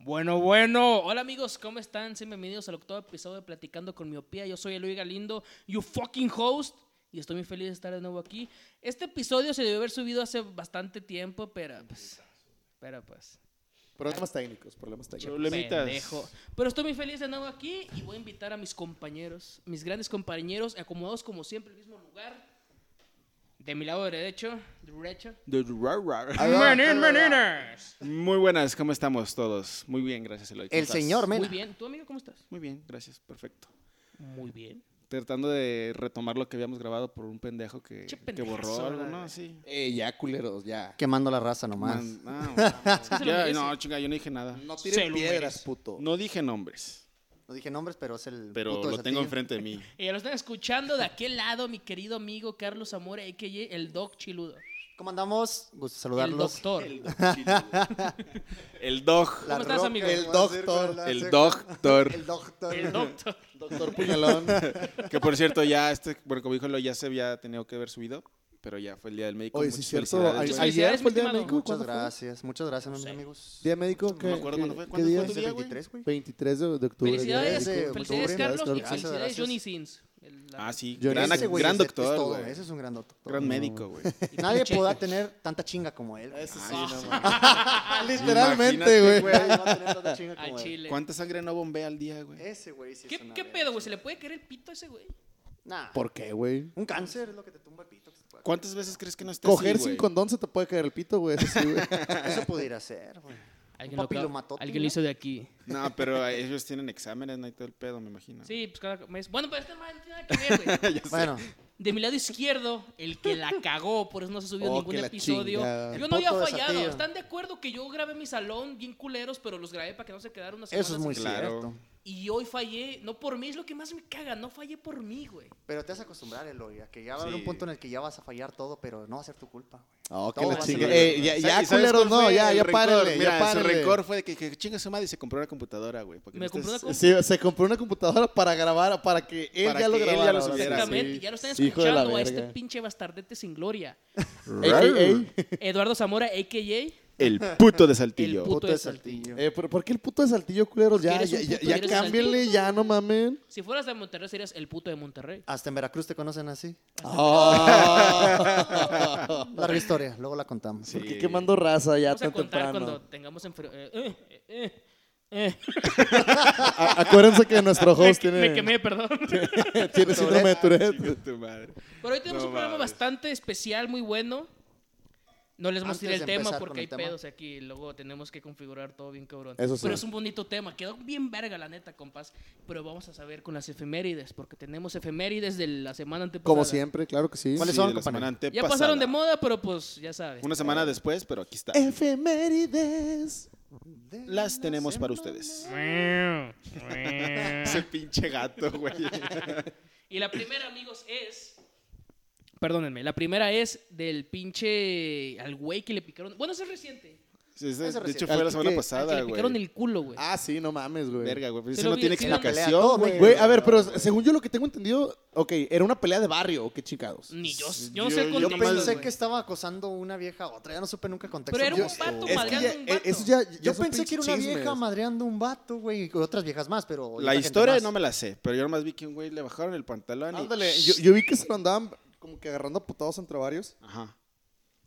Bueno, bueno. Hola amigos, ¿cómo están? Sean bienvenidos al octavo episodio de Platicando con Miopía. Yo soy Eloy Galindo, you fucking host. Y estoy muy feliz de estar de nuevo aquí. Este episodio se debió haber subido hace bastante tiempo, pero pues... Pero pues... Problemas técnicos, problemas técnicos. Problemitas. Pendejo. Pero estoy muy feliz de nuevo aquí y voy a invitar a mis compañeros, mis grandes compañeros, acomodados como siempre en el mismo lugar. De mi lado derecho, derecho. Du- du- rar, rar. Ahí va. Menin, meninas. Muy buenas, ¿cómo estamos todos? Muy bien, gracias Eloy. ¿Cómo El estás? señor Mena. Muy bien. ¿Tú, amigo, cómo estás? Muy bien, gracias, perfecto. Muy bien. Tratando de retomar lo que habíamos grabado por un pendejo que, Che que pendejazo, borró algo, la ¿no? verdad. Sí. Eh, ya, culeros, ya. Quemando la raza nomás. Man, no, no, se lo ya, merece. no, chinga, yo no dije nada. No Se tiren lo piedras, merece. puto. No dije nombres, No dije nombres, pero es el. pero puto de lo tengo Saltillo. enfrente de mí. Y ya lo están escuchando de aquel lado, mi querido amigo Carlos Amor, a.k.a. el Doc Chiludo. ¿Cómo andamos? Gusto El saludarlos. doctor. El dog, La ¿Cómo estás, roca, amigo? el El doctor. doctor. el doctor. El doctor. El doctor. Doctor Puñalón. Que por cierto, ya este, bueno, como dijo Eloy, ya se había tenido que haber subido, pero ya fue el día del médico. Oye, Muchas sí, cierto. Ay- felicidades. Muchas Ayer felicidades, fue el día mi de estimado. médico. Muchas ¿cuándo fue? gracias. Muchas gracias, mis sé. amigos. Día médico. No me ¿qué- acuerdo qué- cuándo fue. qué ¿Cuándo día fue es? tu Es día, el güey? 23, güey. 23 de, de octubre. Felicidades, Día Ese, médico. octubre, felicidades Carlos claro y que Ah, sí. felicidades Gracias, Johnny gracias. Sins. El- la- Ah, sí, Yo- gran, Ese güey gran es- es doctor, todo, güey. Ese es un gran doctor. Gran médico, güey. Nadie podrá tener tanta chinga como él. güey. Ah, Ese sí, Nadie no, Imagínate, Literalmente, güey. va a tener tanta chinga Al como él. Chile. ¿Cuánta sangre no bombea al día, güey? Eh, Ese güey sí es ¿Qué, una qué verga. pedo, güey? ¿Se le puede querer pito a ese güey? Nah. ¿Por qué, Este güey? Un cáncer es lo que te tumba el pito. que se puede- ¿Cuántas veces crees que no está Coger así, sin güey? condón se te puede caer el pito, güey. Eso sí, güey. Eso pudiera ser, güey. Alguien lo, papilomatote, alguien lo hizo de aquí. No, pero ellos tienen exámenes, no hay todo el pedo, me imagino. Sí, pues cada mes. Bueno, pero este mal no tiene nada que ver, güey. Bueno, Pues, De mi lado izquierdo, el que la cagó, por eso no se subió Oh, ningún que la episodio. chingada. Yo El no había poto de fallado. Saltillo. ¿Están de acuerdo que yo grabé mi salón bien culeros, pero los grabé para que no se quedara una semana? eso es muy Claro. cierto. Y hoy fallé, no por mí, es lo que más me caga, no fallé por mí, güey. Pero te vas a acostumbrar, Eloy, a que ya va a haber Sí. un punto en el que ya vas a fallar todo, pero no va a ser tu culpa. güey. No, que Todo la va a chinga. salir Eh, bien, ya, ¿Y ya, sabes culeros, cuál no, fue ya, el ya, récord? párenle, Mira, ya, su párenle. récord fue de que, que chinga su madre y se compró una computadora, güey. porque Me no compré una estés- compu- Sí, se compró una computadora para grabar, para que él Para ya lo que él ya grabara. lo ahora sí. subiera, Exactamente, ya lo están Hijo de la escuchando a este verga. pinche bastardete sin gloria. AKA. Eduardo Zamora, a.k.a. El puto de El Saltillo. puto de de Saltillo. Eh, ¿por, por qué el puto de Saltillo, culeros? Ya, Porque ya, eres un ya, puto y ya eres un cámbienle, saltillo. ya, no mamen. Si fueras de Monterrey, serías el puto de Monterrey. Hasta en Veracruz te conocen así. Ah. Larga historia, luego la contamos. Sí. ¿Por qué quemando raza ya Vamos a tan contar temprano? cuando tengamos enfrío. eh, eh, eh, eh. A- acuérdense que nuestro host me, me tiene, quemé, perdón. tiene síndrome de Tourette. Chinga tu madre. Pero hoy tenemos No un programa mames. bastante especial, muy bueno. No les mostré Antes el de tema empezar porque con hay el tema. pedos aquí. y Luego tenemos que configurar todo bien cabrón. Eso sí. Pero es un bonito tema. Quedó bien verga, la neta, compas. Pero vamos a saber con las efemérides. Porque tenemos efemérides de la semana antepasada. Como siempre, claro que sí. ¿Cuáles Sí, son, de la semana compañero? Ya antepasada. pasaron de moda, pero pues ya sabes. Una semana después, pero aquí está. Em, Efemérides. Las tenemos para ustedes. Ese pinche gato, güey. Y la primera, amigos, es. Perdónenme, la primera es del pinche. Al güey que le picaron. Bueno, eso es reciente. Sí, ese- Eso De hecho, recién. fue la Al semana que- Al que pasada, le picaron güey. el culo, güey. Ah, sí, no mames, güey. Verga, güey. Se Eso lo no vi- tiene sí, la pelea, todo explicación, güey. México. Güey, a ver, pero según yo lo que tengo entendido, ok, era una pelea de barrio, ¿o qué chingados? Ni yo, Sí, yo no yo- sé yo el contexto, güey. pensé Pensé que estaba acosando una vieja a otra, ya no supe nunca el contexto. Pero era Yo- un vato Es que madreando ya- un eh, vato. eso ya- ya Yo son pensé que era una pinches vieja chismes. madreando un vato, güey, y otras viejas más, pero... La historia no me la sé, pero yo nomás vi que un güey le bajaron el pantalón y... Ándale, yo, yo vi que se lo andaban como que agarrando a putados entre varios. Ajá.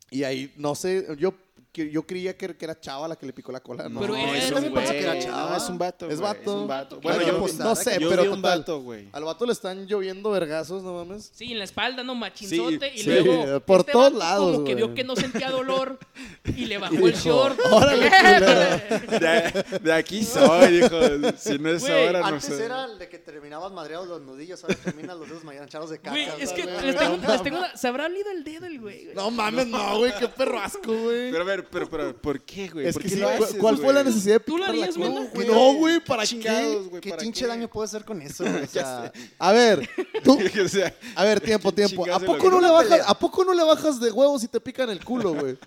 Y ahí, no sé, yo, que- yo creía que, que era Chava la que le picó la cola. No, Pero no, es- es- yo también pensé güey. que era chava. No, es un vato. Es güey, vato. un vato. Vato, Bueno, pues, claro. yo, No vi- sé, yo pero vi un total. vato, güey. al vato le están lloviendo vergazos, no mames. Sí, en la espalda, no, machinzote. Sí, y sí, luego. por este todos vato lados, Como que vio güey. que no sentía dolor y le bajó Y el dijo, short. "Órale, pues. culero". De, de aquí soy, hijo. Si no es Güey, ahora, no Antes sé. era el de que terminabas madreados los nudillos, ahora terminas los dedos mañanchados de caca. Güey, es que güey. les tengo, les tengo una- Se habrá olido el dedo el güey. güey? No mames, no, güey, qué perro asco, güey. Pero a ver, pero, pero ¿por qué, güey? Es ¿Por que qué sí, lo ¿cu- haces, ¿cuál fue la güey? necesidad de ¿Tú lo picar la harías, cola, Mena? güey? Güey, No, güey, ¿para chingados, güey, ¿Qué ¿para chinche qué? daño puedes hacer con eso? güey? O sea, qué? A ver, tú, o sea, a ver, tiempo, ¿Quién tiempo. ¿A chingados se lo poco, no vio? le Una bajas, pelea. ¿A poco no le bajas de huevos y te pican el culo, güey?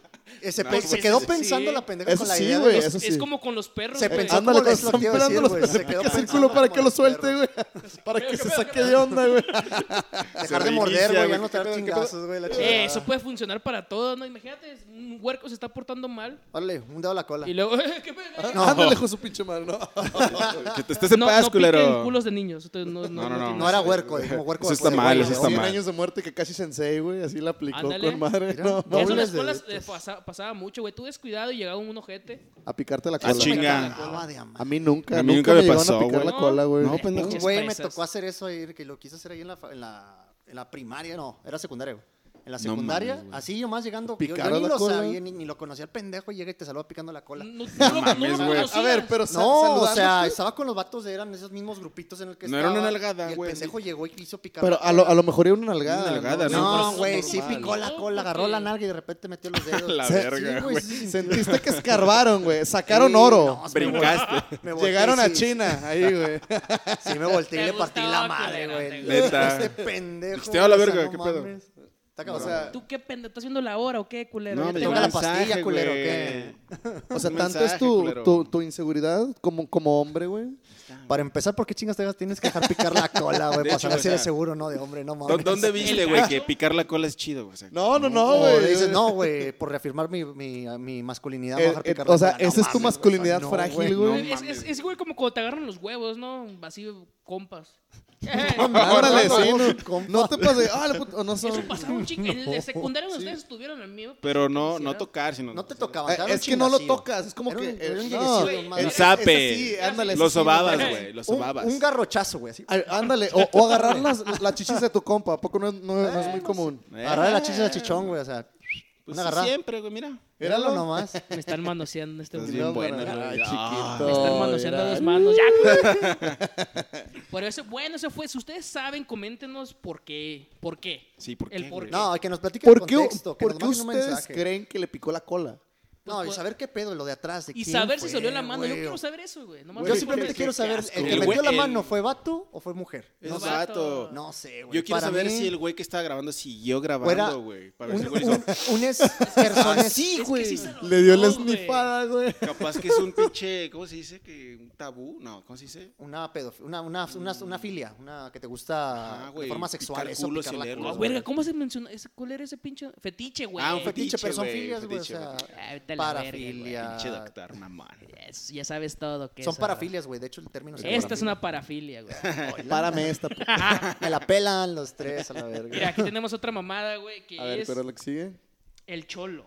Eh, Se, No, pe- pues, se quedó sí. pensando la pendeja Eso con la sí, idea. güey. de- eso Es sí. como con los perros. Se güey. pensó como Ándale, es lo están que iba a pelando decir, los güey, perros. se quedó Saca el pensando culo para como que lo los suelte, güey. perros. Para que se saque de onda, güey. Dejar de reinicia, morder, güey, ya güey, no ¿qué te pedo, qué chingazos, güey, la Eh, chingada. eso puede funcionar para todo, ¿no? Imagínate, un huerco se está portando mal Órale, un dedo a la cola. y luego... ¿Qué Ah, pedo? Ándale, hijo de su pinche madre, ¿no? Que te estés en no, paz, no culero. piquen culos de niños. Entonces, no, no, No, no, no tiene- No era huerco, como huerco. Eso de está fuego, mal, güey, eso ¿no? está 100 mal. años de muerte que casi sensei, güey. Así la aplicó Ándale. con madre. Mira, No, Eso ya en mames. la Dobles escuela deditos. eh, pasa- pasaba mucho, güey. Tú descuidado y llegaba un ojete. A picarte la Ah, cola. chinga. Agua de amar. A mí nunca, A mí nunca, nunca me me llegaron pasó, a picar güey. la cola, güey. No, No, pendejo. pinches Güey, me paisas. tocó hacer eso ahí, que lo quise hacer ahí en la, fa- en la, en la primaria, no, era secundaria, güey. En la No secundaria, mames, güey. así yo más llegando, yo, yo ¿Picaron ni la lo cola? sabía, ni, ni lo conocía el pendejo, y llega y te saluda picando la cola. No, No, no, no lo- mames, no lo güey. conocías. A ver, pero sa- o sea, saludándote. estaba con los vatos, eran esos mismos grupitos en el que No era estaba. una nalgada, y el güey, pendejo llegó y quiso picar Pero la a lo, cola. a lo mejor era una nalgada. Una nalgada, No, No, güey, eso es sí normal. picó la cola, agarró la nalga y de repente metió los dedos. La Sí, verga, güey. sí, sí, sí. Sentiste que escarbaron, güey. Sacaron Sí, oro. no, sí me Brincaste. Me volteé, Llegaron a sí, China, ahí, güey. Sí, me volteé y Te le partí gustaba, la madre, culera, güey. te Neta. Este pendejo. Dijiste, "A la güey, o sea, verga, no ¿qué pedo?" mames. Está cabrón. O sea, ¿Tú qué pendejo? ¿Estás haciendo la hora o qué, culero? No, Ya me te llegó voy un a- la pastilla, mensaje, culero, güey. ¿qué? O sea, Un tanto mensaje, es tu, culero. tu, tu inseguridad como, como hombre, güey. Para empezar, ¿por qué chingas te dejas- tienes que dejar picar la cola, De güey? Para hecho, saber o si eres sea, seguro, no, de hombre, no ¿Dó- mames. ¿Dónde viste, güey, que picar la cola es chido? güey? O sea, No, no, no, O le güey. dices, no, güey, por reafirmar mi, mi, mi masculinidad, voy a Eh, dejar eh, picar la o sea, cola. No esa es tu mames, masculinidad no, frágil, güey. güey. Es, es, es, güey como cuando te agarran los huevos, ¿no? Así, compas. Ándale, no, sí, no, no, compa. no te pases. Ah, la puta- no son. Eso pasaba un chingo. En el secundario donde ustedes estuvieron al mío. pues. Pero no, no tocar, sino... No te Eh, tocaban. te daban es un que no lo chingacillo. tocas, es como Era que. un- era eh, un no, lleguecillo, un El madrazo. zape. Ese sí, ándale, Lo ese sí, sobabas, güey. güey. Lo Un- sobabas. Un garrochazo, güey, así. Ay, Ándale, o, o agarrar las, las chichis de tu compa, ¿a poco no es, no es- no es muy común? Eh, Agarrar la chicha de chichón, güey, o sea. pues una sí, agarrada. siempre, güey, mira. Míralo nomás. Me están manoseando en este Estás momento. bien no, bueno, no, no, güey. ay, Ah, chiquito. Me están manoseando Mira. dos manos. ¡Ya, güey! Pero eso, bueno, eso fue. Si ustedes saben, coméntenos por qué. ¿Por qué? Sí, ¿por El qué, por güey? qué. No, que nos platique el ¿Por qué, contexto. que por nos qué manden un ustedes mensaje. creen que le picó la cola? No, y saber qué pedo, lo de atrás. De y quién saber si fue, se olió la mano. Yo güey, quiero o- saber eso, güey. No Yo mames. simplemente Qué quiero saber, asco, ¿el güey. que El metió la güey- mano el- fue vato o fue mujer? Es No sé. vato. vato. No sé, güey. Yo quiero Para saber mí, si el güey que estaba grabando siguió fuera grabando, güey. Para ver si un, el güey un, hizo- un es personas. Es que sí se lo Le dio la dio, güey. snifada, güey. Capaz que es un pinche, ¿cómo se dice? Que un tabú, no, ¿cómo se dice? Una pedof- una, una, una, una filia, una que te gusta Ajá, de Ah, güey, forma picar sexual, eso culos y picar la olerlos, cola, Ah, güey. verga, ¿cómo se menciona? ¿Ese, ¿Cuál era ese pinche? Fetiche, güey. Ah, un Fetiche, Fetiche, pero son güey, filias, güey, o fetiche, sea, Ah, vete a la parafilia. Pinche doctor, mamá. Yes, ya sabes todo. Que Son eso- parafilias, güey, de hecho el término Pues se llama Esta es una parafilia, güey. parafilia. Párame esta. p- Me la pelan los tres a la verga. Mira, aquí tenemos otra mamada, güey, que A ver, es pero lo que sigue. el cholo.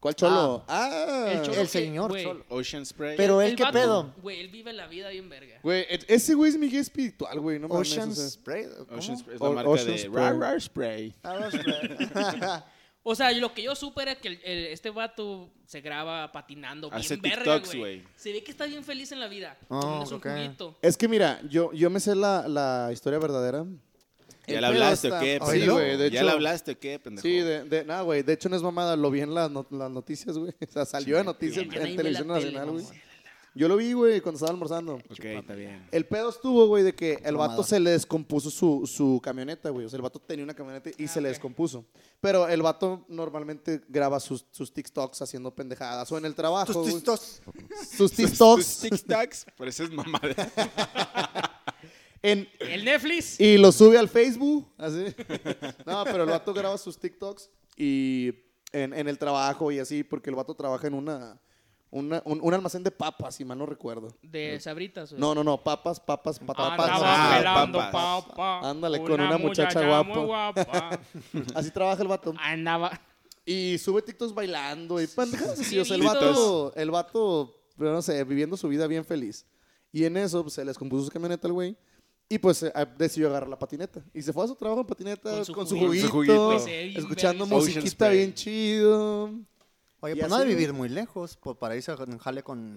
¿Cuál cholo? Ah, El cholo el que, señor güey, cholo. Ocean Spray. Pero él, ¿qué vato, pedo? Güey, él vive la vida bien verga. Güey, e- ese güey es mi guía espiritual, güey. No mames. Ocean o sea. Spray. ¿cómo? Ocean Spray es O- la marca Ocean de Spray. Rar Rar Spray. Ocean Spray. O sea, lo que yo supe era que el- el- este vato se graba patinando Hace bien verga, TikToks, güey. güey. Se ve que está bien feliz en la vida. Ah, tomándose ok. un juguito. Es que mira, yo, yo me sé la, la historia verdadera. ¿Ya El la hablaste pedo o qué, está- Sí, pendejo? güey, de ¿Ya hecho- la hablaste o qué, pendejo? Sí, de, de nada, güey. De hecho, no es mamada. Lo vi en las not- las noticias, güey. O sea, salió de noticias Ya nadie ve la en Televisión tele, Nacional, güey. mamón. Yo lo vi, güey, cuando estaba almorzando. Ok, está bien. El pedo estuvo, güey, de que el vato Mamador. se le descompuso su, su camioneta, güey. O sea, el vato tenía una camioneta y Ah, se le ok. descompuso. Pero el vato normalmente graba sus, sus TikToks haciendo pendejadas o en el trabajo. Tus güey. tistos. Sus Tus TikToks. TikToks, pareces mamada. en, El Netflix. y lo sube al Facebook. Así. no, pero el vato graba sus TikToks y en, en el trabajo y así, porque el vato trabaja en una, una- un, un almacén de papas, si mal no recuerdo. De sabritas, güey. No, no, no, papas, papas, pa- papas. Andaba Ah, pelando papas. papa. Ándale, con una muchacha muy guapa. Así trabaja el vato. Andaba. Y sube TikToks bailando y pendejadas así. O sea, el Videitos. vato, el vato, pero no sé, viviendo su vida bien feliz. Y en eso pues, se les compuso su camioneta al güey. Y pues eh, decidió agarrar la patineta. Y se fue a su trabajo en patineta Con con su su, juguito. juguito, Con su juguito. Pues, eh, bien escuchando verga. Ocean musiquita Spray. bien chido. Oye, Y pues no ha de así, Mm. vivir muy lejos, pues para irse a jale con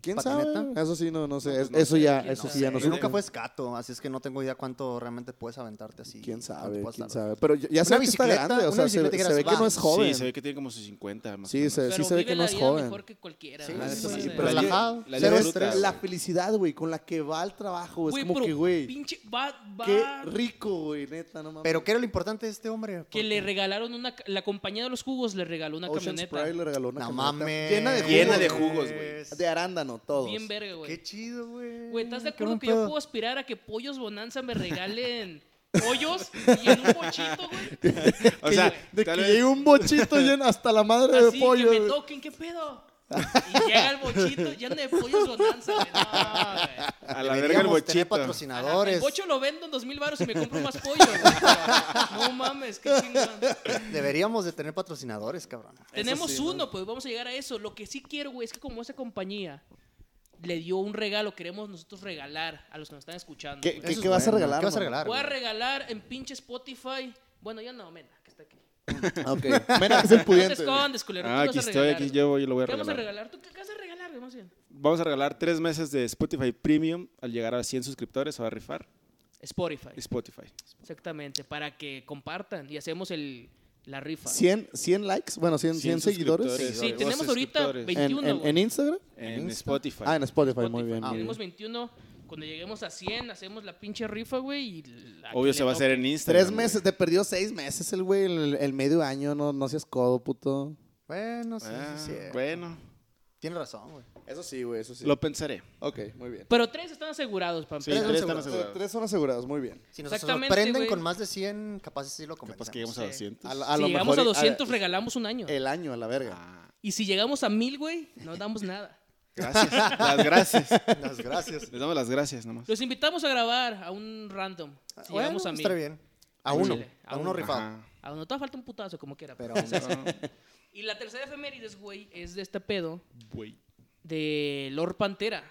¿Quién ¿Patineta? sabe? Eso sí, no, no sé. No, pues, no eso sé, ya, quién eso sí, sabe. ya no Yo sé. nunca fue escato, así es que no tengo idea cuánto realmente puedes aventarte así. ¿Quién cuánto sabe? puedes ¿Quién tardar. sabe? Pero ya se ve que está bicicleta, grande, o una sea, se, bicicleta que se digas, ve que va. no es joven. Sí, se ve que tiene como sus 50. Más Sí, o se- menos. sí se ve que no es joven. mejor que cualquiera. Sí, la Ah, neta, sí, no sí, sé. pero la- relajado. la cero disfrutas, estrés. güey. La felicidad, güey, con la que va al trabajo. Es Güey, como pero que, güey, Pinche, va, va- qué rico, güey, neta, no mames. Pero ¿qué era lo importante de este hombre? Que le regalaron una. ca- La compañía de los jugos le regaló una Ocean camioneta. Spray le regaló una No camioneta mames. Llena de jugos. Llena de güey. jugos, güey. De arándano, todos. Bien verga, güey. Qué chido, güey. Güey, ¿estás de Qué buen acuerdo que yo pedo. puedo aspirar a que Pollos Bonanza me regalen pollos y en un bochito, güey? O Que sea, lle- de que tal vez- llegue un bochito lleno hasta la madre Así de pollo. que me güey. toquen, ¿qué pedo? Y llega el bochito lleno de Pollos Bonanza, güey. No, güey. a la verga el Deberíamos tener bochito. El patrocinadores. bocho lo vendo en dos mil baros y me compro más pollo. güey. No mames, qué chingón. Eh, Deberíamos de tener patrocinadores, cabrón. Tenemos uno, pues vamos a llegar a eso. Lo que sí quiero, güey, es que como esa compañía le dio un regalo, queremos nosotros regalar a los que nos están escuchando. ¿Qué- güey. Eso es qué vas a bueno. regalar, ¿Qué vas a mano? regalar? Voy a güey? regalar en pinche Spotify. Bueno, ya no, mena, que está aquí. Ah, Ok. Mena que es el No te pudiente. güey. escondes, culero. ¿Qué Ah, vas aquí a estoy, regalar, aquí güey? llevo y lo voy a ¿Qué vamos a regalar. regalar? ¿Tú qué vas a regalar, güey? Más bien. Vamos a regalar tres meses de Spotify Premium al llegar a 100 suscriptores. Se va a rifar Spotify. Spotify. Exactamente, para que compartan y hacemos el, la rifa. 100, 100 likes, bueno, 100, 100 seguidores. Sí, suscriptores, tenemos ahorita suscriptores. 20 En, 21, en- güey. en Instagram? En Spotify. Ah, en Spotify, muy bien. muy Ah, bien. Tenemos 21. Cuando lleguemos a 100, hacemos la pinche rifa, güey. y la- Obvio se va a hacer en Instagram. Tres meses, te perdió seis meses el güey, el, el medio año, no, no seas codo, puto. Bueno, sí, güey. Ah, sí, sí. Bueno, Tienes razón, güey. Eso sí, güey, eso sí. lo pensaré. Ok, muy bien. Pero tres están asegurados, Pampi. Sí, tres están Tres- asegurados. Tres son asegurados, muy bien. Si nos Exactamente, sorprenden güey. con más de 100, capaz sí lo Capaz convencemos. que lleguemos a Sí. 200. A, la- a si lo llegamos mejor- a 200, a- regalamos un año. el año, a la verga. Ah, Y si llegamos a 1000, güey, no damos nada. gracias. las gracias. Las gracias. Les damos las gracias nomás. Los invitamos a grabar a un random. Ah, Si Bueno, llegamos a 1000. Está bien. A Chile, uno. a A uno uno. rifado. Ajá. A uno todavía falta un putazo, como quiera. Pero Pero. a uno. Y la tercera efemérides, güey, es de este pedo Güey. de Lord Pantera.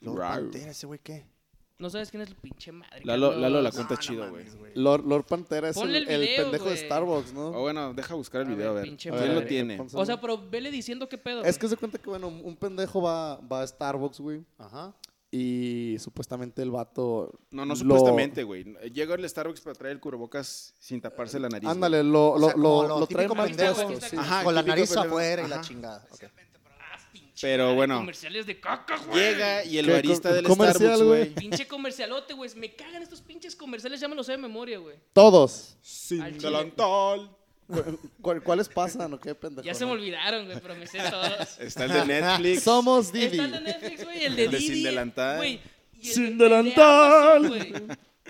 Lord Rau. Pantera, ese güey, ¿qué? No sabes quién es el pinche madre. Lalo, Carlos. Lalo la No, cuenta no chido, güey. mames, Lord, Lord Pantera es el, Ponle el el video, pendejo de güey. Starbucks, O ¿no? Oh, bueno, deja buscar el A video a ver, ver. pinche ¿Quién lo madre. tiene? Ponce- O sea, pero vele diciendo qué pedo. Es güey. que se cuenta que, bueno, un pendejo va, va a Starbucks, güey. Ajá. Y supuestamente el vato. No, no lo- supuestamente, güey. Llega al Starbucks para traer el cubrebocas sin taparse la nariz. Ándale, lo, O lo, sea, como lo, lo lo típico traen mal pendejo, puesto, está sí. cabrón. Ajá, Con la típico, nariz pero- afuera y la chingada. Ok. Ah, pinche Pero madre, bueno. Comerciales de caca, güey. güey. Llega y el ¿Qué barista co- del comercial, Starbucks, güey? güey. Pinche comercialote, güey. Me cagan estos pinches comerciales, ya me los sé de memoria, güey. Todos. Sin Al chile. delantal. ¿Cuál- ¿Cuáles pasan o qué pendejo? Ya se me olvidaron, güey, pero me sé todos. Está el de Netflix. Somos Didi. Está el de Netflix, güey, el de El de Didi. Sin Delantal. güey, y el- Sin el de Delantal. Amazon, güey.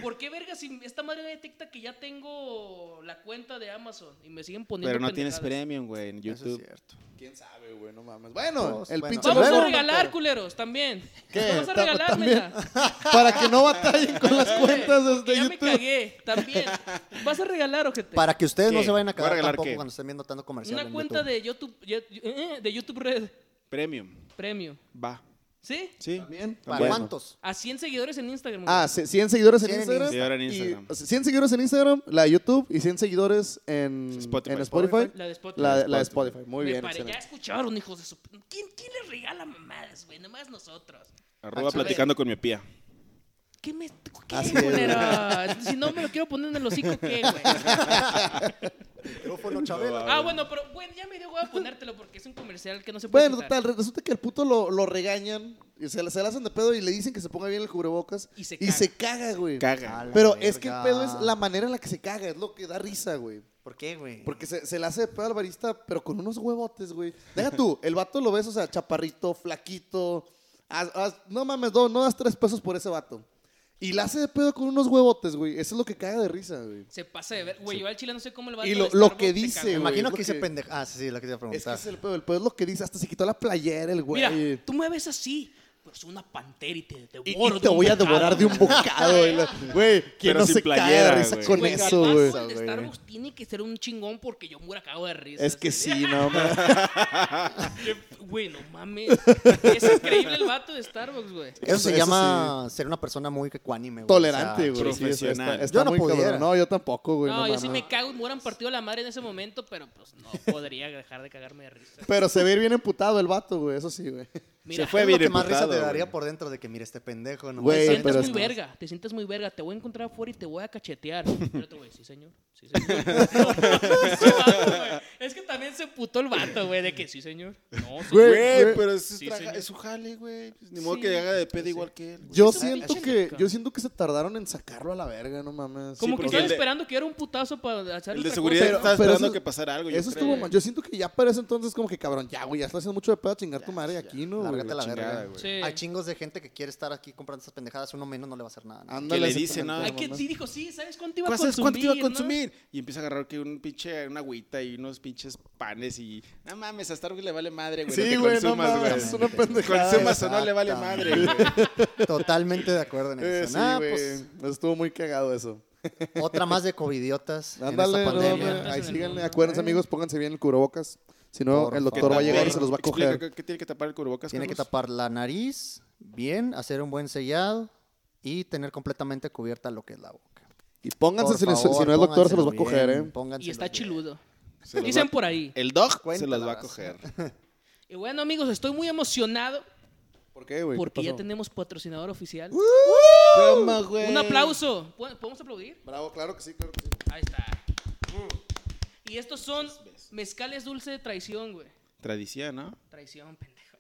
¿Por qué verga si esta madre me detecta que ya tengo la cuenta de Amazon y me siguen poniendo Pero no tienes pendejadas? premium, güey, en Eso es YouTube. cierto. ¿Quién sabe, güey? No mames. Bueno, Todos, el bueno. pinche Vamos a lobo. regalar, culeros, también. ¿Qué? Vamos a Ta- regalar, también. neta. Para que no batallen con las cuentas Güey, que de ya me YouTube. cagué, también. Vas a regalar, ojete. Para que ustedes no ¿Qué? se vayan a ¿Voy a cagar regalar tampoco qué? cuando estén viendo tanto comercial. Una cuenta de YouTube, eh, de YouTube Red Premium. Premium. Va. ¿Sí? Sí. También. ¿Para Bueno. cuántos? A 100 seguidores en Instagram. güey. Ah, c- 100 seguidores en 100 en Instagram. Instagram. y- 100 o sea, 100 seguidores en Instagram, la de YouTube y 100 seguidores en Spotify. en Spotify. La de Spotify. La de, la de Spotify. Muy Me bien. pare- Ya excelente. escucharon, hijos de su... ¿Quién, quién les regala mamadas, güey? Nomás nosotros. Arroba Ah, chale. platicando con mi pía. ¿Qué me... ¿Qué, Así es. culero? Si no me lo quiero poner en el hocico, ¿qué, güey? Micrófono, Chabelo. Ah, bueno, pero, güey, ya me dio hueva ponértelo porque es un comercial que no se puede Bueno, quitar. total, re- resulta que el puto lo, lo regañan, y se, le- se le hacen de pedo y le dicen que se ponga bien el cubrebocas Y se caga, güey. A Caga. la Pero es que el verga. pedo es la manera en la que se caga, es lo que da risa, güey. ¿Por qué, güey? Porque se, se le hace de pedo al barista, pero con unos huevotes, güey. Deja tú, el vato lo ves, o sea, chaparrito, flaquito. haz- haz- no mames, no, no das tres pesos por ese vato. Y le hace de pedo con unos huevotes, güey. Eso es lo que caga de risa, güey. Se pasa de ver. Güey, yo al chile no sé cómo le va a Y lo- lo que dice, Me güey, imagino es lo que dice que- pendeja. Ah, sí, sí, la que te iba a Es que preguntar. es el pedo, el pedo es lo que dice. Hasta se quitó la playera el güey. Mira, Y, tú me ves así, pero soy una pantera y te y devoro. te de un voy a bocado. devorar de un bocado, güey. Güey, ¿quién Pero no sin se cae playera, de risa güey. con Güey, eso, el vato, güey? el de Starbucks tiene que ser un chingón porque yo muera cago de risa. Es que así. sí, no mames. Güey, no mames. Es increíble el vato de Starbucks, güey. Eso se Eso- eso llama ser una persona muy ecuánime, güey. Tolerante, O sea, güey. sí, eso está- profesional. está Yo no muy cabrón. pudiera. No, yo tampoco, güey. No, no yo sí mames. me cago y me hubieran partido la madre en ese momento, pero pues no podría dejar de cagarme de risa. Pero se ve bien emputado el vato, güey, eso sí, güey. Mira, se fue Es lo bien que más risa emputado, te daría güey. por dentro de que mira este pendejo, no Güey, te mames, sientes pero muy es que- verga, te sientes muy verga. Te voy a encontrar afuera y te voy a cachetear. Pero te voy, sí, señor. Sí, señor. No, ese vato, güey. es que también se putó el vato, güey, de que sí, señor. No, sí, Güey, Güey, pero es, Sí, traga- señor. es su jale, güey. Pues, ni modo Sí, que haga de pedo sí. igual que él. güey. Yo es una siento pinche que loca. yo siento que se tardaron en sacarlo a la verga, no mames. Como que porque estaba el de- esperando que era un putazo para hacer El de otra seguridad cosa. Pero- estaba pero esperando eso- que pasara algo. yo Eso creo, ¿eh? estuvo güey. mal. Yo siento que ya parece entonces como que cabrón, ya güey, ya estás haciendo mucho de pedo a chingar tu madre aquí, ¿no? güey? lárgate a la chingada, verga. güey. Sí. Hay chingos de gente que quiere estar aquí comprando estas pendejadas, uno menos no le va a hacer nada. ¿no? Ándale, Que le dice, ¿no? exactamente, Hay Ay, que mames. sí dijo, sí, ¿sabes cuánto iba a ¿Cuánto consumir? es- ¿Cuánto iba a no? consumir? Y empieza a agarrar que un pinche, una agüita y unos pinches panes y. No mames, a Starbucks le vale madre, güey. Sí, te güey, no consumas, mames, es una pendejada. Consumas o no le vale madre, Exactamente. güey. Totalmente de acuerdo en Eh, eso. sí, Nah, güey. pues, Estuvo muy cagado eso. otra más de covidiotas en Ándale, no, esta pandemia. hombre, ahí Estás en el síganle. mundo. Acuérdense, amigos, pónganse bien el cubrebocas. Si no, Por el doctor favor. va a llegar y se Pero, los va a Explica, coger. ¿qué- ¿Qué tiene que tapar el cubrebocas? Tiene que Carlos? tapar la nariz bien, hacer un buen sellado y tener completamente cubierta lo que es la boca. Y pónganse, Por si, les- si favor, no el doctor se los va a pónganselo coger, bien, ¿eh? pónganselo Y está bien. chiludo. Se los Dicen va- por ahí. El dog se Cuéntala, los va a raza. coger. Y bueno, amigos, estoy muy emocionado ¿eh? ¿Por qué, güey? porque ¿Qué ya pasó? tenemos patrocinador oficial. ¿Cómo, güey? Un aplauso. ¿Pod- ¿Podemos aplaudir? Bravo, claro que sí, claro que sí. Ahí está. Y estos son mezcales dulce de traición, güey. Tradición, ¿no? Traición, pendejo.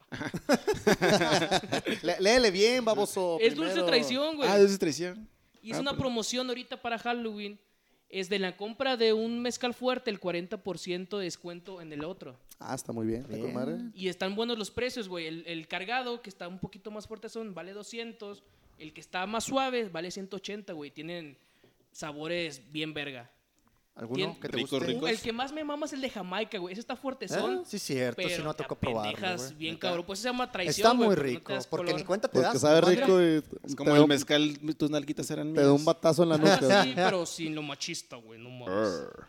Lé- Léele bien, baboso. Es dulce de primero. traición, güey. Ah, eso es tradición. Y es Ah, una pero- promoción ahorita para Halloween. Es de la compra de un mezcal fuerte, el 40% de descuento en el otro. Ah, está muy bien. ¿Está con Bien. madre? Y están buenos los precios, güey. El, el cargado, que está un poquito más fuerte, son, vale 200. El que está más suave, vale 180, güey. Tienen sabores bien verga. ¿Alguno que te Rico, guste? rico. El que más me mama es el de Jamaica, güey. Ese está fuertezón. ¿Eh? Sí, cierto, pero sí, no te tocó probarlo. apendejas güey. bien Neta. cabrón. Pues se llama traición, Está güey, muy porque no te rico, das porque color. ni cuenta te das. Porque sabe nomás mira, rico y Es te como da el un- mezcal, tus nalguitas eran Te da mías. un batazo en la Algo nuca. así, pero sin lo machista, güey. No mames. Arr.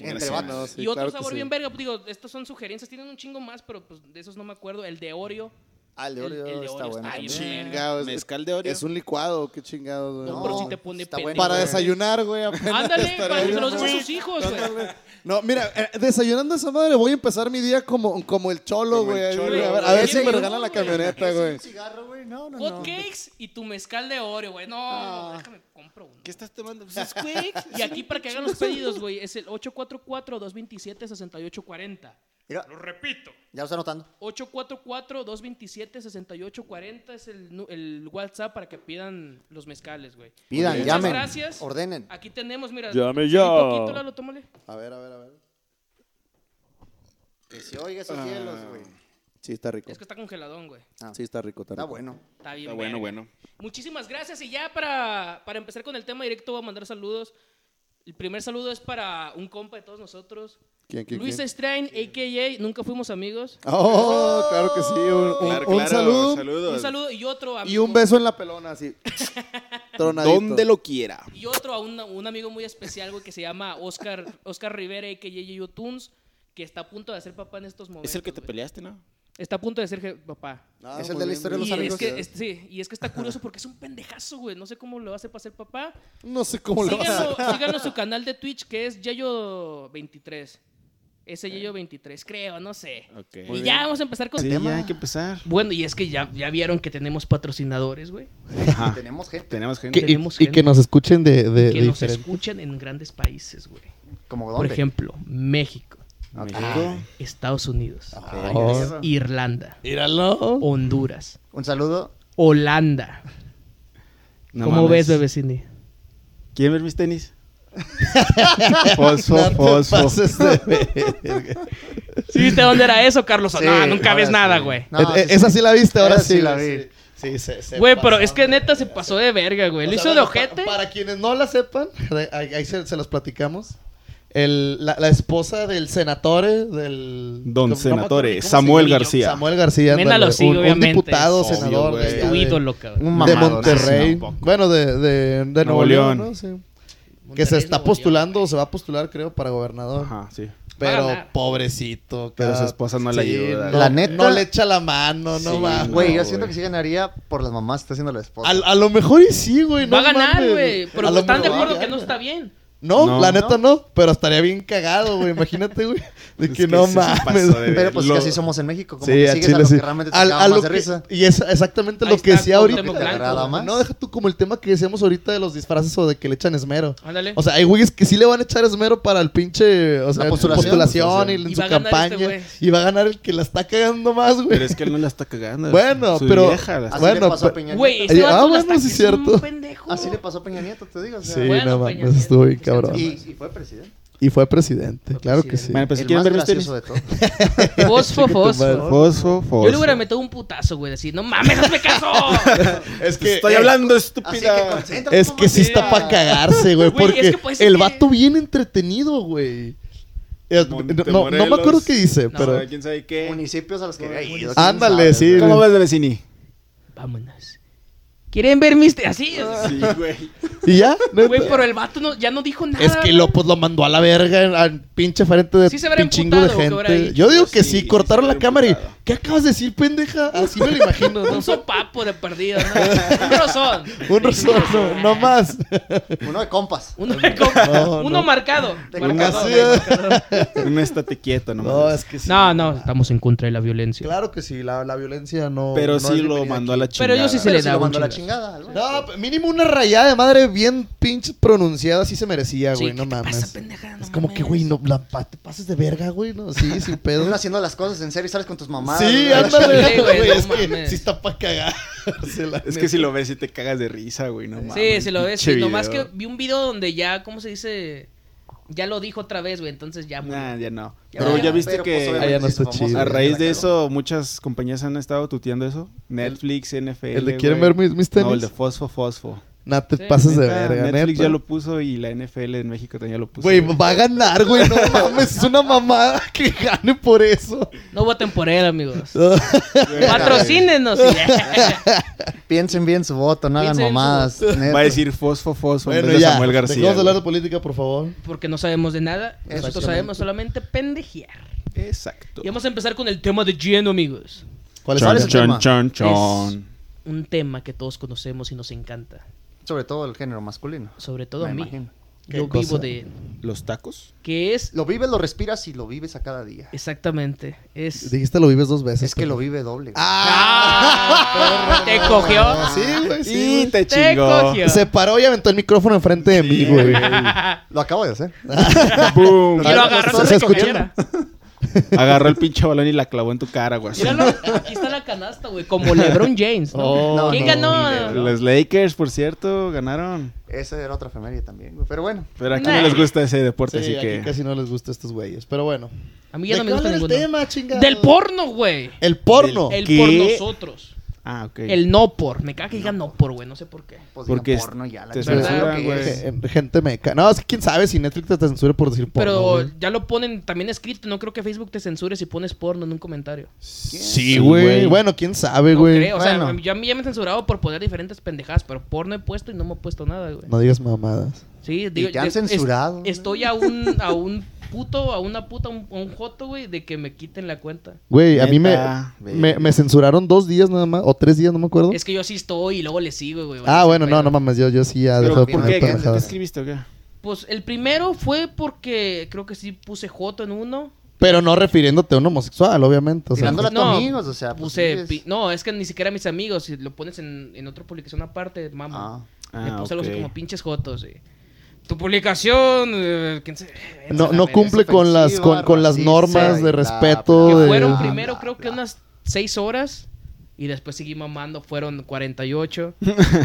Entre vatos. Sí, y otro claro que sabor sí. bien verga. pues, Digo, estas son sugerencias. Tienen un chingo más, pero pues de esos no me acuerdo. El de Oreo. Ah, el de El- Oreo el de está Oreo bueno. está bien también. verga. Chingado, es- Mezcal de Oreo. Es un licuado, qué chingados, güey. No, No, pero sí te pone está bueno. pendejo. Para güey. desayunar, güey. apenas. Ándale, Estaría para que se bien, los des a güey. sus hijos, güey. No, mira, eh, desayunando esa madre, voy a empezar mi día como, como el cholo, Como el güey. A cholo, ver, a güey. ver, si me Desayuno, regalan la güey. camioneta, güey. cigarro, güey? No, no, Hot cakes y tu mezcal de Oreo, güey. No, Ah. déjame, compro uno. ¿Qué estás tomando? Pues es- Y aquí para que hagan los pedidos, güey, es el 844-227-6840. Mira, Lo repito. ya lo está anotando. 844-227-6840 es el, nu- el WhatsApp para que pidan los mezcales, güey. Pidan, Muchas llamen, gracias. ordenen. Aquí tenemos, mira. Llame un ya. poquito, Lalo, tómale. A ver, a ver, a ver. Que se oiga esos hielos, güey. Sí, está rico. Es que está congeladón, güey. Ah, Sí, está rico, está Está rico. bueno. Está bien. Está Ah, bueno, verga. bueno. Muchísimas gracias. Y ya para, para empezar con el tema directo, voy a mandar saludos. El primer saludo es para un compa de todos nosotros. ¿Quién, quién, Luis quién? Strain, a.k.a. Nunca Fuimos Amigos. Oh, claro que sí. Un, un- Claro, un claro, saludo saludos. Un saludo y otro amigo. y un beso en la pelona, así. Tronadito. Donde lo quiera. Y otro a un, un amigo muy especial, güey, que se llama Oscar, Oscar Rivera, a.k.a. Yoyo Tunes, que está a punto de ser papá en estos momentos. Es el que te güey. peleaste, ¿no? Está a punto de ser je- papá. Ah, Es el muy de la bien, historia de muy los Y bien. es, amigos. que, es- sí, y es que está curioso porque es un pendejazo, güey. No sé cómo lo hace para ser papá. No sé cómo lo vas a Síganlo, síganlo su canal de Twitch que es Yayo23. Ese Yayo23, creo, no sé. Ok. Y ya vamos a empezar con el tema. ya hay que empezar. Bueno, y es que ya, ya vieron que tenemos patrocinadores, güey. Ajá. Tenemos gente Tenemos Que- gente. Tenemos gente nos escuchen de, de- que de nos diferente- escuchan en grandes países, güey. como Por dónde. ejemplo, México, México. Estados Unidos, Ay, Oh. eso. Irlanda, Míralo. Honduras, Un saludo. Holanda. No ¿Cómo mames. ves, bebecini? ¿Quieren ver mis tenis? fosfo, fosfo. Pases de- ¿Sí viste dónde era eso, Carlos? Sí, no, nunca ves ahora nada, sí. güey. No, Eh, eh, esa sí la viste, ahora Esa sí. sí la güey, vi. sí. Sí, se- se Güey, pero pasó, es que güey. neta se pasó de verga, güey. O Lo sea, hizo de bueno, pa- ojete. Para quienes no la sepan, ahí, ahí se, se los platicamos. El- la, la esposa del senatore, del... Don ¿cómo- cómo- Senatore, cómo se Samuel llama? García. Samuel García. Mena ándale, lo sigue, un, un obviamente. diputado, Obvio, senador. güey. de- Tu de- ídolo, cabrón. Un de mamador. Monterrey. sí, tampoco. bueno, de, de, de Nuevo León, León. ¿no? Sí. Que Monterrey se es Nuevo está León, postulando, güey. o se va a postular, creo, para gobernador. Ajá, sí. Va a Pero ganar. pobrecito. Pero cada- su esposa no le ayuda. no- La neta- No le echa la mano, no Sí, mames. Güey, yo No, siento güey. que sí ganaría por las mamás que está haciendo la esposa. Al- A, lo mejor y sí, güey. Va a no ganar, mames. güey. Pero A lo están de mejor acuerdo y que no gana. está bien. No, No. la neta no. Pero estaría bien cagado, güey. Imagínate, güey. De Es que, que no ese sí mames. pasó de güey. Pero pues Lo- que así somos en México, como Sí, que a sigues a Chile lo sí. que realmente te Al- acaba a más lo de que- risa. Y es exactamente Ahí lo que está decía ahorita. Cuauhtémoc que te Blanco, agrada güey. más. No, deja tú como el tema que decíamos ahorita de los disfraces o de que le echan esmero. Ándale. O sea, hay güeyes que sí le van a echar esmero para el pinche. O sea, en su postulación. postulación y en Y su va a ganar este campaña. güey. y va a ganar el que la está cagando más, güey. Pero es que él no la está cagando. Bueno, su pero- vieja la Así está- Bueno, le pasó a pero- Peña Güey, Nieto. ese Ah, vato bueno, hasta sí que es es un cierto. pendejo. Así le pasó a Peña Nieto, te digo. o sea, Sí, Bueno, no Peña mames, Nieto, estuvo bien sí, cabrón. sí, Y, y fue presidente. Y fue presidente, claro que sí. Bueno, pues si el quieren más ver mis tenis. gracioso de todos. Fosfo, fosfo. madre. Fosfo, fosfo. Yo le hubiera metido un putazo, güey. Decir, no mames, hazme caso. Es eh, Te Estoy hablando, estúpida. concéntrate, Es que sí mamacita. está para cagarse, güey. Güey, es Porque que puede ser el que- vato bien entretenido, güey. Es- No, no- no me Montemorelos. acuerdo qué dice, No, pero. ¿Quién sabe qué? Municipios a los que había ido, quién Ándale, sabe, sí. güey. ¿Cómo ves, Vecini? Vámonos. ¿Quieren ver mis... te- Así, o sea, Ah. Sí, güey. ¿Y ya? Neta. güey, pero el vato no- ya no dijo nada. Es que lo, pues, lo mandó a la verga en- al pinche frente de Sí se un habrá chingo de emputado, ¿qué habrá gente. hecho? Yo digo que Sí, sí, sí cortaron se la habrá cámara y. emputado. ¿Qué acabas de decir, pendeja? Así me lo imagino, ¿no? Un sopapo de perdido, ¿no? Un rosón. Un razón, no, no más. Uno de compas. Uno, con- No, uno no. marcado. Te Marcador, cagaste. güey, marcador. No estate quieto nomás. No, es que sí. No, no, estamos en contra de la violencia. Claro que sí, la, la violencia no. pero no sí es lo bienvenida mandó a aquí. la chingada. Pero yo sí se le Pero sí da lo un mandó a la chingazo. chingada. al No, vato. p- mínimo una rayada de madre bien pinche pronunciada sí se merecía, güey, no mames. es como que, güey, no, la, pa- te pases de verga, güey, no, sí, sin pedo. Uno haciendo las cosas en serio y sales con tus mamás. sí, Sí, ándale, güey, güey, no es que mames. sí está pa' cagar. Es que si lo ves y te cagas de risa, güey, no mames. Sí, se lo ves. pinche Sí, nomás que video. vi un video donde ya, ¿cómo se dice? Ya lo dijo otra vez, güey. Entonces ya. güey. Nah, ya no. Ya Pero no, ya viste pues, que obviamente, Ah, ya no se hizo está famoso, chido. a sí, raíz la de cagó. eso muchas compañías han estado tuteando eso. Netflix, NFL. ¿El de quieren güey. ver mis, mis tenis? No, el de Fosfo, Fosfo. Nah, te Sí. pases de Neta, verga, Netflix neta. ya lo puso y la NFL en México también ya lo puso. Güey, va a ganar, güey, no mames, es una mamada que gane por eso. No voten por él, amigos. Güey. Patrocínenos. Piensen bien su voto, no hagan Piensen en su mamadas. Va a neta. decir Fosfo, Fosfo en bueno, vez de ya, Samuel García. dejemos de hablar de güey. política, por favor. Porque no sabemos de nada. Nosotros Exactamente. sabemos solamente pendejear. Exacto. Y vamos a empezar con el tema de lleno, amigos. ¿Cuál es, Chon, cuál es el tema? chon, chon, chon. Un tema que todos conocemos y nos encanta. Sobre todo el género masculino. Sobre todo me a mí. imagino. ¿Qué Yo cosa? vivo de él. ¿Los tacos? Que es. Lo vives, lo respiras y lo vives a cada día. Exactamente. Es. Dijiste lo vives dos veces. Es que lo vive doble. güey. ¡Ah! ¡Te cogió! Ah, Sí, güey, sí. güey. y te Te chingo. cogió. Se paró y aventó el micrófono enfrente de mí, güey. Lo acabo de hacer. ¡Bum! Y lo agarró Se de escuchó. cogiera. Agarró el pinche balón y la clavó en tu cara, güey. así. Míralo, aquí está la canasta, güey, como LeBron James, ¿no? Oh, No, ¿Quién no, ganó? Los Lakers, por cierto, ganaron. Esa era otra efeméride también. güey. Pero bueno, Pero aquí Nah. no les gusta ese deporte, Sí, así aquí que... casi no les gusta a estos güeyes, pero bueno. A mí ya no ¿De me qué gusta habla ninguno. el tema, chingado? Del porno, güey. El porno. El ¿Qué? por nosotros. Ah, ok. El no por. Me caga que digan no por, güey. No sé por qué. pues Porque digan porno ya. La te chingada, censuran, lo que güey. es. Gen- Gente meca. No, es que quién sabe si Netflix te censura por decir porno. Pero güey. ya lo ponen también escrito. No creo que Facebook te censure si pones porno en un comentario. Sí, güey. Bueno, quién sabe, No güey. creo. O sea, bueno. ya, me- ya me han censurado por poner diferentes pendejadas, pero porno he puesto y no me he puesto nada, güey. No digas mamadas. Sí, digo, te han es- es- censurado, güey. estoy a un, a un puto, a una puta, a un, a un joto, güey, de que me quiten la cuenta. Güey, a mí me, Neta, güey. me, me censuraron dos días nada más, o tres días, no me acuerdo. Es que yo sí estoy y luego le sigo, güey. Ah, vale, bueno, sí, no, pero- no mames, yo, yo sí ya ¿Pero dejé de ¿quién- poner ¿Por qué? ¿Qué te pendejadas. escribiste o qué? Pues el primero fue porque creo que sí puse Joto en uno. Pero no refiriéndote a un homosexual, obviamente. O sea, Tirándola a tus No, amigos, o sea. Ah, pues, Puse. sí pi- es- No, es que ni siquiera mis amigos. Si lo pones en, en otra publicación aparte, Ah. mama. Le Ah, puse algo así ok. como pinches Jotos. sí. Tu publicación. eh, quién sabe, vete no, a no la cumple es con las, ofensiva, con, con las racista normas y de bla, verga. bla, bla, respeto. Que de... fueron bla, primero, bla, creo que bla. unas seis horas. Y después seguí mamando, fueron 48.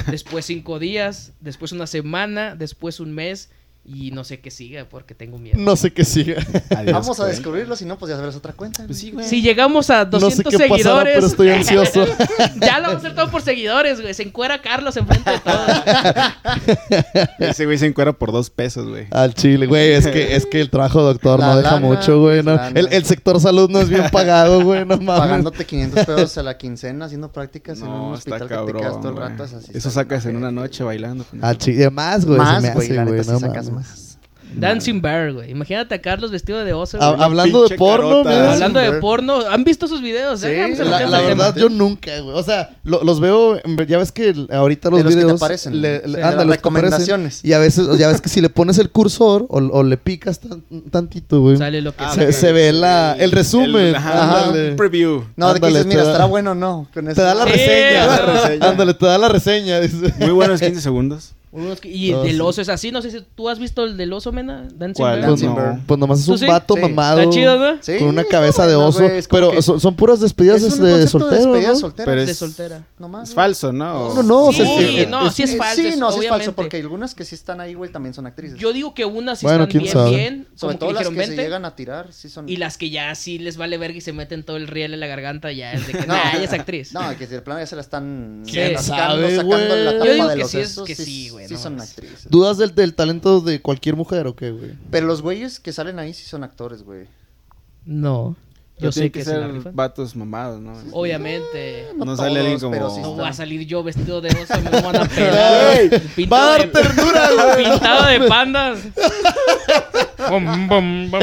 después cinco días. Después una semana. Después un mes. Y no sé qué siga porque tengo miedo. No sé qué siga. Adiós, Vamos a güey. descubrirlo, si no, pues ya sabrás otra cuenta. Pues sí, güey. Si llegamos a 200 No sé qué seguidores. pasará, pero estoy ansioso. ya lo vamos a hacer todo por seguidores, güey. Se encuera Carlos enfrente de todos. Ese güey se encuera por dos pesos, güey. Al chile, güey, es que, es que el trabajo de doctor La no deja lana, mucho, güey. no. la lana. El, el sector salud no es bien pagado, güey, no mames. Pagándote 500 pesos a la quincena haciendo prácticas en un No, hospital está que te quedas cabrón. todo el güey. rato. es así, Eso está bien sacas en una ojete. Ah, noche bailando. Al chile, más, güey, se me Más, güey, hace, la güey, neta no sí sacas mames. más. Dancing Bear, güey. Imagínate a Carlos vestido de oso. Ha- güey. hablando de pinche porno, carota. mira, Hablando de Bear. porno. ¿Han visto sus videos? Eh, Sí, Déjame se los La, dejo la al tema. verdad, yo nunca, güey. O sea, lo- los veo, ya ves que el- ahorita los, De los que te videos... aparecen, le- sí, le- de las ándale, los que aparecen. recomendaciones. Y a veces, ya ves que si le pones el cursor o, o le picas tan- tantito, güey. Sale lo que Ah, sale. Se, se ve la, el resumen. El- ajá, Ándale. un preview. No, de que Ándale, dices, mira, te da- estará bueno o no. Con Te da la Sí, reseña. ajá. reseña. Ándale, te da la reseña. dice. Muy buenos 15 segundos. Unos que- Y No, el del sí. oso es así. No sé si tú has visto el del oso, mena. Dancing ¿Cuál? Bear. Pues, No. no, pues nomás es ¿Tú un sí? vato Sí. mamado. Está chido, ¿no? Sí, con una está cabeza de bueno, oso. güey, es como pero que- son, son puras despedidas es un este, concepto de de soltero. despedida ¿no? soltera. Pero De es, soltera. Nomás, es falso, ¿no? No, no, o sea, Sí, es- no, sí es falso. Sí, no, sí es falso, obviamente. porque hay algunas que sí están ahí, güey, también son actrices. Yo digo que unas sí Bueno, están quién bien, sabe. bien. Sobre Como que todo las que dijeron se 20. llegan a tirar, sí son... Y las que ya sí les vale verga y se meten todo el riel en la garganta, ya es de que no, No. ella es actriz. No, que si de plano ya se la están ¿Quién sabe, güey? la Yo tapa digo de que los sí es- sesos, que sí, sí, güey, sí no son mames. actrices. ¿Dudas del, del talento de cualquier mujer o qué, güey? Pero los güeyes que salen ahí sí son actores, güey. No, yo Pero tienen sé que, se la ser rifan. vatos mamados, ¿no? Obviamente. No, sale alguien todos, como... pero sí No está- voy a salir yo vestido de oso, me van a pegar. Güey, Pintado va a dar ternura, güey, no Pintado de pandas. Mm,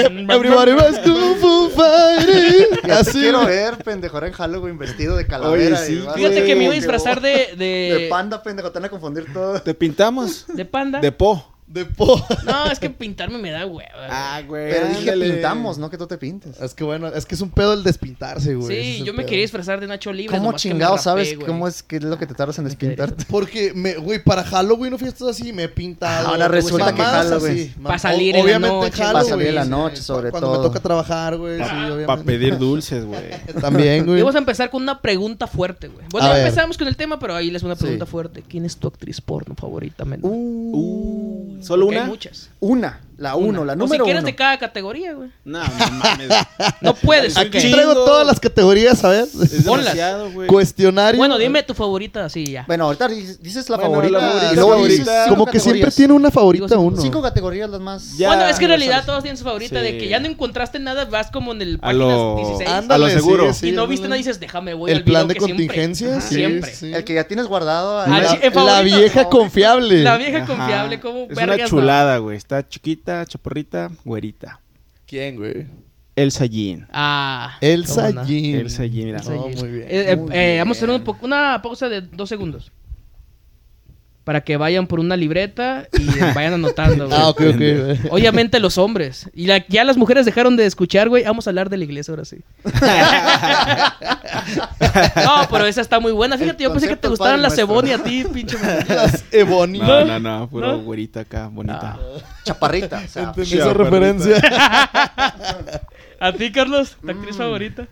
Everybody was kung fu fighting. Ya te Así. quiero eh. güey. ver, pendejo, ahora en Halloween vestido de calavera. Ah, Oye, sí, y vas- Fíjate que me iba a Como disfrazar de, De de, panda, pendejo, te van a confundir todo. ¿Te pintamos? de panda. De po. De po. No, es que pintarme me da hueva. güey. Pero dije ándale. pintamos, no que tú te pintes. Es que bueno, es que es un pedo el despintarse, güey. ese es Sí, el yo me pedo. quería disfrazar de Nacho Libre. ¿Cómo chingado sabes cómo es? es, qué es lo que te tardas en despintarte? Porque, me, güey, para Halloween no fiestas así, me he pintado. Ahora güey, resulta que mamadas Halloween. así, Pa' mam- salir o- en la obviamente noche, Halloween, pa' salir en la sí, noche, cu- sobre cuando todo. me toca trabajar, güey, sí, obviamente. Para pedir dulces, güey. También, güey. Y vamos a empezar con una pregunta fuerte, güey. Bueno, A ya ver. empezamos con el tema, pero ahí les una pregunta Sí. fuerte. ¿Quién es tu actriz porno favorita, men? Uh, ¿Solo Porque una? Hay muchas. Una, la uno, la número O si quieres uno. de cada categoría, güey. No, no mames. No puedes. Aquí ok. Aquí traigo Chingo. todas las categorías, a ver. Es Ponlas. demasiado, güey. Cuestionario. Bueno, dime tu favorita, así ya. Bueno, ahorita dices dices la Bueno, favorita. la favorita, y luego favorita. dices Ah, cinco Como que siempre categorías. tiene una favorita Digo, uno. Cinco categorías las más... Ya. bueno, es que en ya realidad sabes. todos tienen su favorita de Sí. que ya no encontraste nada, vas como en el A páginas lo, 16. Ándale, a lo sí, seguro. sí. y Ah, no ándale. viste nada, dices, déjame, voy al El plan de video que siempre- contingencia. Ajá, sí, siempre. sí. El que ya tienes guardado. ahí. Ah, La, sí, en la favorito. vieja confiable. La vieja Ajá. confiable, como Es una chulada, güey. Está chiquita, chaparrita, güerita. ¿Quién, güey? Elsa Jean. Ah. Elsa cómo no. Jean. Elsa Jean, mira. Elsa Oh, Jean. muy bien, Eh, eh, muy eh, vamos a hacer un bien. po- una pausa de dos segundos. Para que vayan por una libreta y vayan anotando. güey. Ah, ok, ok. güey. Obviamente los hombres. Y la- ya las mujeres dejaron de escuchar, güey. Vamos a hablar de la iglesia ahora sí. no, pero esa está muy buena. Fíjate, El yo pensé que te concepto gustaban padre las nuestro. Ebony a ti, pinche. mujer. Las Ebony. No, no, no. Puro ¿No? Ah. güerita acá, bonita. Chaparrita. o sea, Entendí Sí, esa aparte. referencia. ¿A ti, Carlos? ¿Tu actriz Mm. favorita?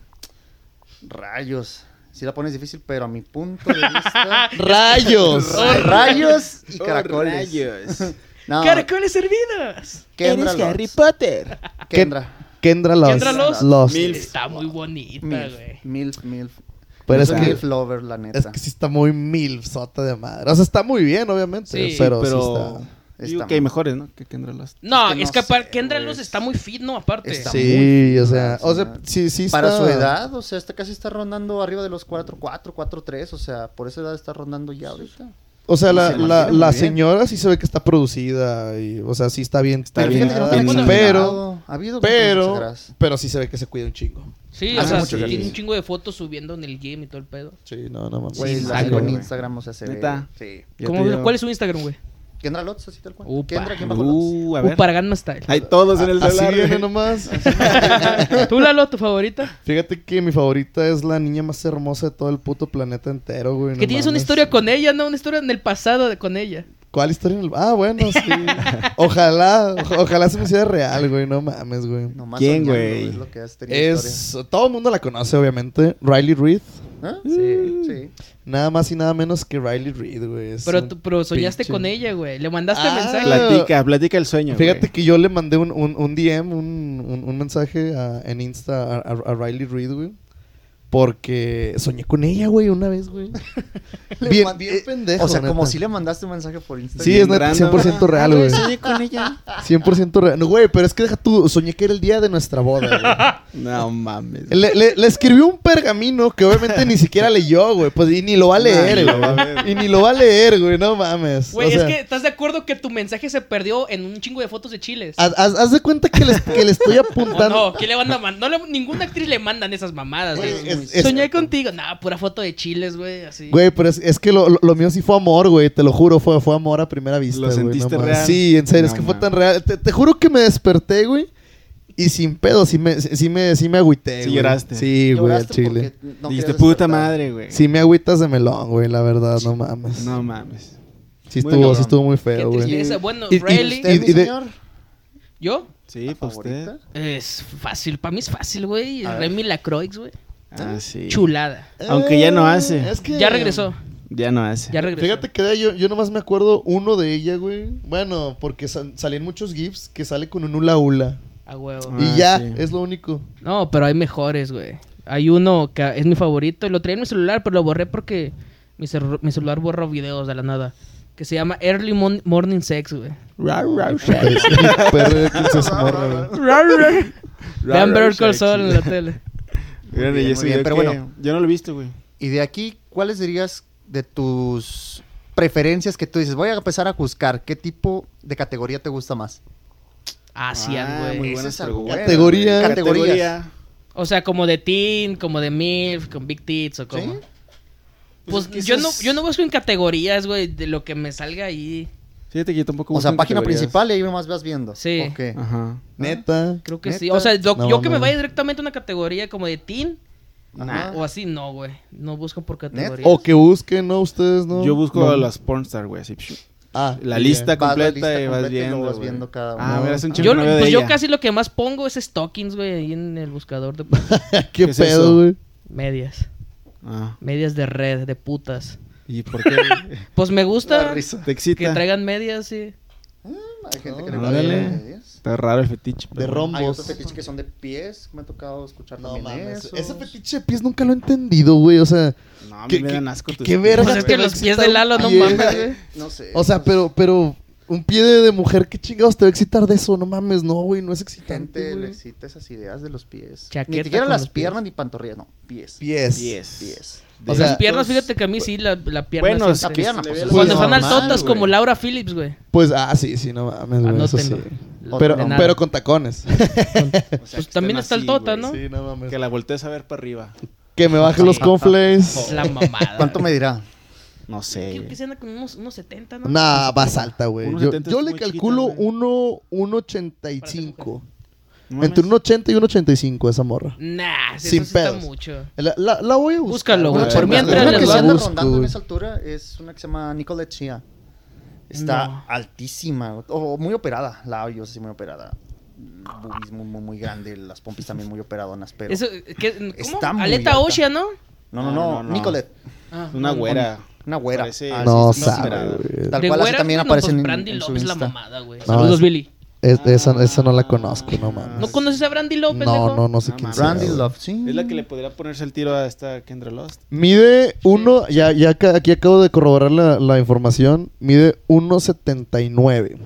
Rayos. Si la pones difícil, pero a mi punto de vista. Rayos. rayos y caracoles. No, ¡Caracoles hervidas! Kendra Loves. Potter. Kendra. Kendra Lost. Kendra Lost. Milf. Está muy bonita, Milf. güey. Milf, Milf. Pero Yo es soy que, Milf Lover, la neta. es que sí está muy mil sota de madre. O sea, está muy bien, obviamente. Sí, pero, sí Pero. está. Digo Está que hay mal. mejores, ¿no? Que Kendra Lost. No, Es que es no que aparte sé, Kendra güey, Luz es- está muy fit, ¿no? Aparte. está Sí, muy o sea, o sea, fácil. sí, sí está. Para su edad, o sea, esta casi está rondando arriba de los 4, 4, 4, 3. O sea, por esa edad está rondando ya ahorita. O sea, Y la, se la, mantiene muy la bien. señora sí se ve que está producida. Y, o sea, sí está bien. Está está Pero bien, fíjate que no cuidada, está bien pero, contaminado. Ha habido muchas pero, grasas. pero sí se ve que se cuida un chingo. Sí, Ah, o sea, mucho sí, tiene ejercicio. un chingo de fotos subiendo en el gym y todo el pedo. Sí, no, no mames. Güey, Sí, la saco, sigo en güey. Instagram, o sea, se Neta. ve. Sí. Ya ¿Cómo- te digo. ¿Cuál es su Instagram, güey? Kendra Lotz, así tal cual. Upa. Kendra, ¿quién bajo Lotz? Uh, a ver. Para Gangnam Style. Hay todos en el Así celular. viene güey. nomás. ¿Tú, Lalo, tu favorita? Fíjate que mi favorita es la niña más hermosa de todo el puto planeta entero, güey. no que tienes una mames. historia con ella, ¿no? Una historia en el pasado de- con ella. ¿Cuál historia? en el- Ah, bueno, sí. ojalá, o- ojalá se me hiciera real, güey. No mames, güey. Nomás ¿Quién, soñando, güey? Es lo que has tenido es... Todo el mundo la conoce, obviamente. Riley Reid. historia. Uh. ¿Ah? Sí, sí. Nada más y nada menos que Riley Reid, güey. Es Pero, un tú- pero soñaste pinche- con ella, güey. Le mandaste Ah, mensaje. Platica, platica el sueño. Fíjate güey. que yo le mandé un, un, un DM, un, un- un mensaje a- en Insta a, a- a Riley Reid, güey. Porque soñé con ella, güey, una vez, güey. Le bien, mandé- bien pendejo, eh, O sea, neta. como si le mandaste un mensaje por Instagram. Sí, es neta, 100% real, güey. Soñé con ella. 100% real. No, güey, pero es que deja tú, soñé que era el día de nuestra boda, güey. No mames. Le, le- le escribió un pergamino que obviamente ni siquiera leyó, güey. Pues y ni lo va a leer, No, güey. no va a ver. y ni lo va a leer, güey. No mames. Güey, O sea, es que ¿estás de acuerdo que tu mensaje se perdió en un chingo de fotos de chiles? haz, haz- haz de cuenta que le, que le estoy ¿O apuntando. no, ¿quién le van a mandar? No le- ninguna actriz le mandan esas mamadas, Güey, güey. es- Muy- es- Soñé contigo. Nah, pura foto de chiles, güey, así. Güey, pero es, es que lo, lo- lo mío sí fue amor, güey. Te lo juro, fue, fue amor a primera vista. ¿Lo güey, sentiste mames. real? Sí, en serio, es No que fue mames. tan real. Te, te juro que me desperté, güey. Y sin pedo, sí me, sí me, sí me agüité. Sí güey. lloraste. Sí, güey, al chile. Dijiste puta madre, güey. Sí me agüitas de melón, güey, la verdad, no mames. No mames. sí, muy estuvo, sí cabrón. estuvo muy Qué feo, güey. tristeza. Bueno, Y- y- Riley, y- de- ¿yo? Sí, pues usted. Es fácil, para mí es fácil, güey. A ver. Remy Lacroix, güey. Ah, sí. Chulada. Aunque ya Eh, no hace. Es que- um, Ya regresó, Ya no hace. ya regresó. Fíjate que de ahí yo, yo nomás me acuerdo uno de ella, güey. Bueno, porque sal- salían muchos GIFs que sale con un hula hula. A huevo. Ah, y ya, sí. es lo único. No, pero hay mejores, güey. Hay uno que es mi favorito. Lo traía en mi celular, pero lo borré porque mi, cer- mi celular borró videos de la nada. Que se llama Early Mon- Morning Sex, güey. Es un perro de quince Pues, es morra, güey. Vean Better Call Sex. Saul en la tele. Miren, Muy y bien, ese muy bien, video pero que- bueno. Yo no lo he visto, güey. Y de aquí, ¿cuáles dirías de tus preferencias que tú dices? Voy a empezar a buscar qué tipo de categoría te gusta más. Asian, Ah, güey. muy Ese buenas es algo preguntas. bueno, Categoría. güey. Categorías. Categoría. O sea, como de teen, como de MILF, con Big Tits o como. Pues, ¿Sí? Pues es que yo, no, esas- yo no busco en categorías, güey, de lo que me salga ahí. Fíjate que yo tampoco O sea, busco en página categorías. principal y ahí nomás vas viendo. Sí. Ok. Ajá. Neta. Creo que ¿Neta? sí. O sea, lo- No, yo que me mames. vaya directamente a una categoría como de teen Ajá. o así, no, güey. No busco por categoría. O que busquen, ¿no? Ustedes, ¿no? Yo busco No. a las pornstar, güey. así, psh. Ah, La ya. lista Vas la completa lista y vas completa y viendo. luego vas güey. viendo cada Ah, uno. mira, es un chingo Yo, de novio de pues yo ella. casi lo que más pongo es stockings, güey, ahí en el buscador de pues, ¿Qué, ¿Qué es pedo, eso? güey? medias. Ah. Medias de red, de putas. ¿Y por qué? güey? Pues me gusta ¿Te que excita? traigan medias, sí. Hay gente que le No, gusta órale. de medias. Está raro el fetiche. De pero rom- Hay Ambos. otros fetiches que son de pies. Me ha tocado escuchar No también mames. esos. Ese fetiche de pies nunca lo he entendido, güey. O sea, bueno. No, a ¿Qué- mí me qué- dan asco tus qué pies, verga? Pues es güey. que me los pies excita de un Lalo, no pie. mames, güey. No sé. o sea, pero, pero un pie de, de mujer, ¿qué chingados te va a excitar de eso? No mames, no, güey, no es excitante. gente le güey. excita esas ideas de los pies. Chaqueta ni siquiera con las los pies. piernas ni pantorrillas, no. Pies. Pies. Pies. Pies. O Las sea, piernas, fíjate que a mí sí, la, la pierna Bueno, siempre. que pierna, se pues, le ve es la- Cuando Pues están normal, altotas güey. como Laura Phillips, güey. Pues, ah, sí, sí, no mames, güey, eso sí. Anótenlo. Pero, De nada. pero con tacones. O sea, Pues que también estén está así, altota, güey, ¿no? Sí, no mames. Que la voltees a ver para arriba. Que me baje los Sí. conflays. La mamada. ¿Cuánto me dirá? No sé. Creo que güey. se anda con unos, unos 70, ¿no? Nah, más alta, güey. Yo, 1.70 yo es le muy calculo chiquita, güey. uno- Parece 1.85. No Entre mames. 1.80 y 1.85 esa morra. Nah, Sin Sin eso sí está pedos. mucho. La, la- la voy a buscar. Búscalo, güey. güey. Por Una mientras chingada. les Una que Creo se va- anda busco, rondando en güey. esa altura es una que se llama Nicole Chia. Está No. altísima, o, o muy operada, labios así muy operada. Bubis muy, muy, muy grande, las pompis también muy operadonas, pero... Eso, ¿qué, ¿Cómo? Está muy Aleta alta. Oshia, ¿no? No, No, no, no, no, no. Nicolette, Ah. Una güera. una güera. Parece- Ah, No sí, sí, sí, sí, sabe, sí, sí. güey. Tal de cual así güeras, también no, pues, aparecen en, Brandy en su López la Insta. mamada, güey. es- Saludos, Billy. Es- esa, esa no la conozco, no mames. ¿No conoces a Brandy López, No, no, no sé No quién mames. sea, Brandy güey. Love, sí. Es la que le podría ponerse el tiro a esta Kendra Lost. Mide uno, ya, ya ca- aquí acabo de corroborar la, la información, mide 1.79.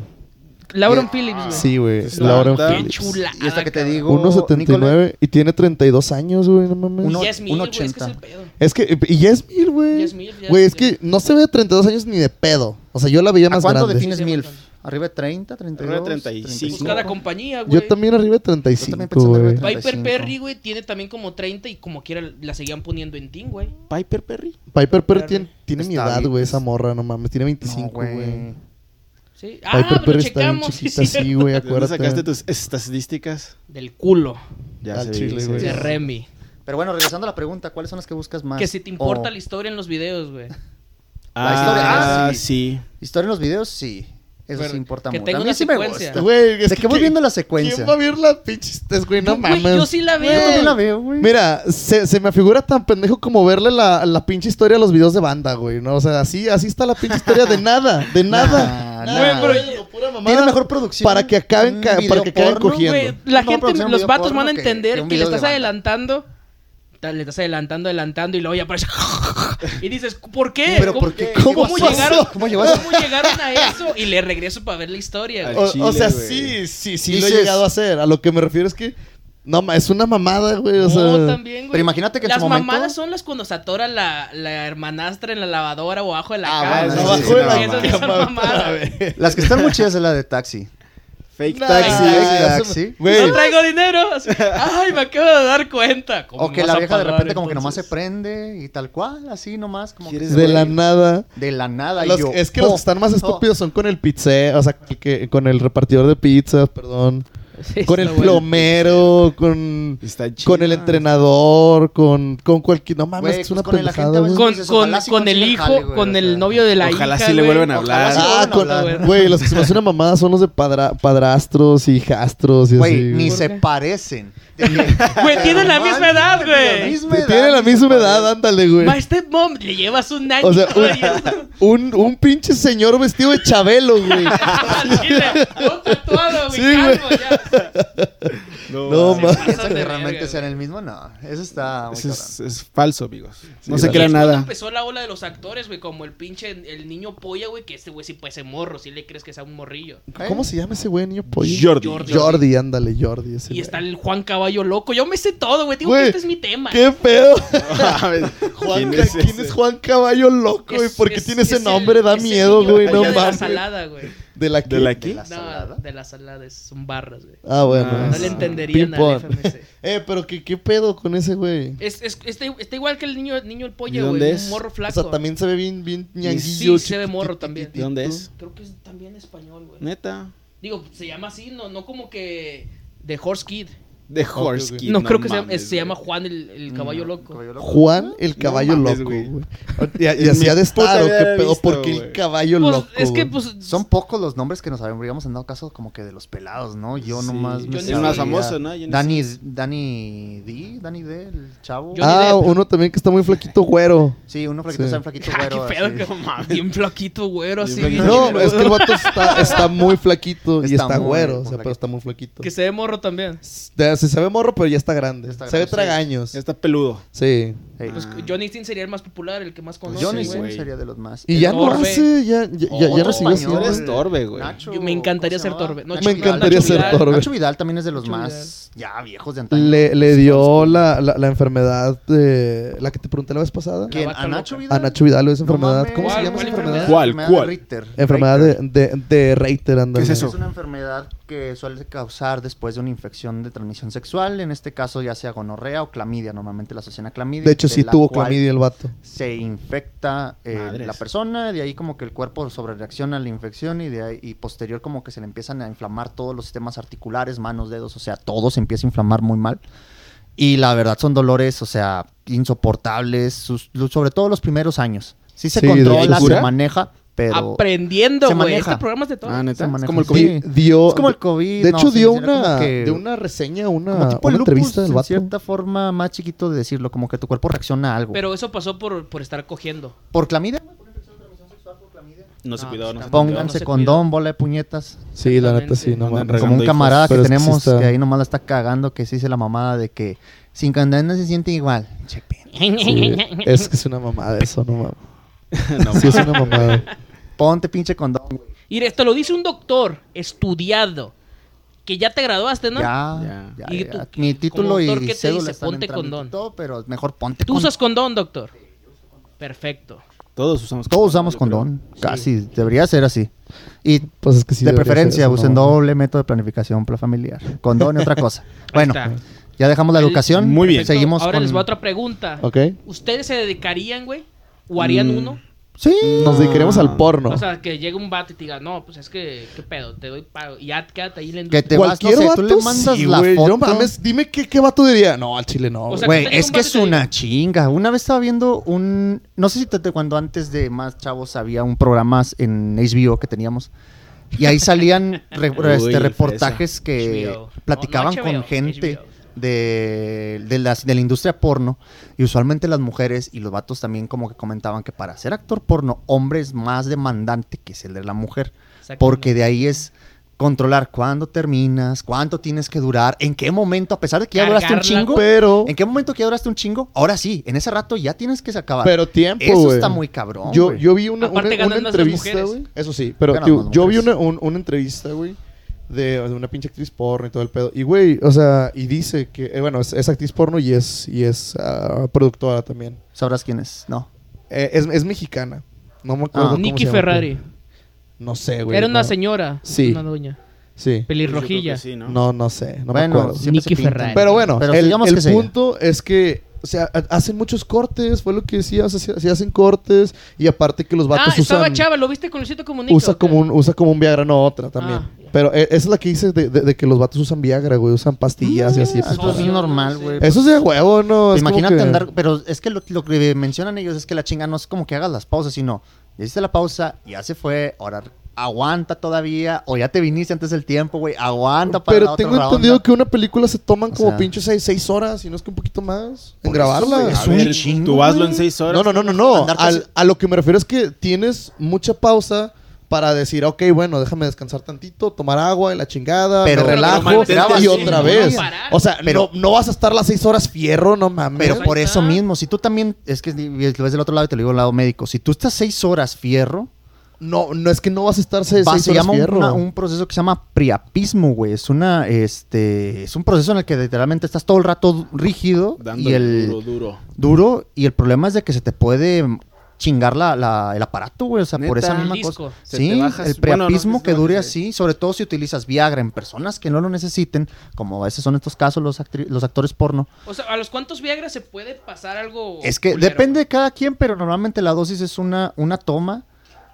Lauren Phillips, güey. Eh, Sí, güey, Está Lauren alta. Qué Phillips. Ah, chulada. Y esta que te cabrón. digo, 1.79 y tiene 32 años, güey, no mames. Uno- Ya es mil, un güey, es que es el 80. pedo. Es que, y ya es mil, güey. Ya es mil, ya Güey, es es que no se ve de 32 años ni de pedo. O sea, yo la veía ¿A más cuánto grande. defines Sí, sí, MILF? bastante. ¿Arriba de 30, 32? Arriba de 35. Pues cada compañía, güey. Yo también arriba de 35, pensando güey. arriba de Viper 35. Perry, güey, tiene también como 30 y como quiera la seguían poniendo en Team, güey. Piper Perry. Piper Perry Perry. tiene, tiene mi Está edad, bien, güey, pues. esa morra, no mames. Tiene No, 25, güey. güey. Sí. Piper Ah, lo Perry está bien checamos. sí, chiquita, sí, cierto. güey, ¿De dónde acuérdate. sacaste tus estadísticas? Del culo Ya Al se chile, dice. güey. de Remy. Pero bueno, regresando a la pregunta, ¿cuáles son las que buscas más? Que si te importa O- la historia en los videos, güey. La historia. Ah, Ah, sí. sí. Historia en los videos, sí. Eso Pero sí importa que mucho. tenga a mí una sí me secuencia. gusta. Güey, es de que voy ¿quién- viendo la secuencia. ¿Quién va a ver las pinches test, güey? No Yo, güey, mames. yo sí la Yo también veo. la veo, güey. Mira, se, se me figura tan pendejo como verle la, la pinche historia a los videos de banda, güey, ¿no? O sea, así, así está la pinche historia de nada, de nada. Nah, Nada, nah. Güey, güey, pura mamada. Tiene mejor producción. Para que acaben un ca- para video que acaben porno, cogiendo. Güey, la No, gente, producción los video vatos porno van a que- que entender un que le video de estás banda. adelantando ta- le estás adelantando, adelantando y luego ya aparece. Y dices, ¿por qué? Pero ¿Cómo, ¿por qué? cómo ¿Cómo pasó? llegaron, ¿Cómo llegaron? cómo llegaron a eso? Y le regreso para ver la historia. Al güey. O, chile, o sea, güey. sí, sí, sí lo Dices- he llegado a hacer. A lo que me refiero es que. No, ma, es una mamada, güey. O sea. No, también, güey. pero imagínate que en Las su momento- mamadas son las cuando se atora la, la hermanastra en la lavadora o abajo de la Ah, cama. bueno, güey. abajo Esas de la sí son cama, mamadas. a ver. Las que están muy chidas es la de taxi. Fake Nah, taxi, eso- taxi. Güey. No traigo dinero. Así, Ay, me acabo de dar cuenta. ¿Cómo O me que vas la a vieja de pagar, repente como que nomás entonces? se prende y tal cual, así nomás, como que ¿Quieres se De va la y- nada. de la nada. y Los- yo, es que los oh, que están más oh. estúpidos son con el pizza, o sea, que- que- con el repartidor de pizzas, perdón. Sí, Con sí, el lo bueno. plomero, con, Está chido. con el entrenador, con, con cualquier... No mames, Güey, es una pues con el pendejada, agente güey. Con, Dices, con, ojalá sí con el consiga hijo, jale, güey, con o el sea. novio de la hija. Ojalá sí le güey. vuelvan a hablar. sí. Ah, bueno, con... la- Güey, los que se me hacen una mamada son los de padra- padrastros, hijastros y así. Güey, ni güey. se qué? parecen. Güey, tienen la misma edad, güey. Tiene la misma edad, ándale, güey. My stepmom, le llevas un año. O sea, güey. Un, un pinche señor vestido de chabelo, güey. Al chile, todo tatuado, güey, Sí, güey. calvo, ya. No, sí, mames. sí. Piensan que Verga, realmente güey. sean el mismo, no. Eso está muy Eso es, cabrón. es falso, amigos. no Sí, se gracias. crea nada. Empezó la ola de los actores, güey, como el pinche el niño polla, güey, que este güey sí puede ser morro, si le crees que sea un morrillo. ¿Cómo se llama ese güey, niño pollo? Jordi. Jordi. Jordi, ándale, Jordi. ese Y güey. está el Juan Caballo loco. Yo me sé todo, güey. Digo Güey, que este es mi tema. ¿Qué pedo? Juan, Juan, ¿quién, es ese? Juan Caballo Loco, güey? Es- Porque es- tiene ese es el- nombre, da es el miedo, niño güey, polla no de la mames. salada, güey. ¿De la ¿De la qué? La No, salada. de la salada, es- son barras, güey. Ah, bueno. Ah, No es le sí. entenderían al ping-pong. FMC. Eh, pero ¿qué, qué pedo con ese güey? Es, es- está, está igual que el niño, el niño el ¿Y pollo, dónde güey. es? Un morro O flaco. sea, también se ve bien, bien sí, ñanguillo. se ve morro también. ¿De dónde es? Creo que es también español, güey. Neta. Digo, se llama así, no, no como que de Horse Kid. De güey. Horse Kid, no, creo que se llama, mames, se llama güey. Juan el, el caballo loco. Mm, Caballo loco. Mm, Juan el caballo mames, loco, güey. güey. Y, y En mi hacía de puta estar, ¿o vida qué había pedo? visto, Porque el güey. caballo Pues, loco. es que, güey. pues. Son pocos los nombres que nos habríamos dado caso como que de los pelados, ¿no? Yo Sí. nomás me Johnny El sabía. más famoso, ¿no? Yo no sé. Dani, Dani D, Dani D, el chavo. Johnny Ah, Depp. uno también que está muy flaquito, güero. Sí, uno flaquito, está Sí. en flaquito Ah, güero. qué pedo, así. que- Bien flaquito, güero, Bien así. flaquito. bien No, chinudo. es que el vato está, está muy flaquito y Está está muy, güero. muy O sea, pero flaquito. está muy flaquito. Que se ve morro también. Pues, Se se ve morro, pero ya está grande. Ya está se grande, ve sí. tragaños. Ya está peludo. Sí. Ey, Pues Ah. Johnny Sin sería el más popular, el que más Pues conoce. Johnny sí, güey. Sin güey. sería de los más. Y El ya no Torbe. hace, ya, ya, ya, ya Otro no siguió español, haciendo. Eres Torbe, güey. Nacho, Yo me encantaría ¿cómo se ser llama? Torbe. No, Nacho Me Vidal. encantaría Nacho ser Vidal. Torbe. Nacho Vidal también es de los Nacho más ya viejos de antaño. Le, le dio la, la, la enfermedad de la que te pregunté la vez pasada. ¿Qué? ¿Quién? La vaca ¿A Nacho loca. Vidal? A Nacho Vidal, No esa enfermedad. mames. ¿Cómo se ¿Cuál- llama esa cuál enfermedad? ¿Cuál? ¿Cuál? Richter. Enfermedad de, de, de Reiter, ándale. ¿Qué es eso? Es una enfermedad que suele causar después de una infección de transmisión sexual, en este caso ya sea gonorrea o clamidia, normalmente la asocian a clamidia. De hecho, sí la tuvo cual clamidia el vato. Se infecta eh, Madres. la persona, de ahí como que el cuerpo sobrereacciona a la infección y de ahí y posterior como que se le empiezan a inflamar todos los sistemas articulares, manos, dedos, o sea, todo se empieza a inflamar muy mal. Y la verdad son dolores, o sea, insoportables, sus- lo- sobre todo los primeros años. Sí se Sí, ¿de controla, cura? se maneja, pero... Aprendiendo, Se güey. maneja. Este programa es de todo. Ah, se neta. maneja. Es como el Sí. COVID. Di- dio, Es como el COVID. de no, hecho, sí, dio sería como una, que- de una reseña, como una, tipo una el lupus, Ah, entrevista del en vato. cierta forma más chiquito de decirlo, como que tu cuerpo reacciona a algo. Pero eso pasó por, por estar cogiendo. ¿Por clamidia? No se No, cuidó, pues tampoco. no se cuidó. Pónganse se condón, bola de puñetas. Sí, la neta, sí, no Andan mames. regando Como un hijos. camarada que Pero es que sí tenemos que, está- ahí nomás la está cagando, que se dice la mamada de que sin condón no se siente igual. Che, pena. Sí, es que es una mamada eso, no mames. No, Sí, es una mamada. Ponte pinche condón, güey. Y esto lo dice un doctor estudiado. Que ya te graduaste, ¿no? Ya, Ya. ya, ¿Y ya. tú qué? Mi título Como y doctor, ¿qué te cédula dice? están en Ponte trámite y condón. todo, pero mejor ponte ¿Tú condón. usas condón, doctor? Perfecto. Todos usamos Todos usamos yo creo. condón. Casi. Debería ser así. Y Pues es que sí de debería ser preferencia, eso, usen ¿no? doble método de planificación familiar. Condón y otra cosa. Bueno, Ahí está. ya dejamos la El- educación. Muy bien. Perfecto. Seguimos Ahora con... les va otra pregunta. Ok. ¿Ustedes se dedicarían, güey? ¿O harían Mm. uno? Sí. Ah. Nos dedicaremos al porno. O sea, que llegue un vato y te diga, no, pues es que, ¿qué pedo? Te doy pago. Y Atcat ahí le Que te vas, no Cualquier sé, vato, tú le mandas sí, la güey. foto. No mames, dime qué, qué vato diría. No, al chile no, O güey. sea, Güey, que te es diga un que vato y es te diga- una chinga. Una vez estaba viendo un... No sé si te, te- cuando antes de Más Chavos había un programa en HBO que teníamos. Y ahí salían re- Uy, este, el reportajes que HBO. No, no platicaban HBO, con gente HBO. de, de, las- de la industria porno. Y usualmente las mujeres y los vatos también como que comentaban que para ser actor porno, hombre es más demandante que es el de la mujer. Exactamente. Porque de ahí es controlar cuándo terminas, cuánto tienes que durar, en qué momento, a pesar de que ya duraste un Cargarla. chingo, Pero, en qué momento que ya duraste un chingo, ahora sí, en ese rato ya tienes que acabar. pero tiempo, Eso güey. está muy cabrón. Yo, güey. yo vi una, Aparte una- ganan una más las entrevista, mujeres. güey. Eso sí, pero Ganan tío, más las yo vi una, mujeres. un- una entrevista, güey, de, de una pinche actriz porno y todo el pedo. Y, güey, o sea, y dice que, eh, bueno, es, es actriz porno y es, y es ah, productora también. Sabrás quién es, no. Eh, es, es mexicana. No me acuerdo. Ah. cómo se Nicky llama, Ferrari. pero- No sé, güey. Era una no. señora. Sí. Una doña. Sí. Pelirrojilla. Sí, ¿no? No, no sé. No me bueno, acuerdo. siempre se Nicky pintan. Ferrari. Pero bueno, Pero el, digamos el que sí. punto es que o sea, ha- hacen muchos cortes, fue lo que decía, o sea, se, se hacen cortes y aparte que los vatos Ah, estaba usan chava, ¿lo viste con Luisito Comunica? o usa qué? como un usa como un Viagra no otra también. Ah, ya. Pero eh, esa es la que dice de, de- de que los vatos usan Viagra, güey, usan pastillas y así. Ah, pues, pues es Obvio, normal, sí. güey. eso es de huevo, no, Es como Imagínate que- andar, pero es que lo, lo que mencionan ellos es que la chinga no es como que hagas las pausas, sino ya hiciste la pausa, ya se fue, ahora aguanta todavía, o ya te viniste antes del tiempo, güey, aguanta para Pero la tengo otra entendido ronda. que una película se toman O como sea- pinche seis, seis horas, y no es que un poquito más en Por eso, grabarla. güey, Es a un ver, chingo, tú hazlo en güey. seis horas. No, no, no, no, no. Andarte Al- así- a lo que me refiero es que tienes mucha pausa para decir, ok, bueno, déjame descansar tantito, tomar agua y la chingada, Pero- me pero relajo mantente y así, otra no vez. parar. O sea, Pero- no, no vas a estar las seis horas fierro, no mames. Pero Ahí por eso está. mismo, si tú también, es que lo ves del otro lado y te lo digo del lado médico, si tú estás seis horas fierro, no, no es que no vas a estar seis, va- seis se horas llama un- fierro. una- un proceso que se llama priapismo, güey. Es una, este, es un proceso en el que literalmente estás todo el rato rígido Dándole y el duro, duro. duro y el problema es de que se te puede chingar la, la- el aparato, güey, o sea, por Neta. esa misma El disco. cosa. Se sí, te bajas- el bueno, no, priapismo no, que no, dure no sé. así, sobre todo si utilizas Viagra en personas que no lo necesiten, como a veces son estos casos los, actri- los actores porno. O sea, ¿a los cuántos Viagra se puede pasar algo? Es que culero, depende de cada quien, pero normalmente la dosis es una, una toma,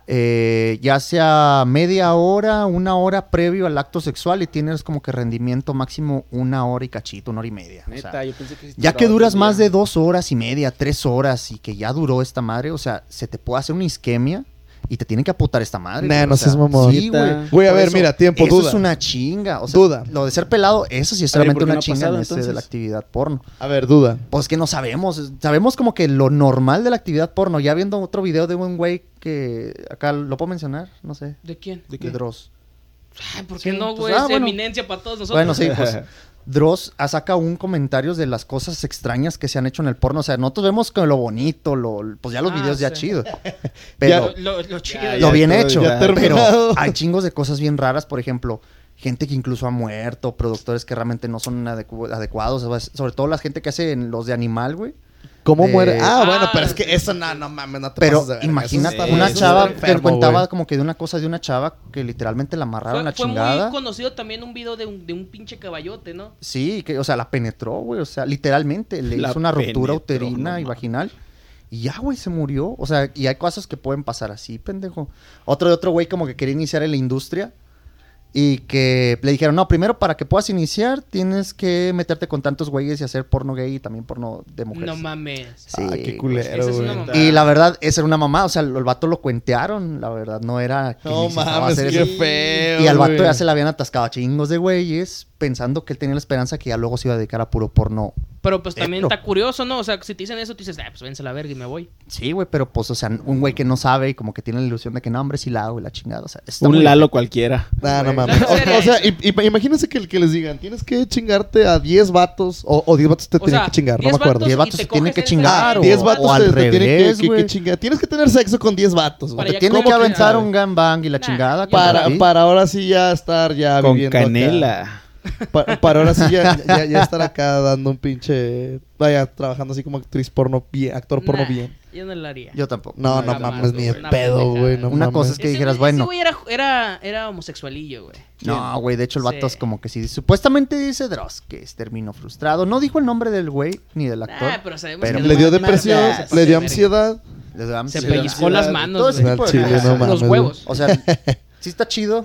eh, ya sea media hora, una hora previo al acto sexual y tienes como que rendimiento máximo una hora y cachito, una hora y media. o sea, Neta, yo pensé que sí ya duraba que duras otro más día. de dos horas y media, tres horas y que ya duró esta madre, o sea, se te puede hacer una isquemia y te tienen que aputar esta madre. Nah, güey, no o seas sea, mamón. Sí, güey. Güey, a Por ver, mira, tiempo, eso duda. es una chinga. O sea, Duda. Lo de ser pelado, eso sí es A ver, solamente ¿por qué una no ha chinga pasado, en este de la entonces? actividad porno. A ver, duda. Pues que no sabemos. Sabemos como que lo normal de la actividad porno. Ya viendo otro video de un güey que acá lo puedo mencionar, no sé. ¿De quién? ¿De Dross. Ay, ¿por qué Sí, no, pues, güey? ah, es bueno. eminencia para todos nosotros. Bueno, sí, pues. Dross ah, saca un comentario de las cosas extrañas que se han hecho en el porno. O sea, nosotros vemos que lo bonito, lo, pues ya los Ah, videos ya sí. chidos. Pero Lo, lo chido. Ya, lo bien todo, hecho. ya pero terminado. hay chingos de cosas bien raras, por ejemplo, gente que incluso ha muerto, productores que realmente no son adecu- adecuados, o sea, sobre todo la gente que hace los de animal, güey. ¿Cómo De- muere? Ah, Ah, bueno, pero es sí, que eso no, no mames, no te Eh, Pero pases de verga, imagínate eso está- una eso chava está que enfermo, contaba güey. como que de una cosa de una chava que literalmente la amarraron Fue, la fue chingada. muy conocido también un video de un, de un pinche caballote, ¿no? Sí, que, o sea, la penetró, güey. O sea, literalmente le La hizo una ruptura penetró, uterina no y mames. vaginal. Y ya, güey, se murió. O sea, y hay cosas que pueden pasar así, pendejo. Otro de otro güey como que quería iniciar en la industria. Y que le dijeron, no, primero para que puedas iniciar tienes que meterte con tantos güeyes y hacer porno gay y también porno de mujeres. No mames. Sí, Ah, qué güey. Esa pues, es culero, una güey. mamada. Y la verdad, esa era una mamá. O sea, el el vato lo cuentearon. La verdad, no era. que No necesitaba mames, hacer qué eso. feo. Y al vato güey. ya se le habían atascado a chingos de güeyes, pensando que él tenía la esperanza que ya luego se iba a dedicar a puro porno. Pero pues también Hetero. está curioso, ¿no? O sea, si te dicen eso, tú dices, ah, pues vence la verga y me voy. Sí, güey, pero pues, o sea, un güey que no sabe y como que tiene la ilusión de que no, hombre, sí la hago y la chingada. O sea, está muy- Un Lalo cualquiera. Nah, no Güey. mames. O, La serie. o sea, im- im- imagínense que, que les digan, tienes que chingarte a 10 vatos, o, o 10 vatos te O tienen sea, que chingar, no 10 me acuerdo. vatos Diez y te vatos se tienen coges que el chingar, caballo. o- 10 o vatos al te, te tienen revés, que- que, que güey. chingar. Tienes que tener sexo con 10 vatos, güey. Para Te ya tiene como que que- aventar un gangbang y la Nah, chingada. yo- claro, Para, sí. para ahora sí ya estar ya Con viviendo acá. canela. Pa- Para, ahora sí ya, ya, ya estar acá dando un pinche... Vaya, trabajando así como actriz porno bien, actor porno Nah, bien. Yo no lo haría. Yo tampoco. No, no Una mames, ni de mamada, pedo, güey. güey. no Una cosa mames. es que dijeras, güey- bueno. Ese güey era, era, era homosexualillo, güey. No, güey, de hecho el vato Sí. es como que sí. Supuestamente dice Dross, que es término frustrado. No dijo el nombre del güey ni del actor. Ah, pero sabemos Pero- que Le dio no, depresión, no, no, no, le dio no, ansiedad. Le damos- Se sí, pellizcó las manos, Todo ese güey. tipo de Chile, cosas. no mames, Los güey. huevos. O sea, sí está chido,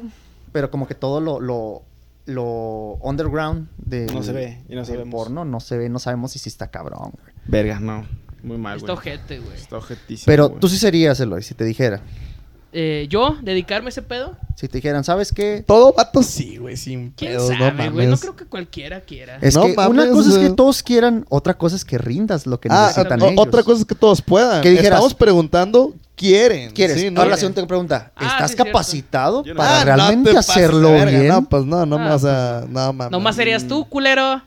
pero como que todo lo, lo, lo underground de No se ve, y no sabemos. porno no se ve, no sabemos si sí está cabrón. güey. Verga, no. Muy mal, Está güey. ojete, güey. Está ojetísimo, Pero güey. tú sí serías, Eloy, si te dijera. Eh, ¿Yo? ¿Dedicarme a ese pedo? Si te dijeran, ¿sabes qué? Todo vato sí, güey, sin ¿Quién pedos, no sabe, mames. güey? No, creo que cualquiera quiera. Es No que una mames, cosa es que güey. todos quieran, otra cosa es que rindas lo que Ah, necesitan o- ellos. otra cosa es que todos puedan. Que dijeras- Estamos preguntando quieren. ¿Quieres? Sí, Ahora la siguiente pregunta. Ah, ¿Estás sí, cierto. capacitado Yo no- para Ah, no realmente te pases de hacerlo verga, bien? No, pues no, no Ah, me vas a. No, mames. Nomás serías tú, culero.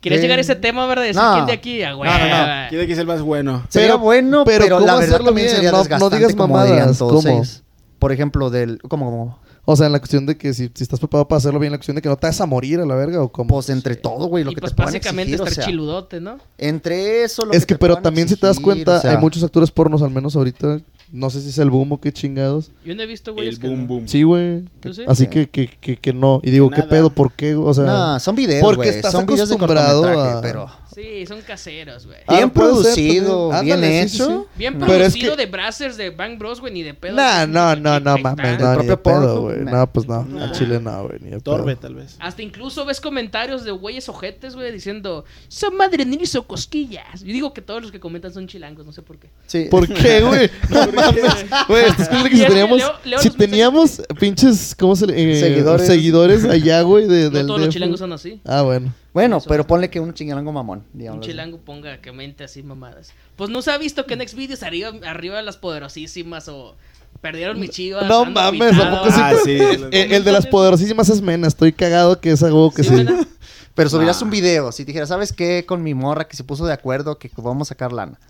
¿Quieres Sí. llegar a ese tema, verdad? Decir No. quién de aquí. Ah, güey, no, Eh, no. güey. ¿Quién de aquí es el más bueno? Sería Pero- bueno, pero pero, ¿cómo la verdad hacerlo también bien? sería No- no desgastante, digas como mamadas, dirían ¿cómo? todos ellos. Por ejemplo, del... ¿Cómo, cómo? O sea, en la cuestión de que si, si estás preparado para hacerlo bien, la cuestión de que no te vas a morir a la verga o como. Pues entre todo, güey, lo y que pues te puedan básicamente exigir, o estar sea, chiludote, ¿no? Entre eso, lo es que, te pero puedan también si te das exigir, cuenta, o sea, hay muchos actores pornos, al menos ahorita. No sé si es el boom o qué chingados. Yo no he visto, güey. El boom boom. Sí, güey. ¿Tú Pues sí? Así Mm. Sí. que, que, que, que no. Y digo, Que ¿qué nada. pedo? ¿Por qué? O sea. Nah, son videos, Porque güey, estás son videos de acostumbrado cortometraje, a- pero... Sí, son caseros, güey. Ah, Bien puede ser producido, también. bien Ándale, sí, sí, hecho. sí. Bien No. Pero es producido que- de Brazzers de Bang Bros, güey, ni de pedo. No, no, no, no, Ahí está. El mames. No, ni propio de pedo, Pornhub, güey. nah. No, pues no. Al chile no, güey. Ni de pedo. Torbe, tal vez. Hasta incluso ves comentarios de güeyes ojetes, güey, diciendo, son madre ni hizo cosquillas. Yo digo que todos los que comentan son chilangos, no sé por qué. Sí. ¿Por qué, güey? No mames. Güey, ¿estás claro que si Leo- teníamos, Leo- Leo si los mensajes. teníamos pinches, ¿cómo se le, eh, Seguidores. seguidores. allá, güey, de, No del todos los DF? chilangos son así. Ah, bueno. Bueno, pero ponle que un chingarango mamón. Un digámoslo así. chilango ponga que mente así mamadas. Pues no se ha visto que en Xvideos arriba, arriba las poderosísimas o perdieron mis chivas. No ando mames, aguitado. tampoco sí. Ah, sí. Eh, el, de las poderosísimas es Mena. Estoy cagado que es algo que Sí, sí. ¿verdad? Pero subirás un video, si dijeras, ¿sabes qué? Con mi morra que se puso de acuerdo que vamos a sacar lana.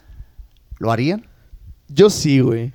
¿Lo harían? Yo sí, güey.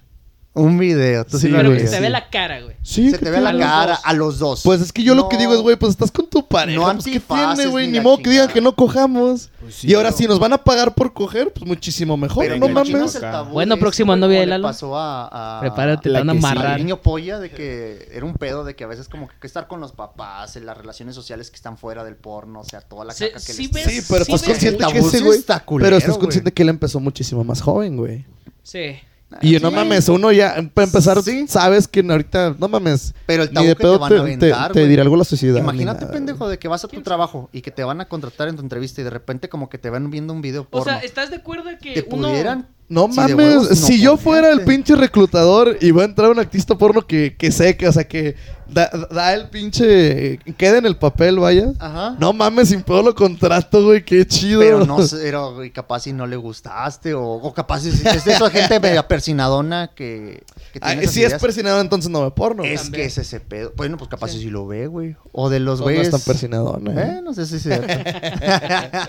Un video. Tú sí, Sí, lo Pero que harías. se sí. ve la cara, güey. Sí, Se ¿qué te ve la tiene? los cara dos. a los dos. Pues es que yo lo que No. digo es, güey, pues estás con tu pareja. No pues, ¿Qué antifaces, tiene, güey? ni Ni la modo que digan chingada. que no cojamos. Pues sí, y ahora no. sí, nos van a pagar por coger, pues muchísimo mejor. Pero no que chingamos mames. el tabú Bueno, de próxima esto, novia como de le Lalo. pasó a, a- Prepárate, la la van a que sí. amarrar. al niño polla de que era un pedo de que a veces como que estar con los papás, en las relaciones sociales que están fuera del porno, o sea, toda la Sí, caca que sí les- ves- Sí, pero estás ves- consciente que Tabú ese sí güey. está culero, Pero estás güey. Ah, consciente que él empezó muchísimo más joven, güey. Sí. Y no Sí. mames, uno ya, em- para empezar, Sí. sabes que ahorita, no mames. Pero el ni tabú de que pedo te van a aventar, te güey. dirá algo la sociedad. ni Imagínate, nada, pendejo, de que vas a tu trabajo y que te van a contratar en tu entrevista y de repente como que te van viendo un video O porno. sea, ¿estás de acuerdo que te uno... pudieran... No Si de mames, huevos, no si yo fuera el confiarte. pinche reclutador y va a entrar un artista porno que, que seca, o sea, que da, da el pinche. queda en el papel, vaya. Ajá. No mames, sin pedo lo contrato, güey, qué chido. Pero no sé, era, güey, capaz si no le gustaste o, o capaz si si es de esa gente media persinadona que, que Ah, tiene esas si es ideas. persinado, entonces no ve porno. Es También. que es ese pedo. Bueno, pues capaz Sí. si sí lo ve, güey. O de los No, no es güeyes... tan persinadona, Eh, ¿eh? no sé si es cierto.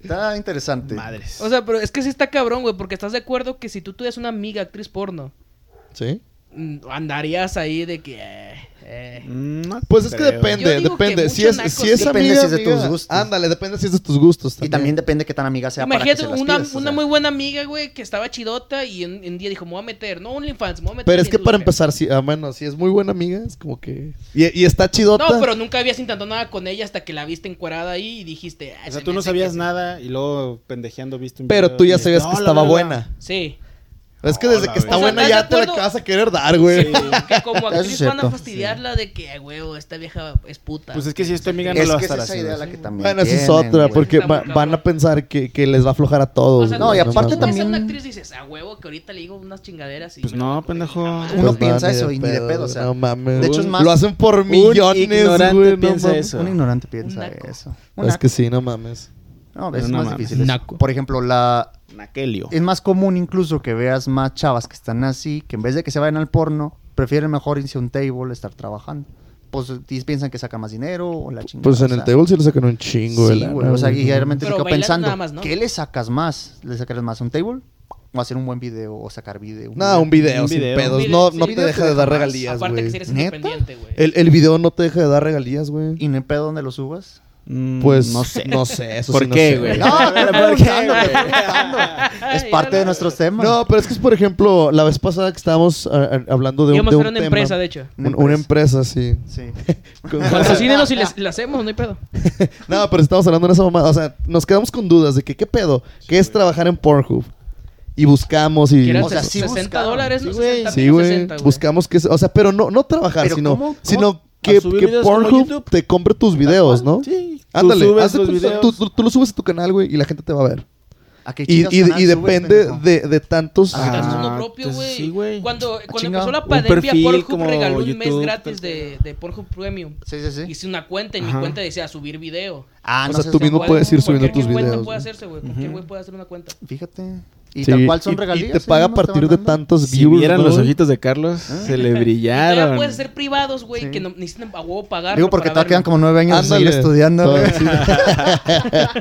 Está interesante. Madres. O sea, pero es que sí está cabrón, güey, porque estás de acuerdo que si tú tuvieras una amiga actriz porno, Sí. mm, andarías ahí de que... eh, eh. Mm, no Pues es que creo. depende, Yo digo que depende. Si muchos es, nacos si es Depende amiga, si es de tus amiga, gustos. Ándale, depende si es de tus gustos. Y también depende qué tan amiga sea Imagínate para que se las una, pidas, o una sea. muy buena amiga, güey, que estaba chidota y un, un día dijo, me voy a meter, no OnlyFans, me voy a meter. Pero es en que para Instagram". empezar, si, ah, bueno, si es muy buena amiga, es como que. Y, y está chidota. No, pero nunca habías intentado nada con ella hasta que la viste encuerada ahí y dijiste... "Ah, O se sea, me tú no hace que sabías sí". nada y luego pendejeando viste un Pero video tú ya y- sabías No, que la estaba verdad. buena. Sí. Es que desde Hola, que está güey. O sea, buena ¿estás ya de te la acuerdo? vas a querer dar, güey. Que como Eso es actriz van a cierto. fastidiarla de que, "Ay, huevo, esta vieja es puta. Pues es que si es tu amiga no Es lo vas que a es estar esa haciendo. idea la que también Bueno, esa es tienen, otra, güey. porque Está muy va- cabrón. van a pensar que, que les va a aflojar a todos. O sea, güey, no, y aparte tú mames. ves a una también- actriz y dices, a huevo, que ahorita le digo unas chingaderas y... Pues me no, lo- pendejo. Uno piensa ni eso Pues de y ni de pedo, o sea, no mames. de hecho es güey. más- Lo hacen por Un millones, ignorante güey. no piensa mames. eso. Un ignorante piensa naco. eso. Un Es naco. que sí, no mames. No, Pero pues es no más mames. difícil. eso. Naco. Por ejemplo, la Naquelio. es más común incluso que veas más chavas que están así, que en vez de que se vayan al porno, prefieren mejor irse a un table, estar trabajando. Pues y piensan que sacan más dinero o la chingada. Pues en o el sea. table sí le sacan un chingo, de Sí, lana, güey. O sea, güey. y realmente Pero me quedo bailar pensando, nada más, ¿no? ¿qué le sacas más? ¿Le sacas más un table? ¿O hacer un buen video? ¿O sacar video? No, un video, Un sin video. pedos. Un no video, sí. no te Video te deja de deja dar más. regalías, Aparte que si güey. eres ¿Neta? independiente, güey. El, el video no te deja de dar regalías, güey. ¿Y no hay pedo donde lo subas? Mm, Pues no sé. No sé, eso ¿Por sí no qué, sé. güey? No, te estoy ¿Por qué, preguntando, te güey? estoy preguntando. Ay, Es parte ya de no- nuestros temas. No, pero es que es, por ejemplo, la vez pasada que estábamos ah, ah, hablando de un, Íbamos de a un ser una tema. empresa, de hecho. Un- una empresa, sí. Sí. Con- Patrocínenos y les- la hacemos, no hay pedo. no, pero estamos hablando de esa mamada. O sea, nos quedamos con dudas de que qué pedo, qué es trabajar en Pornhub. Y buscamos y... Que eran O sea, sí 60 buscaron. dólares, Sí, no güey. 60, Sí, güey. 60, Buscamos que... se- O sea, pero no, no trabajar, Pero sino, ¿cómo? ¿Cómo? sino A que, subir que videos como Pornhub YouTube. te compre tus videos, ¿no? Sí. Tú Ándale, subes haz de los cuenta, videos. tú, tú- tú lo subes a tu canal, güey, y la gente te va a ver. ¿A qué Y, chingas y- canal y subes, depende pendejo? de, de tantos... güey. Estás Ah, uno propio, entonces güey. sí, güey. Ah, Cuando, cuando chinga. empezó la Un pandemia, perfil Pornhub como regaló un mes YouTube, gratis tal- de, de Pornhub Premium. Sí, sí, sí. Hice una cuenta y mi Ajá. cuenta decía subir video. Ah, O no sea, seas tú tan mismo guay. puedes ir subiendo Cualquier tus cuenta videos, puede güey. hacerse, güey. Cualquier güey puede hacer una cuenta. Fíjate. Y Sí, tal cual son y- regalías. Y te ellos paga a mismos te partir van de dando. tantos Si views, vieran ¿no? los ojitos de Carlos, se le Ya brillaron. puedes ser privados, güey, Sí. que no, necesitan a huevo pagar. Digo porque te quedan como nueve años de seguir Ándale. estudiando. Todo, güey. sí.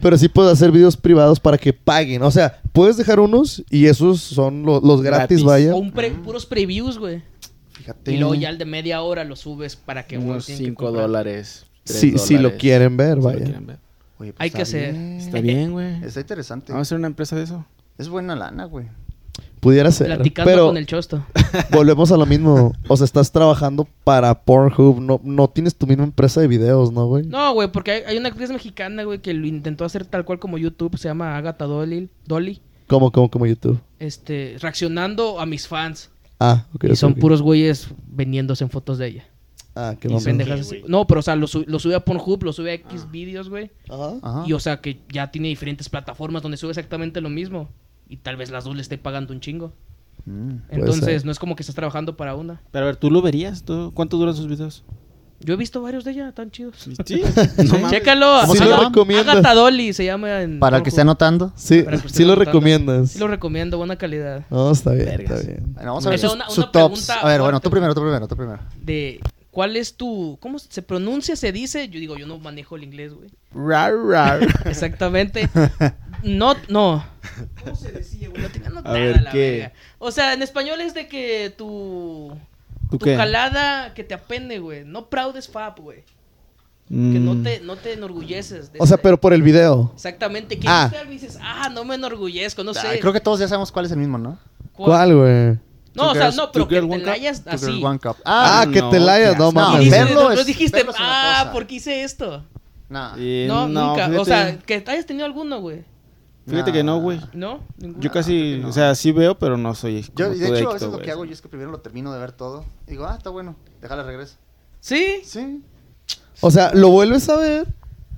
Pero sí puedes hacer videos privados para que paguen. O sea, puedes dejar unos y esos son lo- los Gratis. gratis, vaya. O un pre- Ah. puros previews, güey. Fíjate. Y luego ya el de media hora lo subes para que, güey, unos tienen que 5 comprar. dólares. tres Si, si lo dólares. quieren ver, Si lo vaya. quieren ver. Oye, pues Hay que está hacer. bien. Está bien, güey. Está interesante. Ah, Vamos a hacer una empresa de eso. Es buena lana, güey. Pudiera ser. Platicando Pero con el chosto. volvemos a lo mismo. O sea, estás trabajando para Pornhub. No, no tienes tu misma empresa de videos, ¿no, güey? No, güey, porque hay, hay una actriz mexicana, güey, que lo intentó hacer tal cual como YouTube. Se llama Agatha Dolly. Dolly Como, como, como YouTube. este, reaccionando a mis fans. Ah, ok. y ok, son ok. puros güeyes vendiéndose en fotos de ella. Ah, qué Y mamón. pendejas así. No, pero o sea, lo, su- lo sube a Pornhub, lo sube a X videos, güey. Ajá. Ajá. Y o sea que ya tiene diferentes plataformas donde sube exactamente lo mismo. Y tal vez las dos le esté pagando un chingo. Mm. Puede Entonces, ser. no es como que estás trabajando para una. Pero a ver, ¿tú lo verías? ¿Tú- ¿Cuánto duran sus videos? Yo he visto varios de ella, tan chidos. Sí. no mames. Chécalo. ¿Cómo se Aga- llama? ¿Recomiendas? Agatha Dolly se llama en Para el que esté Pornhub. anotando. Sí, Para que usted sí lo lo notando. recomiendas. Sí lo recomiendo, buena calidad. No, está bien, Vergas. está bien. Bueno, vamos a ver Pero sus, una- sus una tops. pregunta A ver, bueno, tú fuerte, primero, tú primero, tú primero. De cuál es tu. ¿Cómo se pronuncia? ¿Se dice? Yo digo, yo no manejo el inglés, güey. Rar, rar. Exactamente. No, no. ¿Cómo se decía, güey? No tenía notada ver, la ¿qué? verga. O sea, en español es de que tu. ¿Tú tu qué? calada que te apende, güey. No proud as fab, güey. Mm. Que no te, no te enorgulleces. de O sea, esa- pero por el video. Exactamente. Que Ah. viste algo y dices, ah, no me enorgullezco, no sé. Ah, creo que todos ya sabemos cuál es el mismo, ¿no? ¿Cuál, güey? No, Two o sea, girls- no, two pero que girl, te one la cup. hayas Two girls, así. one cup. Ah, Ah, que no, te la hayas, qué no asco. Y No, mames. dices, verlo no, es- no dijiste, verlo es una ah, cosa". ¿por qué hice esto? nah, Eh, No, nunca. O sea, fíjate- que te hayas tenido alguno, güey. Fíjate que no, güey. ¿No? Ninguno. Yo casi, o sea, sí veo, pero no soy. como Yo, de tú, hecho, Héctor, a veces lo güey. que hago yo es que primero lo termino de ver todo. Y digo, ah, está bueno, déjale regreso. ¿Sí? Sí, O sea, lo vuelves a ver.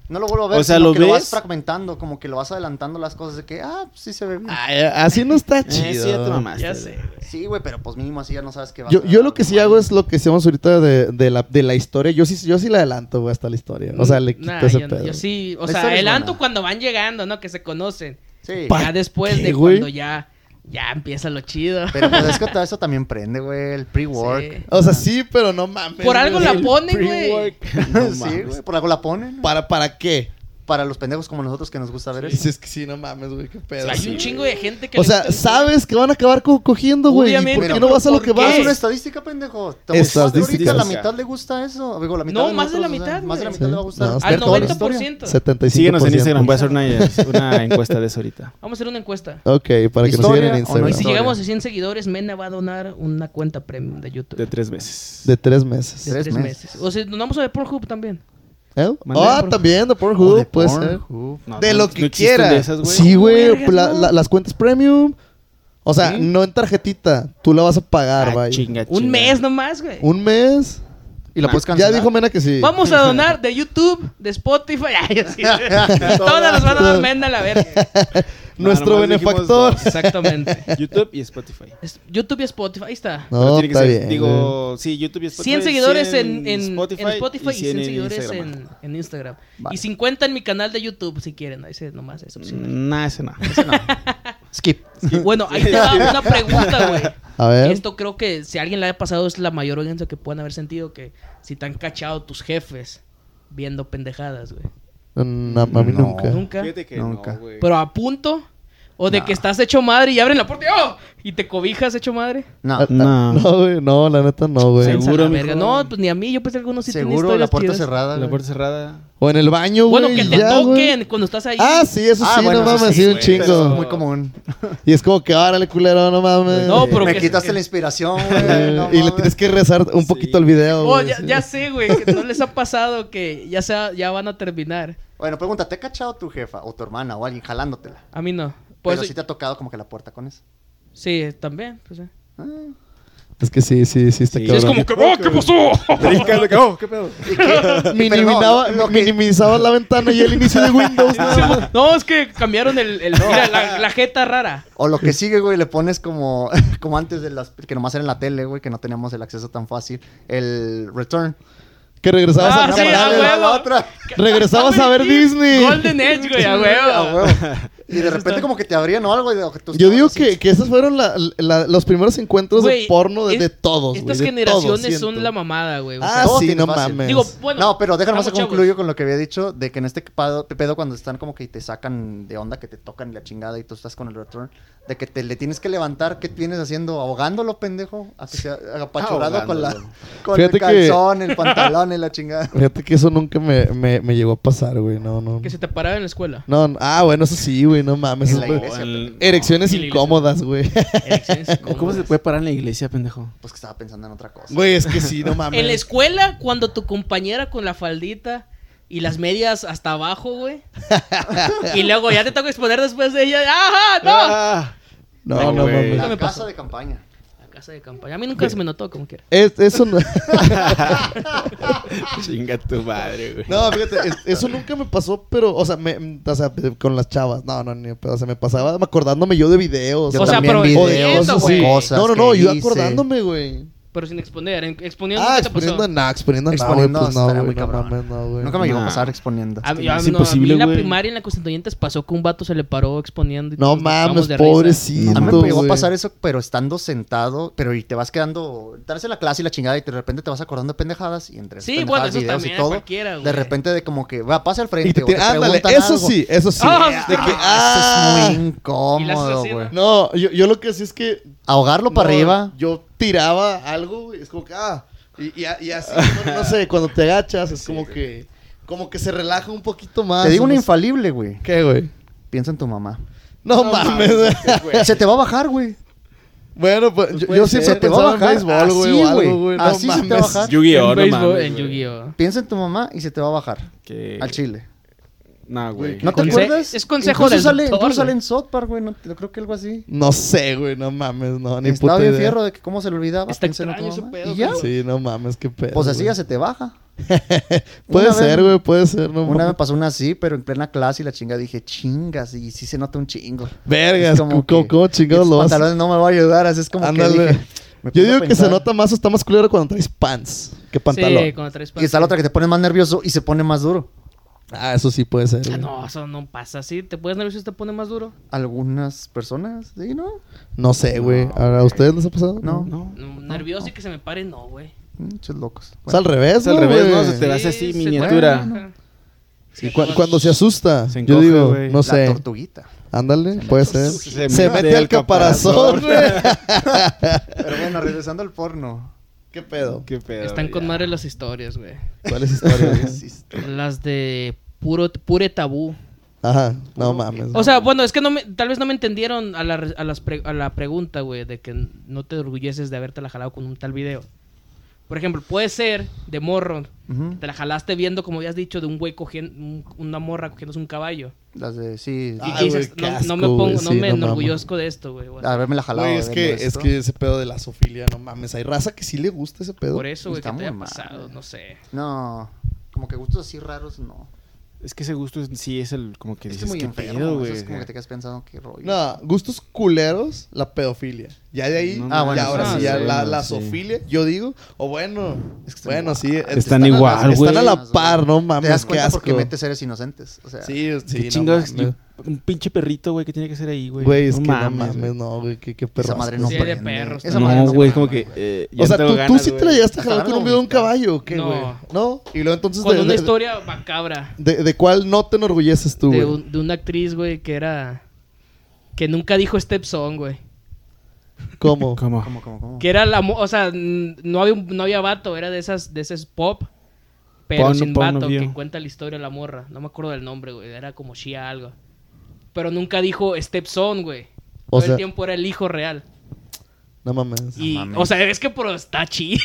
no lo vuelvo a ver, O sea, sino ¿lo que lo vas ves? fragmentando, como que lo vas adelantando las cosas de que, ah, sí se ve bien. Ay, así no está Eh, sí, chido. ya te mamaste, Ya güey. sé, güey. Sí, güey, pero pues mínimo así ya no sabes qué va a Yo, ser yo la lo que sí normal. hago es lo que hacemos ahorita de, de la, de la historia. Yo sí, yo sí la adelanto, güey, hasta la historia. O sea, le quito Nah, ese yo, no, pedo. yo sí, o Esa sea, es adelanto buena. cuando van llegando, ¿no? Que se conocen. Sí, Pa- Ya después qué, de güey? cuando ya, ya empieza lo chido. pero pues es que todo eso también prende, güey, el pre-work. Sí. O sea, sí, pero no mames. Por algo la El ponen, güey. pre-work. No sí, mames. güey, por algo la ponen. ¿Para, ¿Para qué? Para los pendejos como nosotros que nos gusta ver eso. Dices que sí, no mames, güey, qué pedo. Hay un chingo de gente que O le sea, gusta- sabes que van a acabar co- cogiendo, güey. ¿Y ¿Por Obviamente, qué no pero vas a lo ¿por que qué? vas? Es ¿Qué? una estadística, pendejo. Te Estadística. Ahorita la mitad le gusta eso. Digo, la mitad No, de más de la nosotros, o sea, mitad, Más de la güey. mitad le va a gustar. Sí. Al Ver toda la 90%. 75%. Síguenos en Instagram, voy a hacer una, una encuesta de eso ahorita. Vamos a hacer una encuesta. Ok, para que nos Historia sigan en o no Instagram. Y si historia. llegamos a 100 seguidores, Mena va a donar una cuenta premium de YouTube. De tres veces. De tres meses. De ¿Eh? Tres tres meses. meses. O sea, donamos a de Pornhub también. ¿Eh? Mandé Ah, por- también de O de Pornhub, puede ser. Pornhub. No, de no, lo no que existen quiera. de esas, güey. sí, güey. Vergas, la- no. la- las cuentas premium. O sea, no en tarjetita. Tú la vas a pagar, Ah, vaya. chinga, Un chinga. mes nomás, güey. Un mes. Y la puedes Ya cancelar. dijo Mena que sí. Vamos a donar de YouTube, de Spotify. Ay, así. Todas las van a dar Mena a la verga. No, Nuestro nomás dijimos benefactor. dos. Exactamente. YouTube y Spotify. Es- YouTube y Spotify, ahí está. No, Pero tiene que está ser- bien. Digo, sí, YouTube y Spotify. 100 seguidores en, en- en Spotify, y 100, en seguidores Instagram. en, en Instagram. Vale. Y 50 en mi canal de YouTube, si quieren. Ahí se nomás es opcional. Nah, ese Mm, no. Skip. Bueno, ahí te va una pregunta, güey. eh. A ver. Esto creo que si a alguien le ha pasado es la mayor audiencia que puedan haber sentido que si te han cachado tus jefes viendo pendejadas, güey. Mm, A, a mí No. nunca. Nunca. Fíjate que Nunca. no, güey. Pero a punto o de que estás hecho madre y abren la puerta y, ¡oh! y te cobijas hecho madre. No. Ah, ah, No. No, güey. No, la neta no, güey. Seguro, Piensa la mijo. verga. No, pues ni a mí, yo pensé que algunos sí tienen Seguro la historias puerta chidas. cerrada. La güey. puerta cerrada. O en el baño, güey. Bueno, que te ya, güey. toquen cuando estás ahí. Ah, sí, eso sí, Ah, bueno, no eso mames, sí, sí, un güey, chingo. pero es muy común. Y es como que árale, culero, no mames. No, pero Me que- quitaste la inspiración, Eh, güey. no y le mames. tienes que rezar un poquito al video. Oh, güey, ya, sí. ya sé, güey, que no les ha pasado que ya sea, ya van a terminar. Bueno, pregunta, ¿te ha cachado tu jefa o tu hermana o alguien jalándotela? A mí no. Por Pero eso- sí te ha tocado como que la puerta con eso. sí, también. pues, eh. Es que sí, sí, sí, está Sí. cabrón. Es como que, ¡oh, qué pasó! ¿Qué pedo? Minimizaba, Pero no, lo que- minimizaba la ventana y el inicio de Windows. nada más. No, es que cambiaron el, el- mira, la, la jeta rara. O lo que sigue, güey, le pones como, como antes de las que nomás era en la tele, güey, que no teníamos el acceso tan fácil, el return. Que regresabas Ah, al sí, canal. a la huevo. otra. Regresabas a ver Disney. Golden Edge, güey, a huevo. A huevo. Y de repente como que te abrían o algo. Y de- o que tú Yo digo estabas así. que, que esos fueron la- la- los primeros encuentros Güey, de porno de, es- de todos. Estas güey, de todos, generaciones siento. son la mamada, güey. o Ah, Todo sí, tiene no fácil. mames. Digo, bueno. no, pero déjame se estamos concluyo chavos. con lo que había dicho de que en este pedo, pedo cuando están como que te sacan de onda, que te tocan la chingada y tú estás con el retorno, de que te le tienes que levantar, ¿qué tienes haciendo? ¿Ahogándolo, pendejo? Así que apachurrado con, la, con el Fíjate que- calzón, el pantalón y la chingada. Fíjate que eso nunca me, me, me llegó a pasar, güey. No, no. Que se te paraba en la escuela. No, no. Ah, bueno, eso sí, güey. No mames. En la Eso- iglesia, pendejo. Erecciones Sí, la iglesia. incómodas, güey. Erecciones ¿Cómo incómodas. se puede parar en la iglesia, pendejo? Pues que estaba pensando en otra cosa. Güey, es que sí, no En la mames. escuela, cuando tu compañera con la faldita y las medias hasta abajo, güey. y luego ya te toca exponer después de ella. ¡Ajá! ¡No! Ah, No, No, no, güey. mames. la me casa pasó. de campaña. La casa de campaña. A mí nunca se me notó como quiera. Es- eso no. Chinga tu madre, güey. No, fíjate, es- eso nunca me pasó, pero, o sea, me, o sea, con las chavas, no, no, ni, pero, o sea, me pasaba acordándome yo de videos. Yo O sea, también pero videos, exponiendo, así. güey. No, no, no, que yo hice. acordándome, güey. Pero sin exponer. en- Exponiendo Ah, ¿qué te pasó? exponiendo, no, exponiendo, no, güey, Exponiendo pues no, estaría güey, muy no cabrón. mames, no, güey. Nunca me llegó a Nah. pasar exponiendo. A mí, Es a mí no, a mí imposible, en la güey. primaria y en la Constituyentes pasó que un vato se le paró exponiendo. Y No todos nos cagamos mames, de risa. pobrecito, A mí me llegó a güey. pasar eso, pero estando sentado, pero y te vas quedando, estás en la clase y la chingada y de repente te vas acordando de pendejadas y entre Sí, esas bueno, pendejadas, eso también a cualquiera, güey. de repente de como que va, pasa al frente Y te, o te- te ándale, preguntan eso algo. sí, eso sí. Ah, de que, Ah, ah, eso es muy incómodo, así, ¿no? güey. No, yo, yo lo que hacía es que Ahogarlo para No, arriba. Yo tiraba algo, güey, Es como que, ah. Y, y a- y así, no, no sé, cuando te agachas, es como que. Como que se relaja un poquito más. Te digo o una no infalible, güey. sé. ¿Qué, güey? Piensa en tu mamá. No, mames. Se te va a bajar, güey. bueno, pues, yo, yo Puede siempre ser. Se te va pensaba a en bajar. béisbol, Así, güey, o algo, güey. güey. No Así se te va a mames. bajar. Yu-Gi-Oh, En no béisbol, mames, en güey. Yu-Gi-Oh. Piensa en tu mamá y se te va a bajar. Que- Al chile. No, güey. ¿No te Conse- acuerdas? es consejo incluso del sale, doctor, incluso sale güey. en South Park, güey. No, yo creo que algo así. No sé, güey, no mames, no, ni Estaba puta bien idea. fierro de que cómo se le olvidaba. Está piensa en tu extraño ese mamá. pedo, Y ya, pero- Sí, no mames, qué pedo. Pues así güey. ya se te baja. Puede Una vez- ser, güey, puede ser, Una no vez me mames. pasó una así, pero en plena clase y la chinga dije, chingas, y sí se nota un chingo. Vergas, Es como ¿cómo- que- cómo chingados estos lo vas a- pantalones no me va a ayudar, así es como que Ándale. dije, me Yo puse a digo que se pensar. nota más o está más culero cuando traes pants que pantalón. Sí, cuando traes Y está la otra que te pone más nervioso y se pone más duro. Ah, eso sí puede ser. Ah, güey. no, eso no pasa así. Te puedes nervioso y te pone más duro. Algunas personas, ¿sí, no? No sé, güey. ¿A a ustedes les ha pasado? No. No. No, Nervioso y que se me pare, no, güey. Muchos locos. Es al revés, Es al ¿no, revés, güey? ¿no? Se te hace así, se miniatura. puede, ajá. Y cu- cuando se asusta, Se yo encoge, digo, güey. no La sé. tortuguita. Ándale, puede ser. Se Se, mete mete al al caparazón, güey. Pero bueno, regresando al porno. ¿Qué pedo? Qué pedo. Están con ya. madre las historias, güey. ¿Cuál es historia? güey? Las de puro, pure tabú. Ajá, no mames. O sea, bueno, es que no me, tal vez no me entendieron a la, re- a las pre- a la pregunta, güey, de que no te orgulleces de haberte la jalado con un tal video. Por ejemplo, puede ser de morro, Ujú. te la jalaste viendo, como habías dicho, de un güey cogiendo, un- una morra cogiéndose un caballo. Las de, Y sí. Ah, que dices, güey, qué no, no me asco, pongo, güey, no sí, me no mames. enorgullezco de esto, güey. bueno. A verme la jalado. Ah, Güey, es de que, nuestro. es que ese pedo de la sofilia, no mames. Hay raza que sí le gusta ese pedo. Por eso, güey, que está te haya muy mal, pasado, güey. no sé. No, como que gustos así raros, no. Es que ese gusto es- sí es el como que Es que dices, muy qué enfermo, pedo, eso güey. Es como que te quedas pensando, qué rollo. No, gustos culeros, la pedofilia. Ya de ahí, No, Ah, bueno, ya ahora sí, sí, ya sí, la, no, la sí. sofilia, yo digo. O bueno, Es que están bueno, igual. sí. Están a la- igual, güey. Están a la par, no mames, Te das qué cuenta asco. porque mete seres inocentes. O sea, Sí, sí, Qué no chingados, mames. un pinche perrito, güey, que tiene que ser ahí, güey. Güey, es que no güey. mames, no, güey, qué, qué perro. esa madre no Sí, de prende. perros Esa también. madre No, no güey, es como prende, que. güey. eh, ya O sea, te tú, ganas, tú sí este te la güey. llevaste a Está jalar con dando un video de un vomitar. caballo, ¿o qué, No. güey? No. Y luego entonces, Con de, una de- historia macabra de- de cuál no te enorgulleces tú, de, güey? un- de una actriz, güey, que era... Que nunca dijo step song, güey. ¿Cómo? ¿Cómo? ¿Cómo, cómo, cómo? Que era la... mo- O sea, n- no había, un- no había vato, era de esas... De esas pop, pero Porno, sin porno vato, view. que cuenta la historia de la morra. No me acuerdo del nombre, güey. Era como Shia algo. Pero nunca dijo step song, güey. O Todo el sea- tiempo era el hijo real. No mames. Y, mames. o sea, es que pero está chido.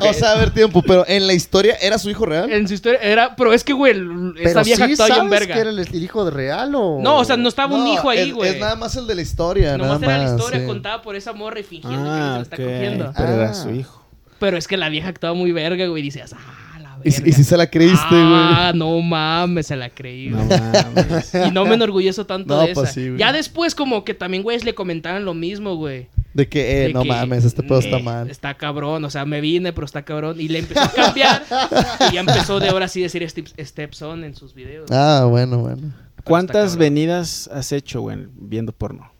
O sea, a ver, tiempo, pero en la historia, ¿era su hijo real? en su historia era... Pero es que, güey, l- esa Pero vieja sí actuaba bien sabes verga. que era el el hijo de real o... No, o sea, no estaba un No, hijo ahí, es- güey. Es, nada más el de la historia, Nomás nada era la más, historia sí. contada por esa morra y fingiendo que se Ah, la está ok. cogiendo. Pero Ah. era su hijo. Pero es que la vieja actuaba muy verga, güey. Y dices, ah, la verga. Y, si- y si se la creíste, güey. Ah, no mames, se la creí. No güey. mames. Y no me enorgullezo tanto No, de esa. pues sí, güey. ya después, como que también, güeyes, le comentaban lo mismo, güey. De que, eh, de no que, mames, este pedo está eh, mal. Está cabrón, o sea, me vine, pero está cabrón. Y le empezó a cambiar. y ya empezó de ahora sí decir step, stepson en sus videos. Ah, bueno, bueno. está ¿Cuántas cabrón. venidas has hecho, güey, viendo porno?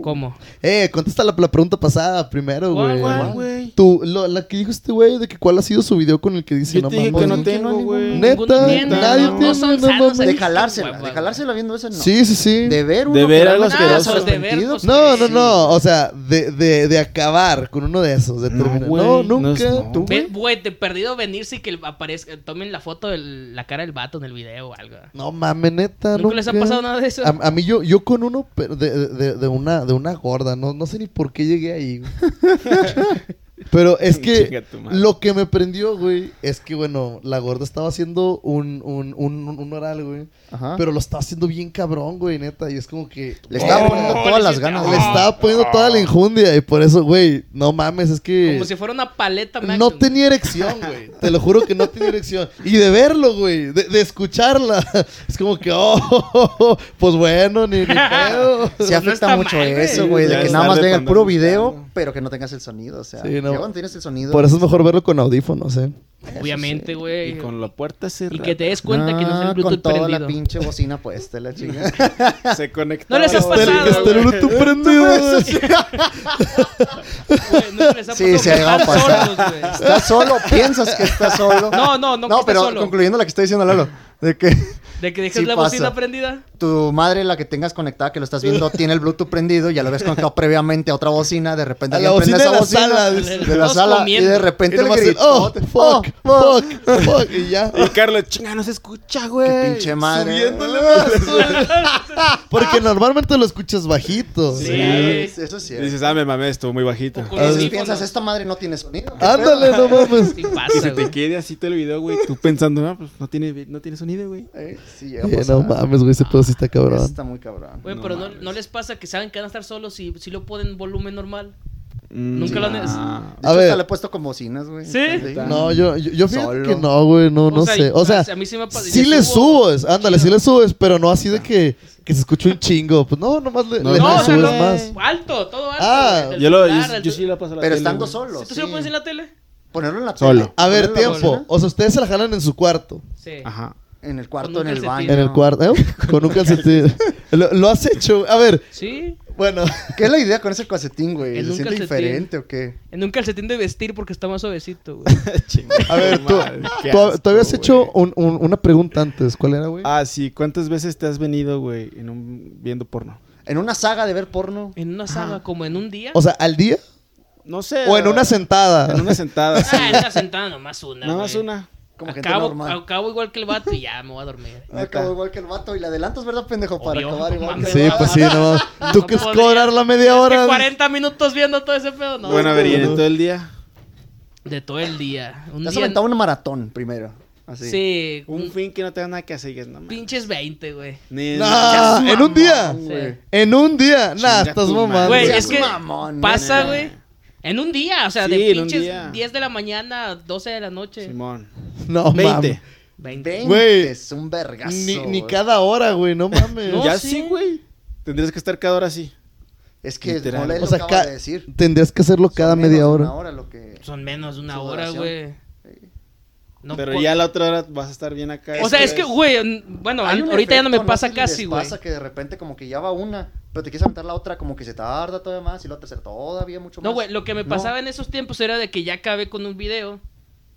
¿Cómo? Eh, contesta la, la pregunta pasada primero, ¿Cuál, güey. cuál, güey? Tú, lo- la que dijo este güey de que cuál ha sido su video con el que dice Yo te dije que mames, no güey. tengo, güey. Neta, Ningún- Mienten, nadie no, tiene- no son no sanos. mames. aquí, De jalársela, huevos, de güey. jalársela viendo eso, no. Sí, sí, sí. De ver uno De ver que algo realmente Ah, asqueroso. estaba pues, de ver, arrepentido. pues, No, no, sí. no. O sea, de, de, de acabar con uno de esos. De No, terminar. güey, no, no nunca. es- no. ¿Tú, Ve- güey? Güey, te he perdido venirse y que aparezca, tomen la foto de la cara del vato en el video o algo. No mames, neta. ¿Nunca les ha pasado nada de eso? A, a mí yo, yo con uno pero de, de- de una, de una gorda, no, no sé ni por qué llegué ahí. güey. Pero es Chinga que tu madre. lo que me prendió, güey, es que, bueno, la gorda estaba haciendo un, un, un, un oral, güey. Ajá. Pero lo estaba haciendo bien cabrón, güey, neta. Y es como que... Ah. Le estaba Oh, poniendo le todas las hiciste- ganas. Le güey. estaba poniendo toda la enjundia. Y por eso, güey, no mames, es que... Como si fuera una paleta No Magnum. tenía erección, güey. Te lo juro que no tenía erección. Y de verlo, güey. De, de escucharla. Es como que, oh, pues bueno, ni, ni pedo. Se afecta está mucho mal, güey. eso, güey, Ya de que es nada más tarde tenga el cuando puro no está, video, ¿no? pero que no tengas el sonido, o sea, Sí, no. ya cuando tienes el sonido... Por eso es mejor verlo con audífonos, ¿eh? Obviamente, güey. Y con la puerta Y cerrada. que te des cuenta que no es el Ah, Bluetooth con toda la prendido. pinche bocina puesta, la chingada. Se conectó. No les ha Está el- pasado, está el güey. Bluetooth prendido. Güey, nunca les ha Sí, pasado se ha llegado a que están pasar. solos, güey. ¿Estás solo? ¿Piensas que estás solo? No, no, no que No, estés pero solo. concluyendo la que está diciendo Lalo, de que De que dejes Sí la pasa. bocina prendida. tu madre, la que tengas conectada, que lo estás viendo, tiene el Bluetooth prendido, ya lo habes conectado previamente a otra bocina, de repente A la alguien prende bocina de esa la bocina sala, dice. de la Todos sala comiendo. y de Y repente el nomás el, grito, oh, fuck, fuck, fuck. Y ya. Y Carlos, chinga, no se escucha, güey. qué pinche madre. Subiéndole. Ah, pues. Porque normalmente lo escuchas bajito. Sí. Sí, eso sí. Dices, ah, me mamé, estuvo muy bajito. O con Y los si audífonos. piensas, esta madre no tiene sonido. Ándale, no mames. Sí Y pasa, se te güey. quede así todo el video, güey. Tú pensando, ah, pues no tiene, no tiene sonido, güey. Eh, sí, llega a Eh, pasar. No mames, güey, ese pedo sí está Eso cabrón. Está muy cabrón. Güey, No pero no, mames. no les pasa que saben que van a estar solos y si lo ponen en volumen normal. Mm, Nunca lo han- ah. De A hecho, ver. hasta le he puesto con bocinas, güey. ¿Sí? No, yo, yo, yo fíjate Solo. que no, güey, no, no sé. O sea, a mí sí me ha pasado. Sí le subes, ándale, sí le subes, pero no así de que, que se escuche un chingo. Pues no, nomás le, No, le- No, le o sea, subes lo- más. alto, todo alto. Ah, güey, del Yo, lo, celular, yo, del- yo sí la paso a la Pero tele, estando güey. solo. ¿Sí ¿Tú sí lo pones en la tele? Ponerlo en la Solo. tele. A ver, Ponerlo en la tiempo. bocina. O sea, ustedes se la jalan en su cuarto. Sí. Ajá. En el Con cuarto, un en el calcetín. baño. En el cuarto, ¿eh? Con un calcetín. lo, lo has hecho. A ver, Sí. bueno. ¿Qué es la idea con ese calcetín, güey? En ¿Se un siente calcetín. diferente o qué? En un calcetín de vestir porque está más suavecito, güey. Chinga A ver, tú, madre, qué tú- asco, tú habías güey. hecho un- un- una pregunta antes. ¿Cuál era, güey? Ah, sí. ¿Cuántas veces te has venido, güey, en un, viendo porno? ¿En una saga de ver porno? En una saga, como en un día. O sea, ¿al día? No sé. ¿O en una sentada? En una sentada. sí. ah, en una sentada nomás una. Nada más güey. una. Como gente acabo, normal. acabo igual que el vato y ya me voy a dormir. Ah, Acabo igual que el vato y le adelantas, ¿verdad, pendejo? Para Obvio, acabar no igual mames. que el Sí, vato. pues sí, no. mames. ¿Tú No que es podría. cobrar la media Es que hora? 40 minutos viendo todo ese pedo, ¿no? bueno, a ver, ¿y en no. todo el día? De todo el día. Un Te has día- aventado un maratón primero. Así. Sí, Un un fin que no te da nada que hacer. y digas, No, mames. pinches 20, güey. Ni- Nah, Ya, en un día. Sí. güey. En un día. Chinga Nah, estás tu madre. mamando. Güey, Seas es que mamón, ¿eh? ¿no? pasa, Nah. güey. En un día, o sea, Sí, de en un día. pinches 10 de la mañana, 12 de la noche. Simón. No, mames. 20. 20. 20 Güey. es un vergazo. Ni, ni güey. cada hora, güey, no mames. No, ya sí. sí, güey. Tendrías que estar cada hora así. Es que Literal. Molet lo o sea, acaba ca- de decir. tendrías que hacerlo cada Son menos media de hora. Una lo que... Son menos de una Su hora, duración. güey. No pero cu- ya la otra hora vas a estar bien acá. O sea, es que, güey, n- bueno, Hay an- un ahorita ya no me efecto, pasa sé si les casi, güey. pasa que de repente como que ya va una, pero te quieres aventar la otra, como que se tarda todavía más y la tercera todavía mucho más. No, güey, lo que me No. pasaba en esos tiempos era de que ya acabé con un video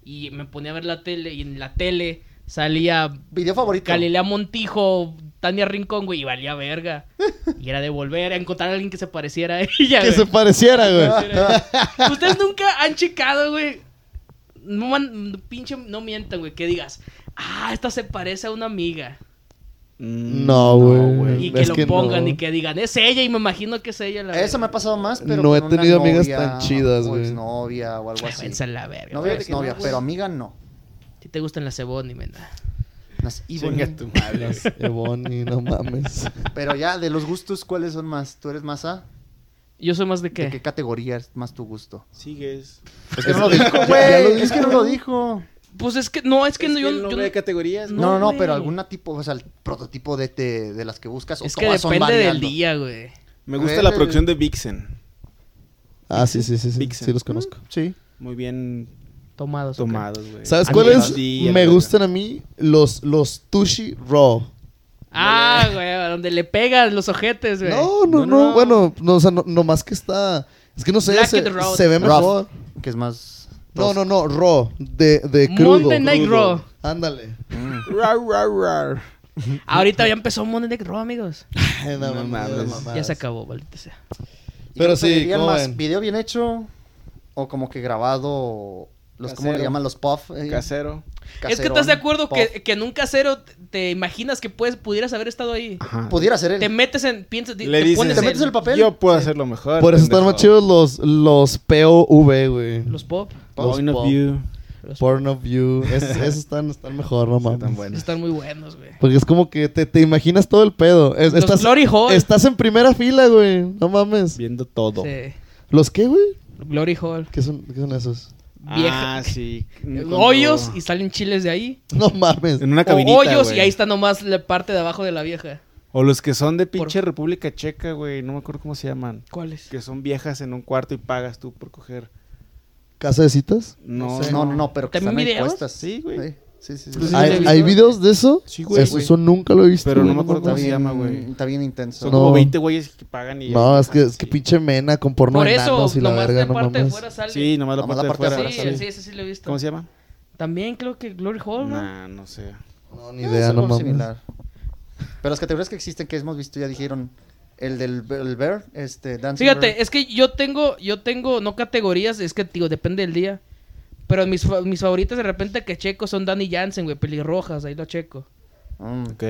y me ponía a ver la tele y en la tele salía Video favorito. Galilea Montijo, Tania Rincón, güey, y valía verga. Y era de volver a encontrar a alguien que se pareciera a ella, Que se güey. pareciera, güey. Ustedes nunca han checado, güey. No, man- no, pinche, no mientan, güey, que digas, ah, esta se parece a una amiga. No, güey. Y Mm, que es lo que pongan no. y que digan, es ella, y me imagino que es ella la Eso me ha pasado más, pero No he con una tenido amigas novia tan chidas, o güey. exnovia o algo Ay, así. vence a la verga. Novia güey. es novia, pero amiga no. Si te gustan las cebón, ni nada. Las Chinga Ebony. tu madre. Las Ebony, no mames. Pero ya, de los gustos, ¿cuáles son más? ¿Tú eres más A? Yo soy más de qué. ¿De qué categoría es más tu gusto? Sigues. Es que no lo dijo, Ya lo güey. Es que no lo dijo. Pues es que no, es que no, yo, no yo veo categorías, No, No, no, no, güey. pero alguna tipo, o sea, el prototipo de, te- de las que buscas. o es que todas son depende del variando. día, güey. Me A gusta ver, la el- producción de Vixen. Ah, sí, sí, sí, sí. Vixen. Sí, los conozco. Sí. Muy bien Tomados. ok. tomados, güey. ¿Sabes A mí cuáles? Sí, a Me la gustan a mí los, los Tushi Raw. Ah, güey, a donde le pegas los ojetes, güey. No, no, no, Bueno, no, o sea, no, nomás que está. Es que no sé, Black se, and Road. se ve Rough, mejor. que es más... No, no, no, raw. De, de Monday crudo. Night crudo. Raw. Ándale. Rar, rar, rar. Ahorita ya empezó Monday Night Raw, amigos. Ay, no, mames, mames. mamadas. Ya se acabó, maldita sea. Pero Yo sí, preferiría ¿cómo más ven? video bien hecho o como que grabado o los cómo le Casero. llaman los puff eh, Casero. Es que caserón, estás de acuerdo puff. que, que en un casero te- te imaginas que puedes, pudieras haber estado ahí. pudiera ser él. Te metes en, piensas, di- Ah. Le te dices, pones ¿Te metes en el papel? Yo puedo hacerlo mejor. Por eso están más pendejo. chidos los, los POV, güey. los pop. los Point of pop. view. Los pop Porn of View. Es- esos están, están mejor, no mames. Tan bueno. están muy buenos, güey. Porque es como que te, te imaginas todo el pedo. Los Es- Pues estás, Glory Hall. estás en primera fila, güey. No mames. Viendo todo. Sí. ¿Los qué, güey? Glory Hall. ¿Qué son, qué son esos? Vieja. Eh, Ah, sí. Cuando- Hoyos y salen chiles de ahí. No mames. En una O cabinita, hoyos güey. y ahí está nomás la parte de abajo de la vieja. O los que son de pinche República Checa, güey. No me acuerdo cómo se llaman. ¿Cuáles? Que son viejas en un cuarto y pagas tú por coger. ¿Casa de citas? No, no, no, no, pero que ¿También están ahí videos? puestas. Sí, güey. Sí, sí, Ah, sí. Entonces, ¿Hay, sí, sí, hay sí. videos de eso? Sí, güey. Eso, eso nunca lo he visto. Pero no güey, me acuerdo Está cómo se mames. bien, llama, güey. Está bien intenso. Son No. como 20 güeyes que pagan y. No, es que, es que Sí. pinche mena con porno Por eso, enanos y la nomás verga, de no parte de mames. fuera sale. Sí, nomás la Nomás parte de la parte de afuera. sí, sale. sí, ese sí lo he visto. ¿Cómo se llama? También creo que Glory Hall, ¿no? Nah, no sé. No, ni Ah, es idea, no algo mames. similar. Pero las categorías que existen que hemos visto ya dijeron el del el bear, este dancing Fíjate, bear. es que yo tengo, yo tengo, no categorías, es que, digo, depende del día. Pero mis, fa- mis favoritas de repente que checo son Danny Jansen, güey, pelirrojas, ahí lo checo. Mm, Ok.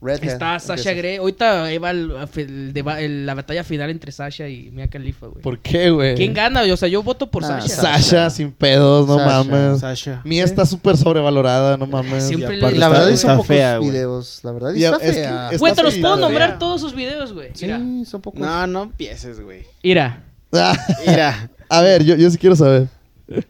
redhead, Está Sasha empieza. Grey. Ahorita ahí va el- el deba- el- la batalla final entre Sasha y Mia Khalifa, güey. ¿Por qué, güey? ¿Quién gana? O sea, yo voto por Ah, Sasha. Sasha, sin pedos, no Sasha, mames. Sasha. Mía está súper sobrevalorada, no mames. Siempre Y le- aparte La verdad está- hizo está pocos fea, güey. videos, la verdad Ya, está es que- fea. es- Güey, te Está los puedo fea. nombrar todos sus videos, güey. Mira, Sí, son pocos. No, no empieces, güey. mira. Ah, Mira. a ver, yo, yo sí quiero saber.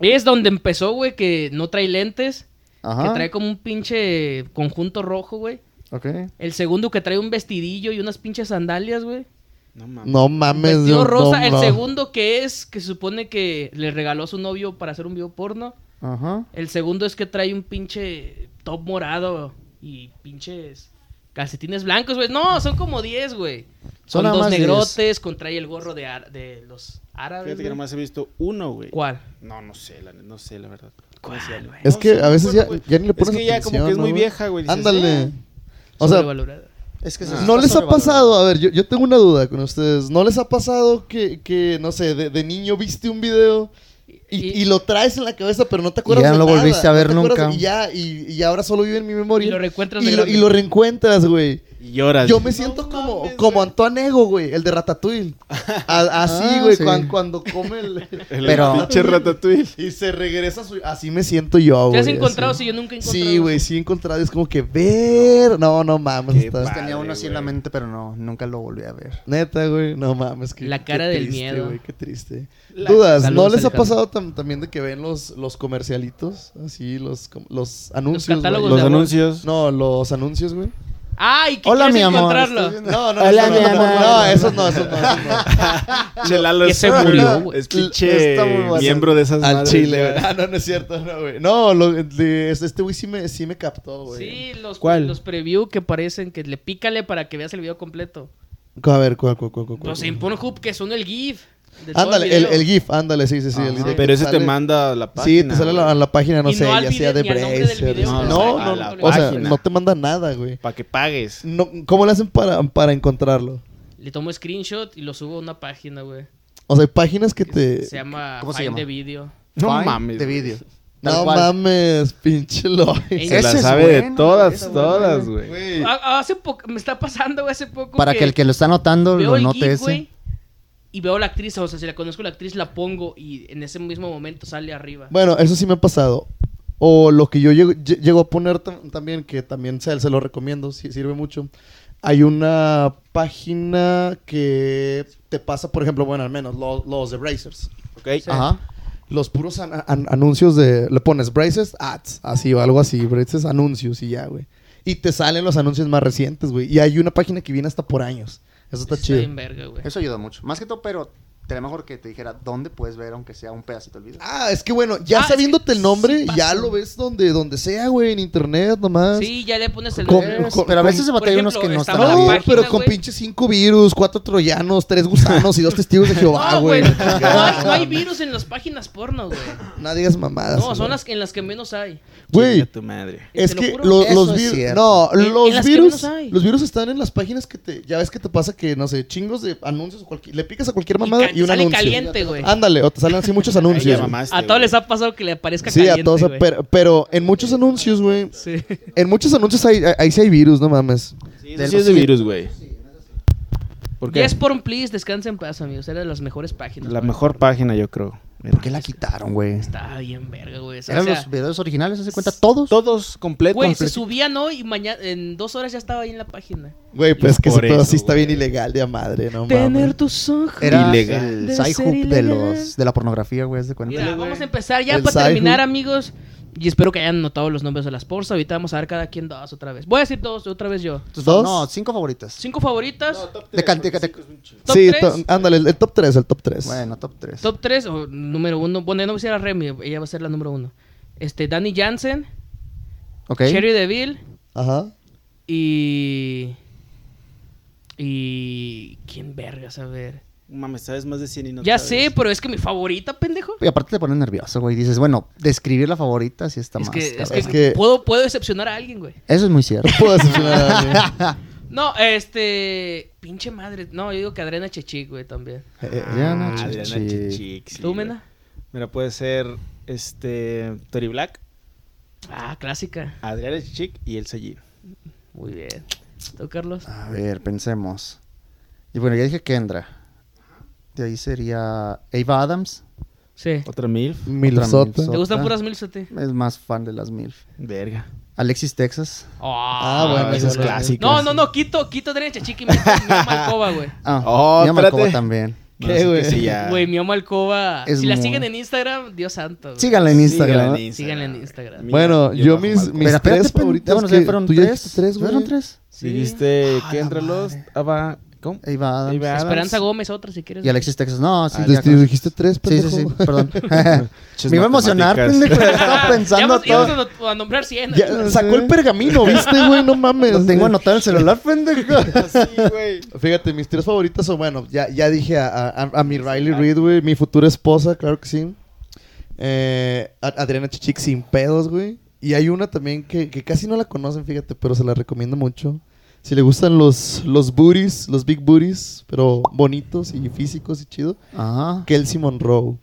Es donde empezó, güey, que no trae lentes, Ajá. Ah. que trae como un pinche conjunto rojo, güey. Ok. El segundo que trae un vestidillo y unas pinches sandalias, güey. No mames. No mames. Vestido no, rosa. no, el no. segundo que es, que se supone que le regaló a su novio para hacer un video porno. Ajá. El segundo es que trae un pinche top morado y pinches calcetines blancos, güey. No, son como 10, güey. Son Son nada dos más negrotes, con trae el gorro de, ar- de los árabes. Fíjate que güey. nomás he visto uno, güey. ¿Cuál? No, no sé, la, no sé, la verdad. ¿Cuál, No sé, la- güey? Es No que sé, a no veces ya, recuerdo, güey. ya ni le Es pones que ya como que es atención, muy ¿no, vieja, güey. dices, Ándale. "Eh". O sea, Sobrevalorada. Es que Ah. sí ¿No está les ha sobrevalorado. pasado? A ver, yo, yo tengo una duda con ustedes. ¿No les ha pasado que, que no sé, de, de niño viste un video y, Y- y lo traes en la cabeza, pero no te acuerdas ya de no lo nada? volviste a No ver te acuerdas nunca. Y ya, y, y ahora solo vive en mi memoria. Y lo reencuentras Y de lo- grande. y lo reencuentras, güey. Y lloras. Yo me siento como, como Antoine Ego, güey, el de Ratatouille. A- así, Ah, güey, sí. cuan- cuando, come el... El Pero- pinche ratatouille. y se regresa a su... Así me siento yo, ¿Te güey. has encontrado? así. Si yo nunca he encontrado. Sí, güey, sí he encontrado. Es como que ver... No, no mames. Qué estás- pa- Tenía Padre, uno así en la güey. mente, pero no, nunca lo volví a ver. Neta, güey. No mames. qué- La qué cara del triste, miedo. güey, qué triste. Dudas, ¿no Saludos, les ha Alejandro. pasado tam- también de que ven los, los comercialitos? Así, los, com- los anuncios. güey? catálogos Los de amor. anuncios. No, los anuncios, güey. ¡Ay, que Hola, quieres mi amor. encontrarlo! No, no, Hola, eso no, mi no, amor. no, esos no, esos no, esos no. Chelalo Que se murió, güey. Es pinche Está muy bueno. miembro de esas Al madres, chile, güey. güey. Ah, no, no es cierto, no, güey. No, lo- de- este güey sí me, sí me captó, güey. Sí, los, ¿Cuál? los preview que parecen que le pícale para que veas el video completo. A ver, ¿cuál, cuál, cuál, cuál? cuál? Los en Pornhub que son el GIF. de todo Ándale, el, video. el GIF, ándale, sí, sí, sí. el Ajá. GIF Pero que ese te sale- manda a la página. Sí, te sale a la, a la página, no Y no sé, al ya video sea de ni al nombre del Bracer. video, No, sino no, a la o sea, página. no te manda nada, güey. Para que pagues. No, ¿Cómo le hacen para, para encontrarlo? Le tomo screenshot y lo subo a una página, güey. O sea, hay páginas que te... Se llama ¿Cómo se Find llama? the Video. No Fine, mames, De güey. video. Tal No cual. mames, pinche Lois. Ese Se la es sabe bueno, de todas, ese es bueno, todas, güey. güey. A- Hace poco, me está pasando, güey, hace poco. Para que el que lo está notando veo lo el note GIF, ese. güey, Y veo la actriz, o sea, si la conozco la actriz, la pongo y en ese mismo momento sale arriba. Bueno, eso sí me ha pasado. O lo que yo llego, lle- llego a poner tam- también, que también se, se lo recomiendo, sí- sirve mucho. Hay una página que te pasa, por ejemplo, bueno, al menos lo- los de Brazers. Ok. Ajá. Los puros an- an- anuncios de... Le pones Brazers Ads, así o algo así. Brazers Anuncios y ya, güey. Y te salen los anuncios más recientes, güey. Y hay una página que viene hasta por años. Eso está Está chido. bien verga, güey. Eso ayuda mucho. Más que todo, pero Sería mejor que te dijera dónde puedes ver, aunque sea un pedacito del video. Ah, es que bueno, ya Ah, es sabiéndote que el nombre, sí pasa. ya lo ves donde, donde sea, güey, en internet nomás. Sí, ya le pones el Com- nombre. com- pero a com- veces se por batalla unos ejemplo, que no estaba están la a la No, vida. página, pero con güey. pinche cinco virus, cuatro troyanos, tres gusanos y dos testigos de Jehová, No, Ah, güey. güey. No hay, no hay virus en las páginas porno, güey. No digas mamadas. No, Ah, güey. son las que- en las que menos hay. Güey, Chinga tu madre. Te es lo que juro. lo- Eso los es virus. cierto. No, En- en los las que virus. menos hay. Los virus están en las páginas que te. Ya ves que te pasa que, no sé, chingos de anuncios. o cualquier- le picas a cualquier mamada ca- y, un sale anuncio. caliente, güey. Ándale, o te salen así muchos Ay, ya anuncios. güey. mamaste, A todos güey. les ha pasado que le aparezca Sí, caliente, a todos. güey. Pero, pero en muchos anuncios, güey. Sí. En muchos anuncios hay, hay- ahí sí hay virus, no mames. Sí, Del- eso sí es de virus, güey. ¿Por qué? Yes, por please, descansa en paz, amigos. Era de las mejores páginas. La güey. mejor página, yo creo. Mira. ¿Por qué la quitaron, güey? Está bien verga, güey. O sea, Eran o sea, los videos originales, ¿se cuenta? Todos. Todos completos. Güey, se subían hoy y mañana en dos horas ya estaba ahí en la página. Güey, pues que eso Por todo eso, así está güey. bien ilegal de a madre, no Tener mames. tus ojos. Era Ilegal. el De side ser hook de, ilegal. los, de la pornografía, güey, haz de cuenta. Mira, vamos a empezar ya El para terminar, Saihu. amigos. Y espero que hayan notado los nombres de las porras. Ahorita vamos a ver cada quien dos otra vez. Voy a decir dos otra vez yo. Tus ¿Dos? No, cinco favoritas. Cinco favoritas. De can- de- de- Top sí, tres. to- ándale, el, el top 3, el top 3. Bueno, top tres. Top tres o número uno. Bueno, yo no voy a ser a Remy, ella va a ser la número uno. Este, Danny Jansen, Ok. Cherry Deville Ajá. y. Y. ¿Quién vergas? A ver. Mames, sabes más de 100 y no ya sabes. sé, pero es que mi favorita, pendejo. Y aparte te pones nervioso, güey. Dices, bueno, describir la favorita sí está Es más. que, es cabrón. que, es que- Puedo, puedo decepcionar a alguien, güey. Eso es muy cierto. Puedo decepcionar a No, este. Pinche madre. No, yo digo que Adrena Chechi, güey, también. Adriana Ah, Adriana Chichik. Chichik, sí, ¿Tú, güey. Mena? Mira, puede ser este Tori Black, Ah, clásica. Adriana Chichik y el Sayid. Muy bien. ¿Tú, Carlos? A ver, pensemos. Y bueno, ya dije Kendra. De ahí sería Ava Adams. Sí. Otra MILF. Milsota. ¿Te Milsota. gustan puras mil a ti? Es más fan de las MILF. Verga. Alexis Texas. Ah, Ah, bueno, esa es esa es clásica. No, no, no, quito, quito Adriana Chechique y mi Malcova, güey. Ah, Oh, Mia Malkova espérate. también. No, ¿Qué, así que güey? sí, ya. Güey, mi Malcova. Es Si la muy- siguen en Instagram, Dios santo. güey. Síganla en Instagram. Síganla en Síganla en Instagram. Instagram. Mira, Bueno, yo bajo mis, Malcolm. mis Pero espérate, tres pen- favoritas. bueno, o sea, que- fueron tú ya dijiste tres. tres, güey. Fueron tres. Sí. Dijiste Ah, la Kendra Lost, madre. Ava... ¿Cómo? Ava Adams. Ava Adams. Esperanza Gómez, otra si quieres. Y Alexis Texas. No, sí. Ah, ya Dijiste- con- Dijiste tres, Sí, pendejo. sí, sí, perdón. Me iba a emocionar, pendejo. matemáticas. Estaba Ah, Ya pensando vamos, ya todo. vamos a, no- a nombrar 100. Ya, sacó el pergamino, ¿viste, güey? No mames. Lo tengo anotado en el celular, pendejo. Sí, güey. Fíjate, mis tres favoritas son, bueno, ya, ya dije a, a- a- a mi Riley Reid, güey, mi futura esposa, claro que sí. Eh, a- Adriana Chichik sin pedos, güey. Y hay una también que, que casi no la conocen, fíjate, pero se la recomiendo mucho. Si le gustan los, los booties, los big booties, pero bonitos y físicos y chido, Ajá. Kelsey Monroe.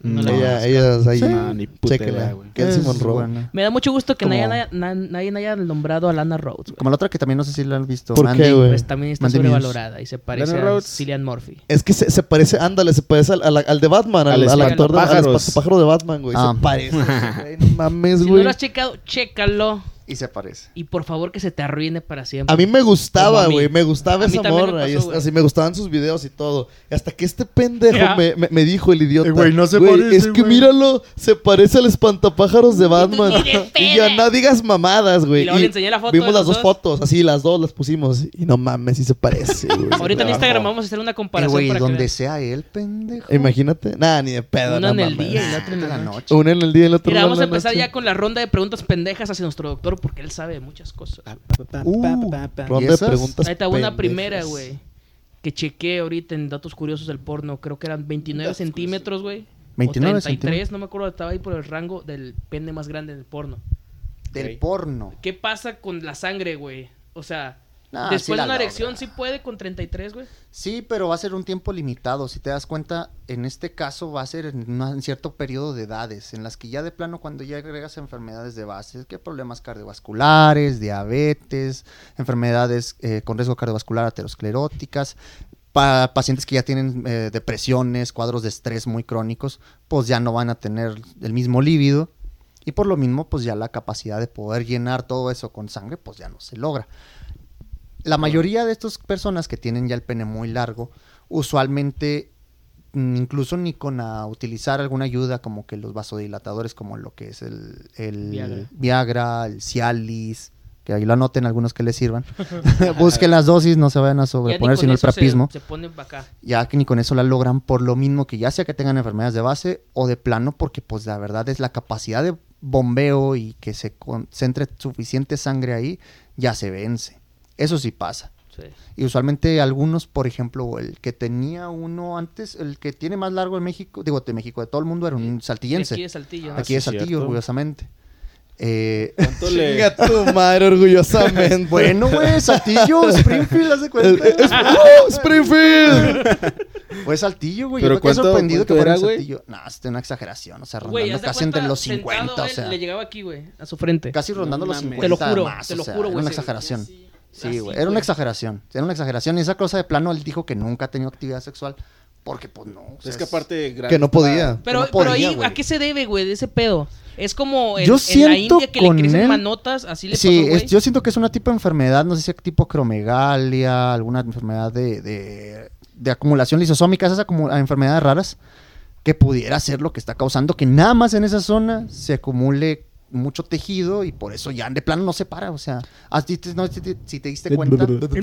No la ella, ella es ahí, No, Ah, ni puta chéquenla. idea, güey. Kelsey Es Monroe. buena. Me da mucho gusto que Como- nadie, haya- na- nadie haya nombrado a Lana Rhodes. güey. Como la otra que también no sé si la han visto. ¿Por Mandy. qué, güey? Pues también está Mandy Mills. sobrevalorada y se parece Lana a Rhodes. Cillian Murphy. Es que se, se parece, ándale, se parece al, al- al de Batman, al, Al al actor de, al espantapájaros. espantapájaro de Batman, güey. Ah. Se parece, güey, no mames, Si Pues, güey. no lo has checado, chécalo. Y se parece. Y por favor que se te arruine para siempre. A mí me Como gustaba, a mí. güey. Me gustaba A mí esa también me morra. y pasó, es- güey. así me gustaban sus videos y todo. Hasta que este pendejo Ya. me, me- me dijo el idiota. Eh, güey, no se parece, Es que güey." míralo, se parece al espantapájaros de Batman. ni de y yo, pedo. no digas mamadas, güey. Y luego le enseñé la foto de Vimos los las dos dos. fotos, así las dos las pusimos. Y no mames, sí se parece, güey. Ahorita en Me Instagram bajó. vamos a hacer una Eh, comparación. güey, para que donde vean. sea él, pendejo. Eh, Imagínate. Nada, ni de pedo. Una no en el mames. día y la otra en De la la noche. noche. Una en el día y la otra Mira, en vamos a la empezar noche. ya con la ronda de preguntas pendejas hacia nuestro doctor porque él sabe de muchas cosas. Ah, Uh. ¿Y Ronda de esas? preguntas. Ahí está una pendejas. primera, güey. Que chequeé ahorita en datos curiosos del porno. Creo que eran 29 centímetros, güey. o 29 33, no me acuerdo, estaba ahí por el rango del pene más grande del porno. Del porno. ¿Qué pasa con la sangre, güey? O sea, Nah, después sí de la una logra. erección sí puede con 33, güey. Sí, pero va a ser un tiempo limitado. Si te das cuenta, en este caso va a ser en, una- en cierto periodo de edades, en las que ya de plano cuando ya agregas enfermedades de base, que problemas cardiovasculares, diabetes, enfermedades eh, con riesgo cardiovascular ateroscleróticas, para pacientes que ya tienen eh, depresiones, cuadros de estrés muy crónicos, pues ya no van a tener el mismo líbido. Y por lo mismo, pues ya la capacidad de poder llenar todo eso con sangre, pues ya no se logra. La mayoría de estas personas que tienen ya el pene muy largo, usualmente mm, incluso ni con a utilizar alguna ayuda como que los vasodilatadores, como lo que es el, el Viagra. Viagra. el Cialis, que ahí lo anoten, algunos que les sirvan. Busquen las dosis, no se vayan a sobreponer, sino el trapismo. Se, ponen para acá. Ya que ni con eso la logran por lo mismo que ya sea que tengan enfermedades de base o de plano, porque pues la verdad es la capacidad de bombeo y que se concentre suficiente sangre ahí, ya se vence. Eso sí pasa. Sí. Y usualmente algunos, por ejemplo, el que tenía uno antes, el que tiene más largo de México, digo, de México, de todo el mundo, era un saltillense. Aquí de Saltillo. Ah, Aquí sí, de Saltillo, cierto. orgullosamente. Eh, ¿Cuánto le- Chinga tu madre, orgullosamente. bueno, güey, Saltillo, Springfield, haz de Es- es- cuenta. ¡Oh, Springfield! Fue Saltillo, güey. ¿Pero Yo me quedé cuánto- sorprendido que cuánto fuera era, en güey? Saltillo. No, es una exageración. O sea, rondando Güey, haz de casi cuenta, entre los sentado 50, o él, sea. Le llegaba aquí, güey, a su frente. Casi rondando No los mames. 50 Te lo juro, más, te o lo sea, juro, era güey. una se- exageración. así, Sí, güey, así, era una exageración. Era una exageración. Y esa cosa de plano, él dijo que nunca ha tenido actividad sexual. Porque, pues, no. o sea, Es que aparte... Grant que no podía. Pero, no pero ahí, podía, güey. ¿a qué se debe, güey, de ese pedo? Es como en, Yo en la siento India que le con crecen él- manotas, así le Sí, pasó, güey. es- yo siento que es una tipo de enfermedad, no sé si tipo cromegalia, alguna enfermedad de, de, de acumulación lisosómica, esas acumu- enfermedades raras, que pudiera ser lo que está causando que nada más en esa zona se acumule mucho tejido y por eso ya de plano no se para, o sea, a ti te- no, si, te, si te diste cuenta Tiene que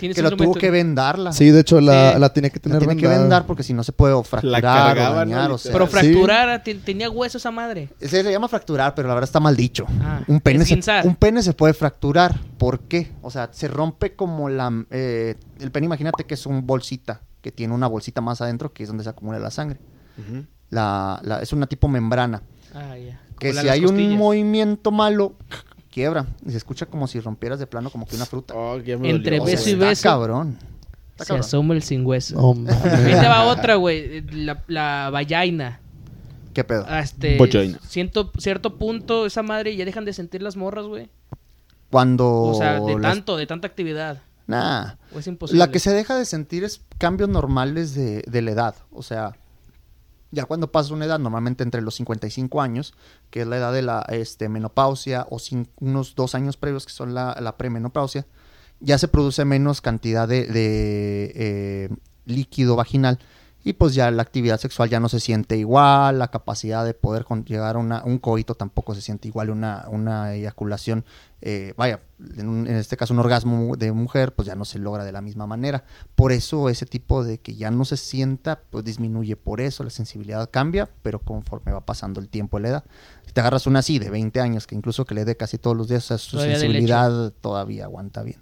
lo síndrome tuvo de- que vendarla. Eh, Sí, de hecho, la, Sí. la tenía que La tener tiene que vendada. vendar porque si no se puede o fracturar o cargaban, ¿no? dañar, o Literal. sea, Pero sí. fracturar, te- tenía hueso esa madre. Se le llama fracturar, pero la verdad está mal dicho. Ah, un, pene se, esguinzar. un pene se puede fracturar. ¿Por qué? O sea, se rompe como la... eh, el pene, imagínate que es un bolsita, que tiene una bolsita más adentro, que es donde se acumula la sangre. Ujú. La, la- es una tipo membrana. Ah, ya. Que Como la si de hay las un costillas. movimiento malo, quiebra. Y se escucha como si rompieras de plano como que una fruta. Oh, ya me Entre dolió. O sea, beso y está beso. cabrón. Está Se cabrón. Oh, asoma el sin hueso. No, mames. Ahí te va otra, güey. eh, La, la vallaina. ¿Qué pedo? Ah, Este, Vallaina. Siento, cierto punto, esa madre ya dejan de sentir las morras, güey. Cuando... O sea, de Oh, las- tanto, de tanta actividad. Nah. O es imposible. La que se deja de sentir es cambios normales de, de la edad. O sea, ya cuando pasa una edad, normalmente entre los 55 años, que es la edad de la este, menopausia, o cin- unos dos años previos, que son la, la premenopausia, ya se produce menos cantidad de, de, eh, líquido vaginal. Y pues ya la actividad sexual ya no se siente igual, la capacidad de poder con- llegar a una- un coito tampoco se siente igual, una, una eyaculación, eh, vaya, en, un- en este caso un orgasmo de mujer, pues ya no se logra de la misma manera. Por eso ese tipo de que ya no se sienta, pues disminuye por eso, la sensibilidad cambia, pero conforme va pasando el tiempo, la edad. Si te agarras una así de 20 años, que incluso que le dé casi todos los días, o sea, su Todavía de sensibilidad todavía aguanta bien.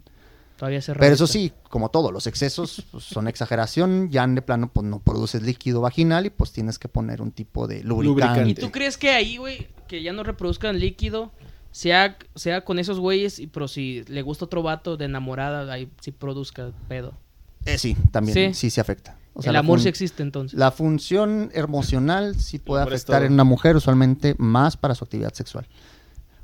Todavía se Pero eso revista. sí, como todo, los excesos pues, son exageración, ya de plano pues no produces líquido vaginal y pues tienes que poner un tipo de lubricante. Lubricante. ¿Y tú crees que ahí, güey, que ya no reproduzcan líquido, sea, sea con esos güeyes, y pero si le gusta otro vato de enamorada, ahí sí produzca pedo? Eh, sí, también Sí. sí, se afecta. O sea, el la amor fun- sí existe entonces. La función emocional sí puede amor es afectar todo. en una mujer usualmente más para su actividad sexual.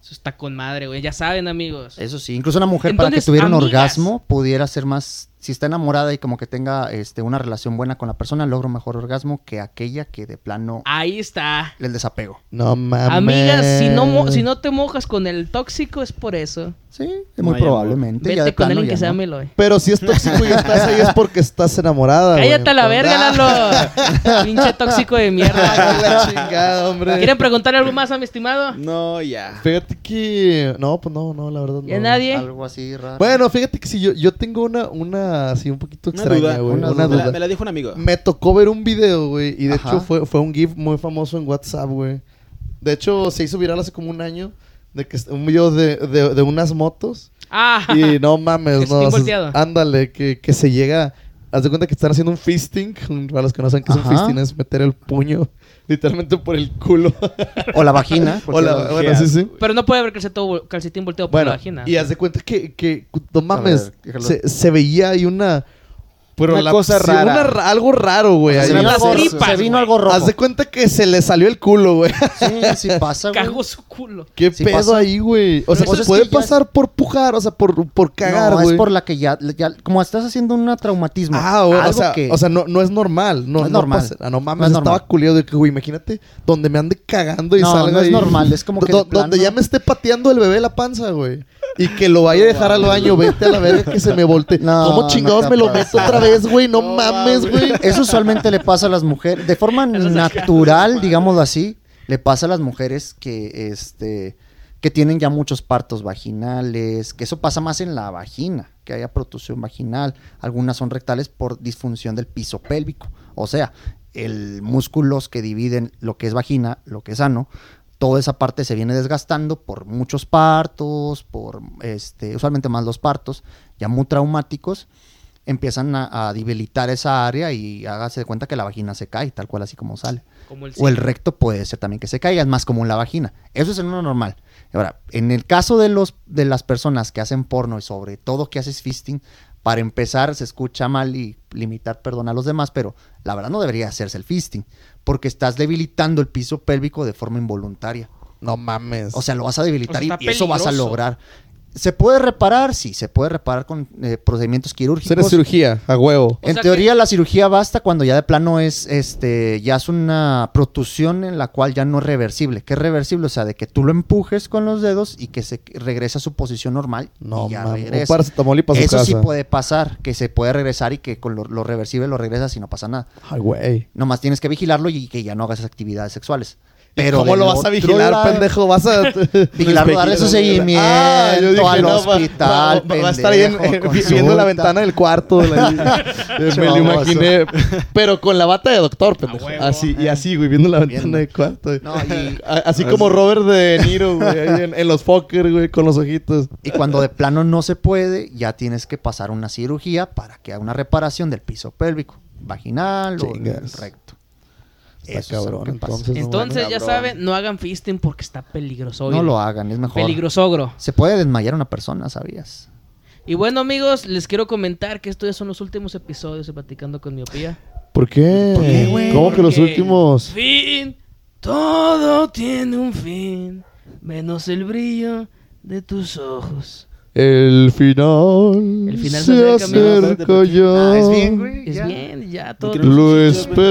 Eso está con madre, güey. Ya saben, amigos. Eso sí, incluso una mujer para que Entonces, tuviera un amigas. orgasmo pudiera ser más, si está enamorada y como que tenga este, una relación buena con la persona, logra un mejor orgasmo que aquella que de plano Ahí está. el desapego. No mames. Amigas, si no, mo- si no te mojas con el tóxico es por eso. Sí, No muy hay amor. probablemente. ya de Vete con plano alguien ya que se no. llame Eloy. Pero si es tóxico y estás ahí es porque estás enamorada. güey. Cállate a la pues, verga, Ah, Lalo. Pinche tóxico de la mierda. chingada, hombre. ¿Quieren preguntar algo más a mi estimado? No, ya. Fíjate que. No, pues no, no, la verdad no. ¿Y a nadie? Algo así raro. Bueno, fíjate que si yo, yo tengo una, una así un poquito Una extraña, duda, güey. una Una, duda. Me duda. la, me la dijo un amigo. Me tocó ver un video, güey. Y de Ajá. hecho fue, fue un GIF muy famoso en WhatsApp, güey. De hecho, se hizo viral hace como un año. De que es- un video de, de, de unas motos. Ah, Y no mames, Estín no. o sea, volteado. ándale, que, que se llega. Haz de cuenta que están haciendo un fisting. un- Para los que no saben qué es un Ajá. fisting, es meter el puño literalmente por el culo. O la vagina. o la- cualquiera de las- bueno, sí, sí. pero no puede haber calcetín, vol- calcetín volteado por Bueno, la vagina. y haz de cuenta que, que no mames, A ver, se, se veía ahí una. Pero Una cosa sí, rara. una ra- algo raro, güey. Se ahí. vino las algo- tripas, se vino güey. algo rojo. Haz de cuenta que se le salió el culo, güey. Sí, sí pasa, güey. Cagó su culo. ¿Qué Sí pedo pasa. ahí, güey? O sea, eso es puede que ya- pasar por pujar, o sea, por, por cagar, no, güey. es por la que ya, ya- como estás haciendo un traumatismo. Ah, o, o algo sea, que- o sea, no, no es normal. No, No es no normal. pasa- ah, no mames, No es normal. estaba culiado de que, güey, imagínate donde me ande cagando y No, salga no es ahí. normal, es como que Do- de plano- Donde ya me esté pateando el bebé la panza, güey. Y que lo vaya a dejar al baño, vete a la verga que se me voltee. No, ¿Cómo chingados no te me lo pases. meto otra vez, güey? No, mames, güey. Eso usualmente le pasa a las mujeres, de forma natural, digámoslo así, le pasa a las mujeres que, este, que tienen ya muchos partos vaginales, que eso pasa más en la vagina, que haya protrusión vaginal. Algunas son rectales por disfunción del piso pélvico. O sea, el músculos que dividen lo que es vagina, lo que es ano, toda esa parte se viene desgastando por muchos partos, por este, usualmente más los partos, ya muy traumáticos, empiezan a, a debilitar esa área y hágase de cuenta que la vagina se cae, tal cual así como sale. Como el O el cine. recto puede ser también que se caiga, es más común la vagina. Eso es en uno normal. Ahora, en el caso de, los, de las personas que hacen porno y sobre todo que haces fisting, para empezar se escucha mal y limitar, perdón, a los demás, pero la verdad no debería hacerse el fisting, porque estás debilitando el piso pélvico de forma involuntaria. No mames. O sea, lo vas a debilitar O sea, y- está y, eso vas a peligroso. lograr. ¿Se puede reparar? Sí, se puede reparar con eh, procedimientos hacer es quirúrgicos. cirugía, a O huevo. En sea teoría la cirugía basta cuando ya de plano es este ya es una protusión en la cual ya no es reversible. ¿Qué es reversible? O sea, de que tú lo empujes con los dedos y que se regrese a su posición normal No y ya mames. Un regresa. paracetamol y pa' su Eso sí casa. puede pasar, que se puede regresar y que con lo, lo reversible lo regresas y no pasa nada. Ay, güey. Nomás tienes que vigilarlo y que ya no hagas actividades sexuales. Pero ¿Cómo del lo vas a otro vigilar, lado- pendejo? Vas a. Vigilarlo, darle su seguimiento Ah, yo dije, al no, va- hospital. Va, va a estar ahí en- pendejo, eh, vi- viendo la consulta. ventana del cuarto. la- Eh, me lo Baboso. imaginé. Pero con la bata de doctor, pendejo. huevo. Así, y así, güey, viendo la ventana Ah, Viendo. del cuarto. No, y- A- Así como Robert de Niro, güey, ahí en, en los fucker, güey, con los ojitos. Y cuando de plano no se puede, ya tienes que pasar una cirugía para que haga una reparación del piso pélvico, vaginal o Chingas. recto. Está Eso es lo cabrón, que pasa. entonces. no Entonces, mames. ya Cabrón. saben, no hagan fisting porque está peligroso. No lo hagan, es mejor. Peligrosogro. Se puede desmayar una persona, ¿sabías? Y bueno, amigos, les quiero comentar que estos son los últimos episodios de Platicando con Miopía. ¿Por qué? ¿Por qué, güey? ¿Cómo que los Porque- últimos? Fin. Todo tiene un fin, menos el brillo de tus ojos. El final. El final se se acerca, amigos. acerca Ah, ya. Ah, Es bien, ya todo. Lo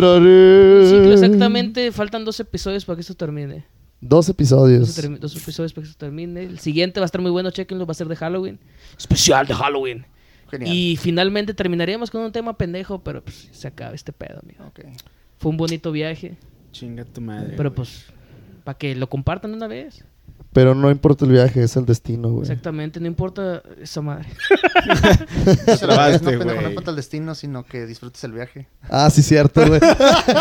Un ciclo esperaré. exactamente, faltan dos episodios para que esto termine. Dos Dos, episodios. termi- dos episodios para que esto termine. El siguiente va a estar muy bueno, chequenlo, va a ser de Halloween. Especial de Halloween. Genial. Y finalmente terminaríamos con un tema pendejo, pero pues, se acaba este pedo, amigo. Fue un bonito viaje, Chinga tu madre. pero pues para que lo compartan una vez. Pero no importa el viaje, es el destino, Pues. güey. Exactamente, no importa esa madre. Eso Trabaste, no, pendejo, no güey. importa el destino, sino que disfrutes el viaje. Ah, sí, cierto, güey.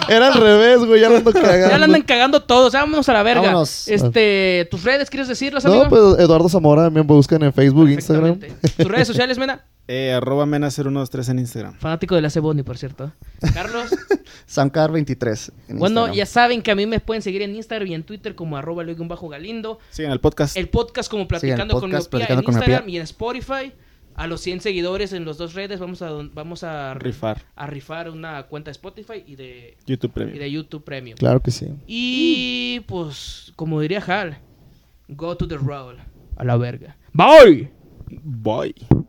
Era al revés, güey. Ya lo ando cagando. Ya la andan cagando todos, ya vámonos a la verga. Vámonos. Este, tus redes, ¿quieres decirlas, amigo? No, pues Eduardo Zamora me buscan en Facebook, Instagram. Perfectamente. Tus redes sociales, Mena. Eh, arroba mena0123 en Instagram. Fanático de la Ceboni, por cierto. Carlos. Samcar23. en Bueno, Instagram. ya saben que a mí me pueden seguir en Instagram y en Twitter como arroba luego un bajo galindo. Sigan el podcast. El podcast como Platicando Sí, el con podcast, Miopía Platicando en con Instagram Miopía. y en Spotify. A los 100 seguidores en las dos redes vamos a, don- vamos a Rifar. a rifar una cuenta de Spotify y de, YouTube Premium. y de YouTube Premium. Claro que sí. Y pues, como diría Hal, go to the road. A la verga. Bye. Bye.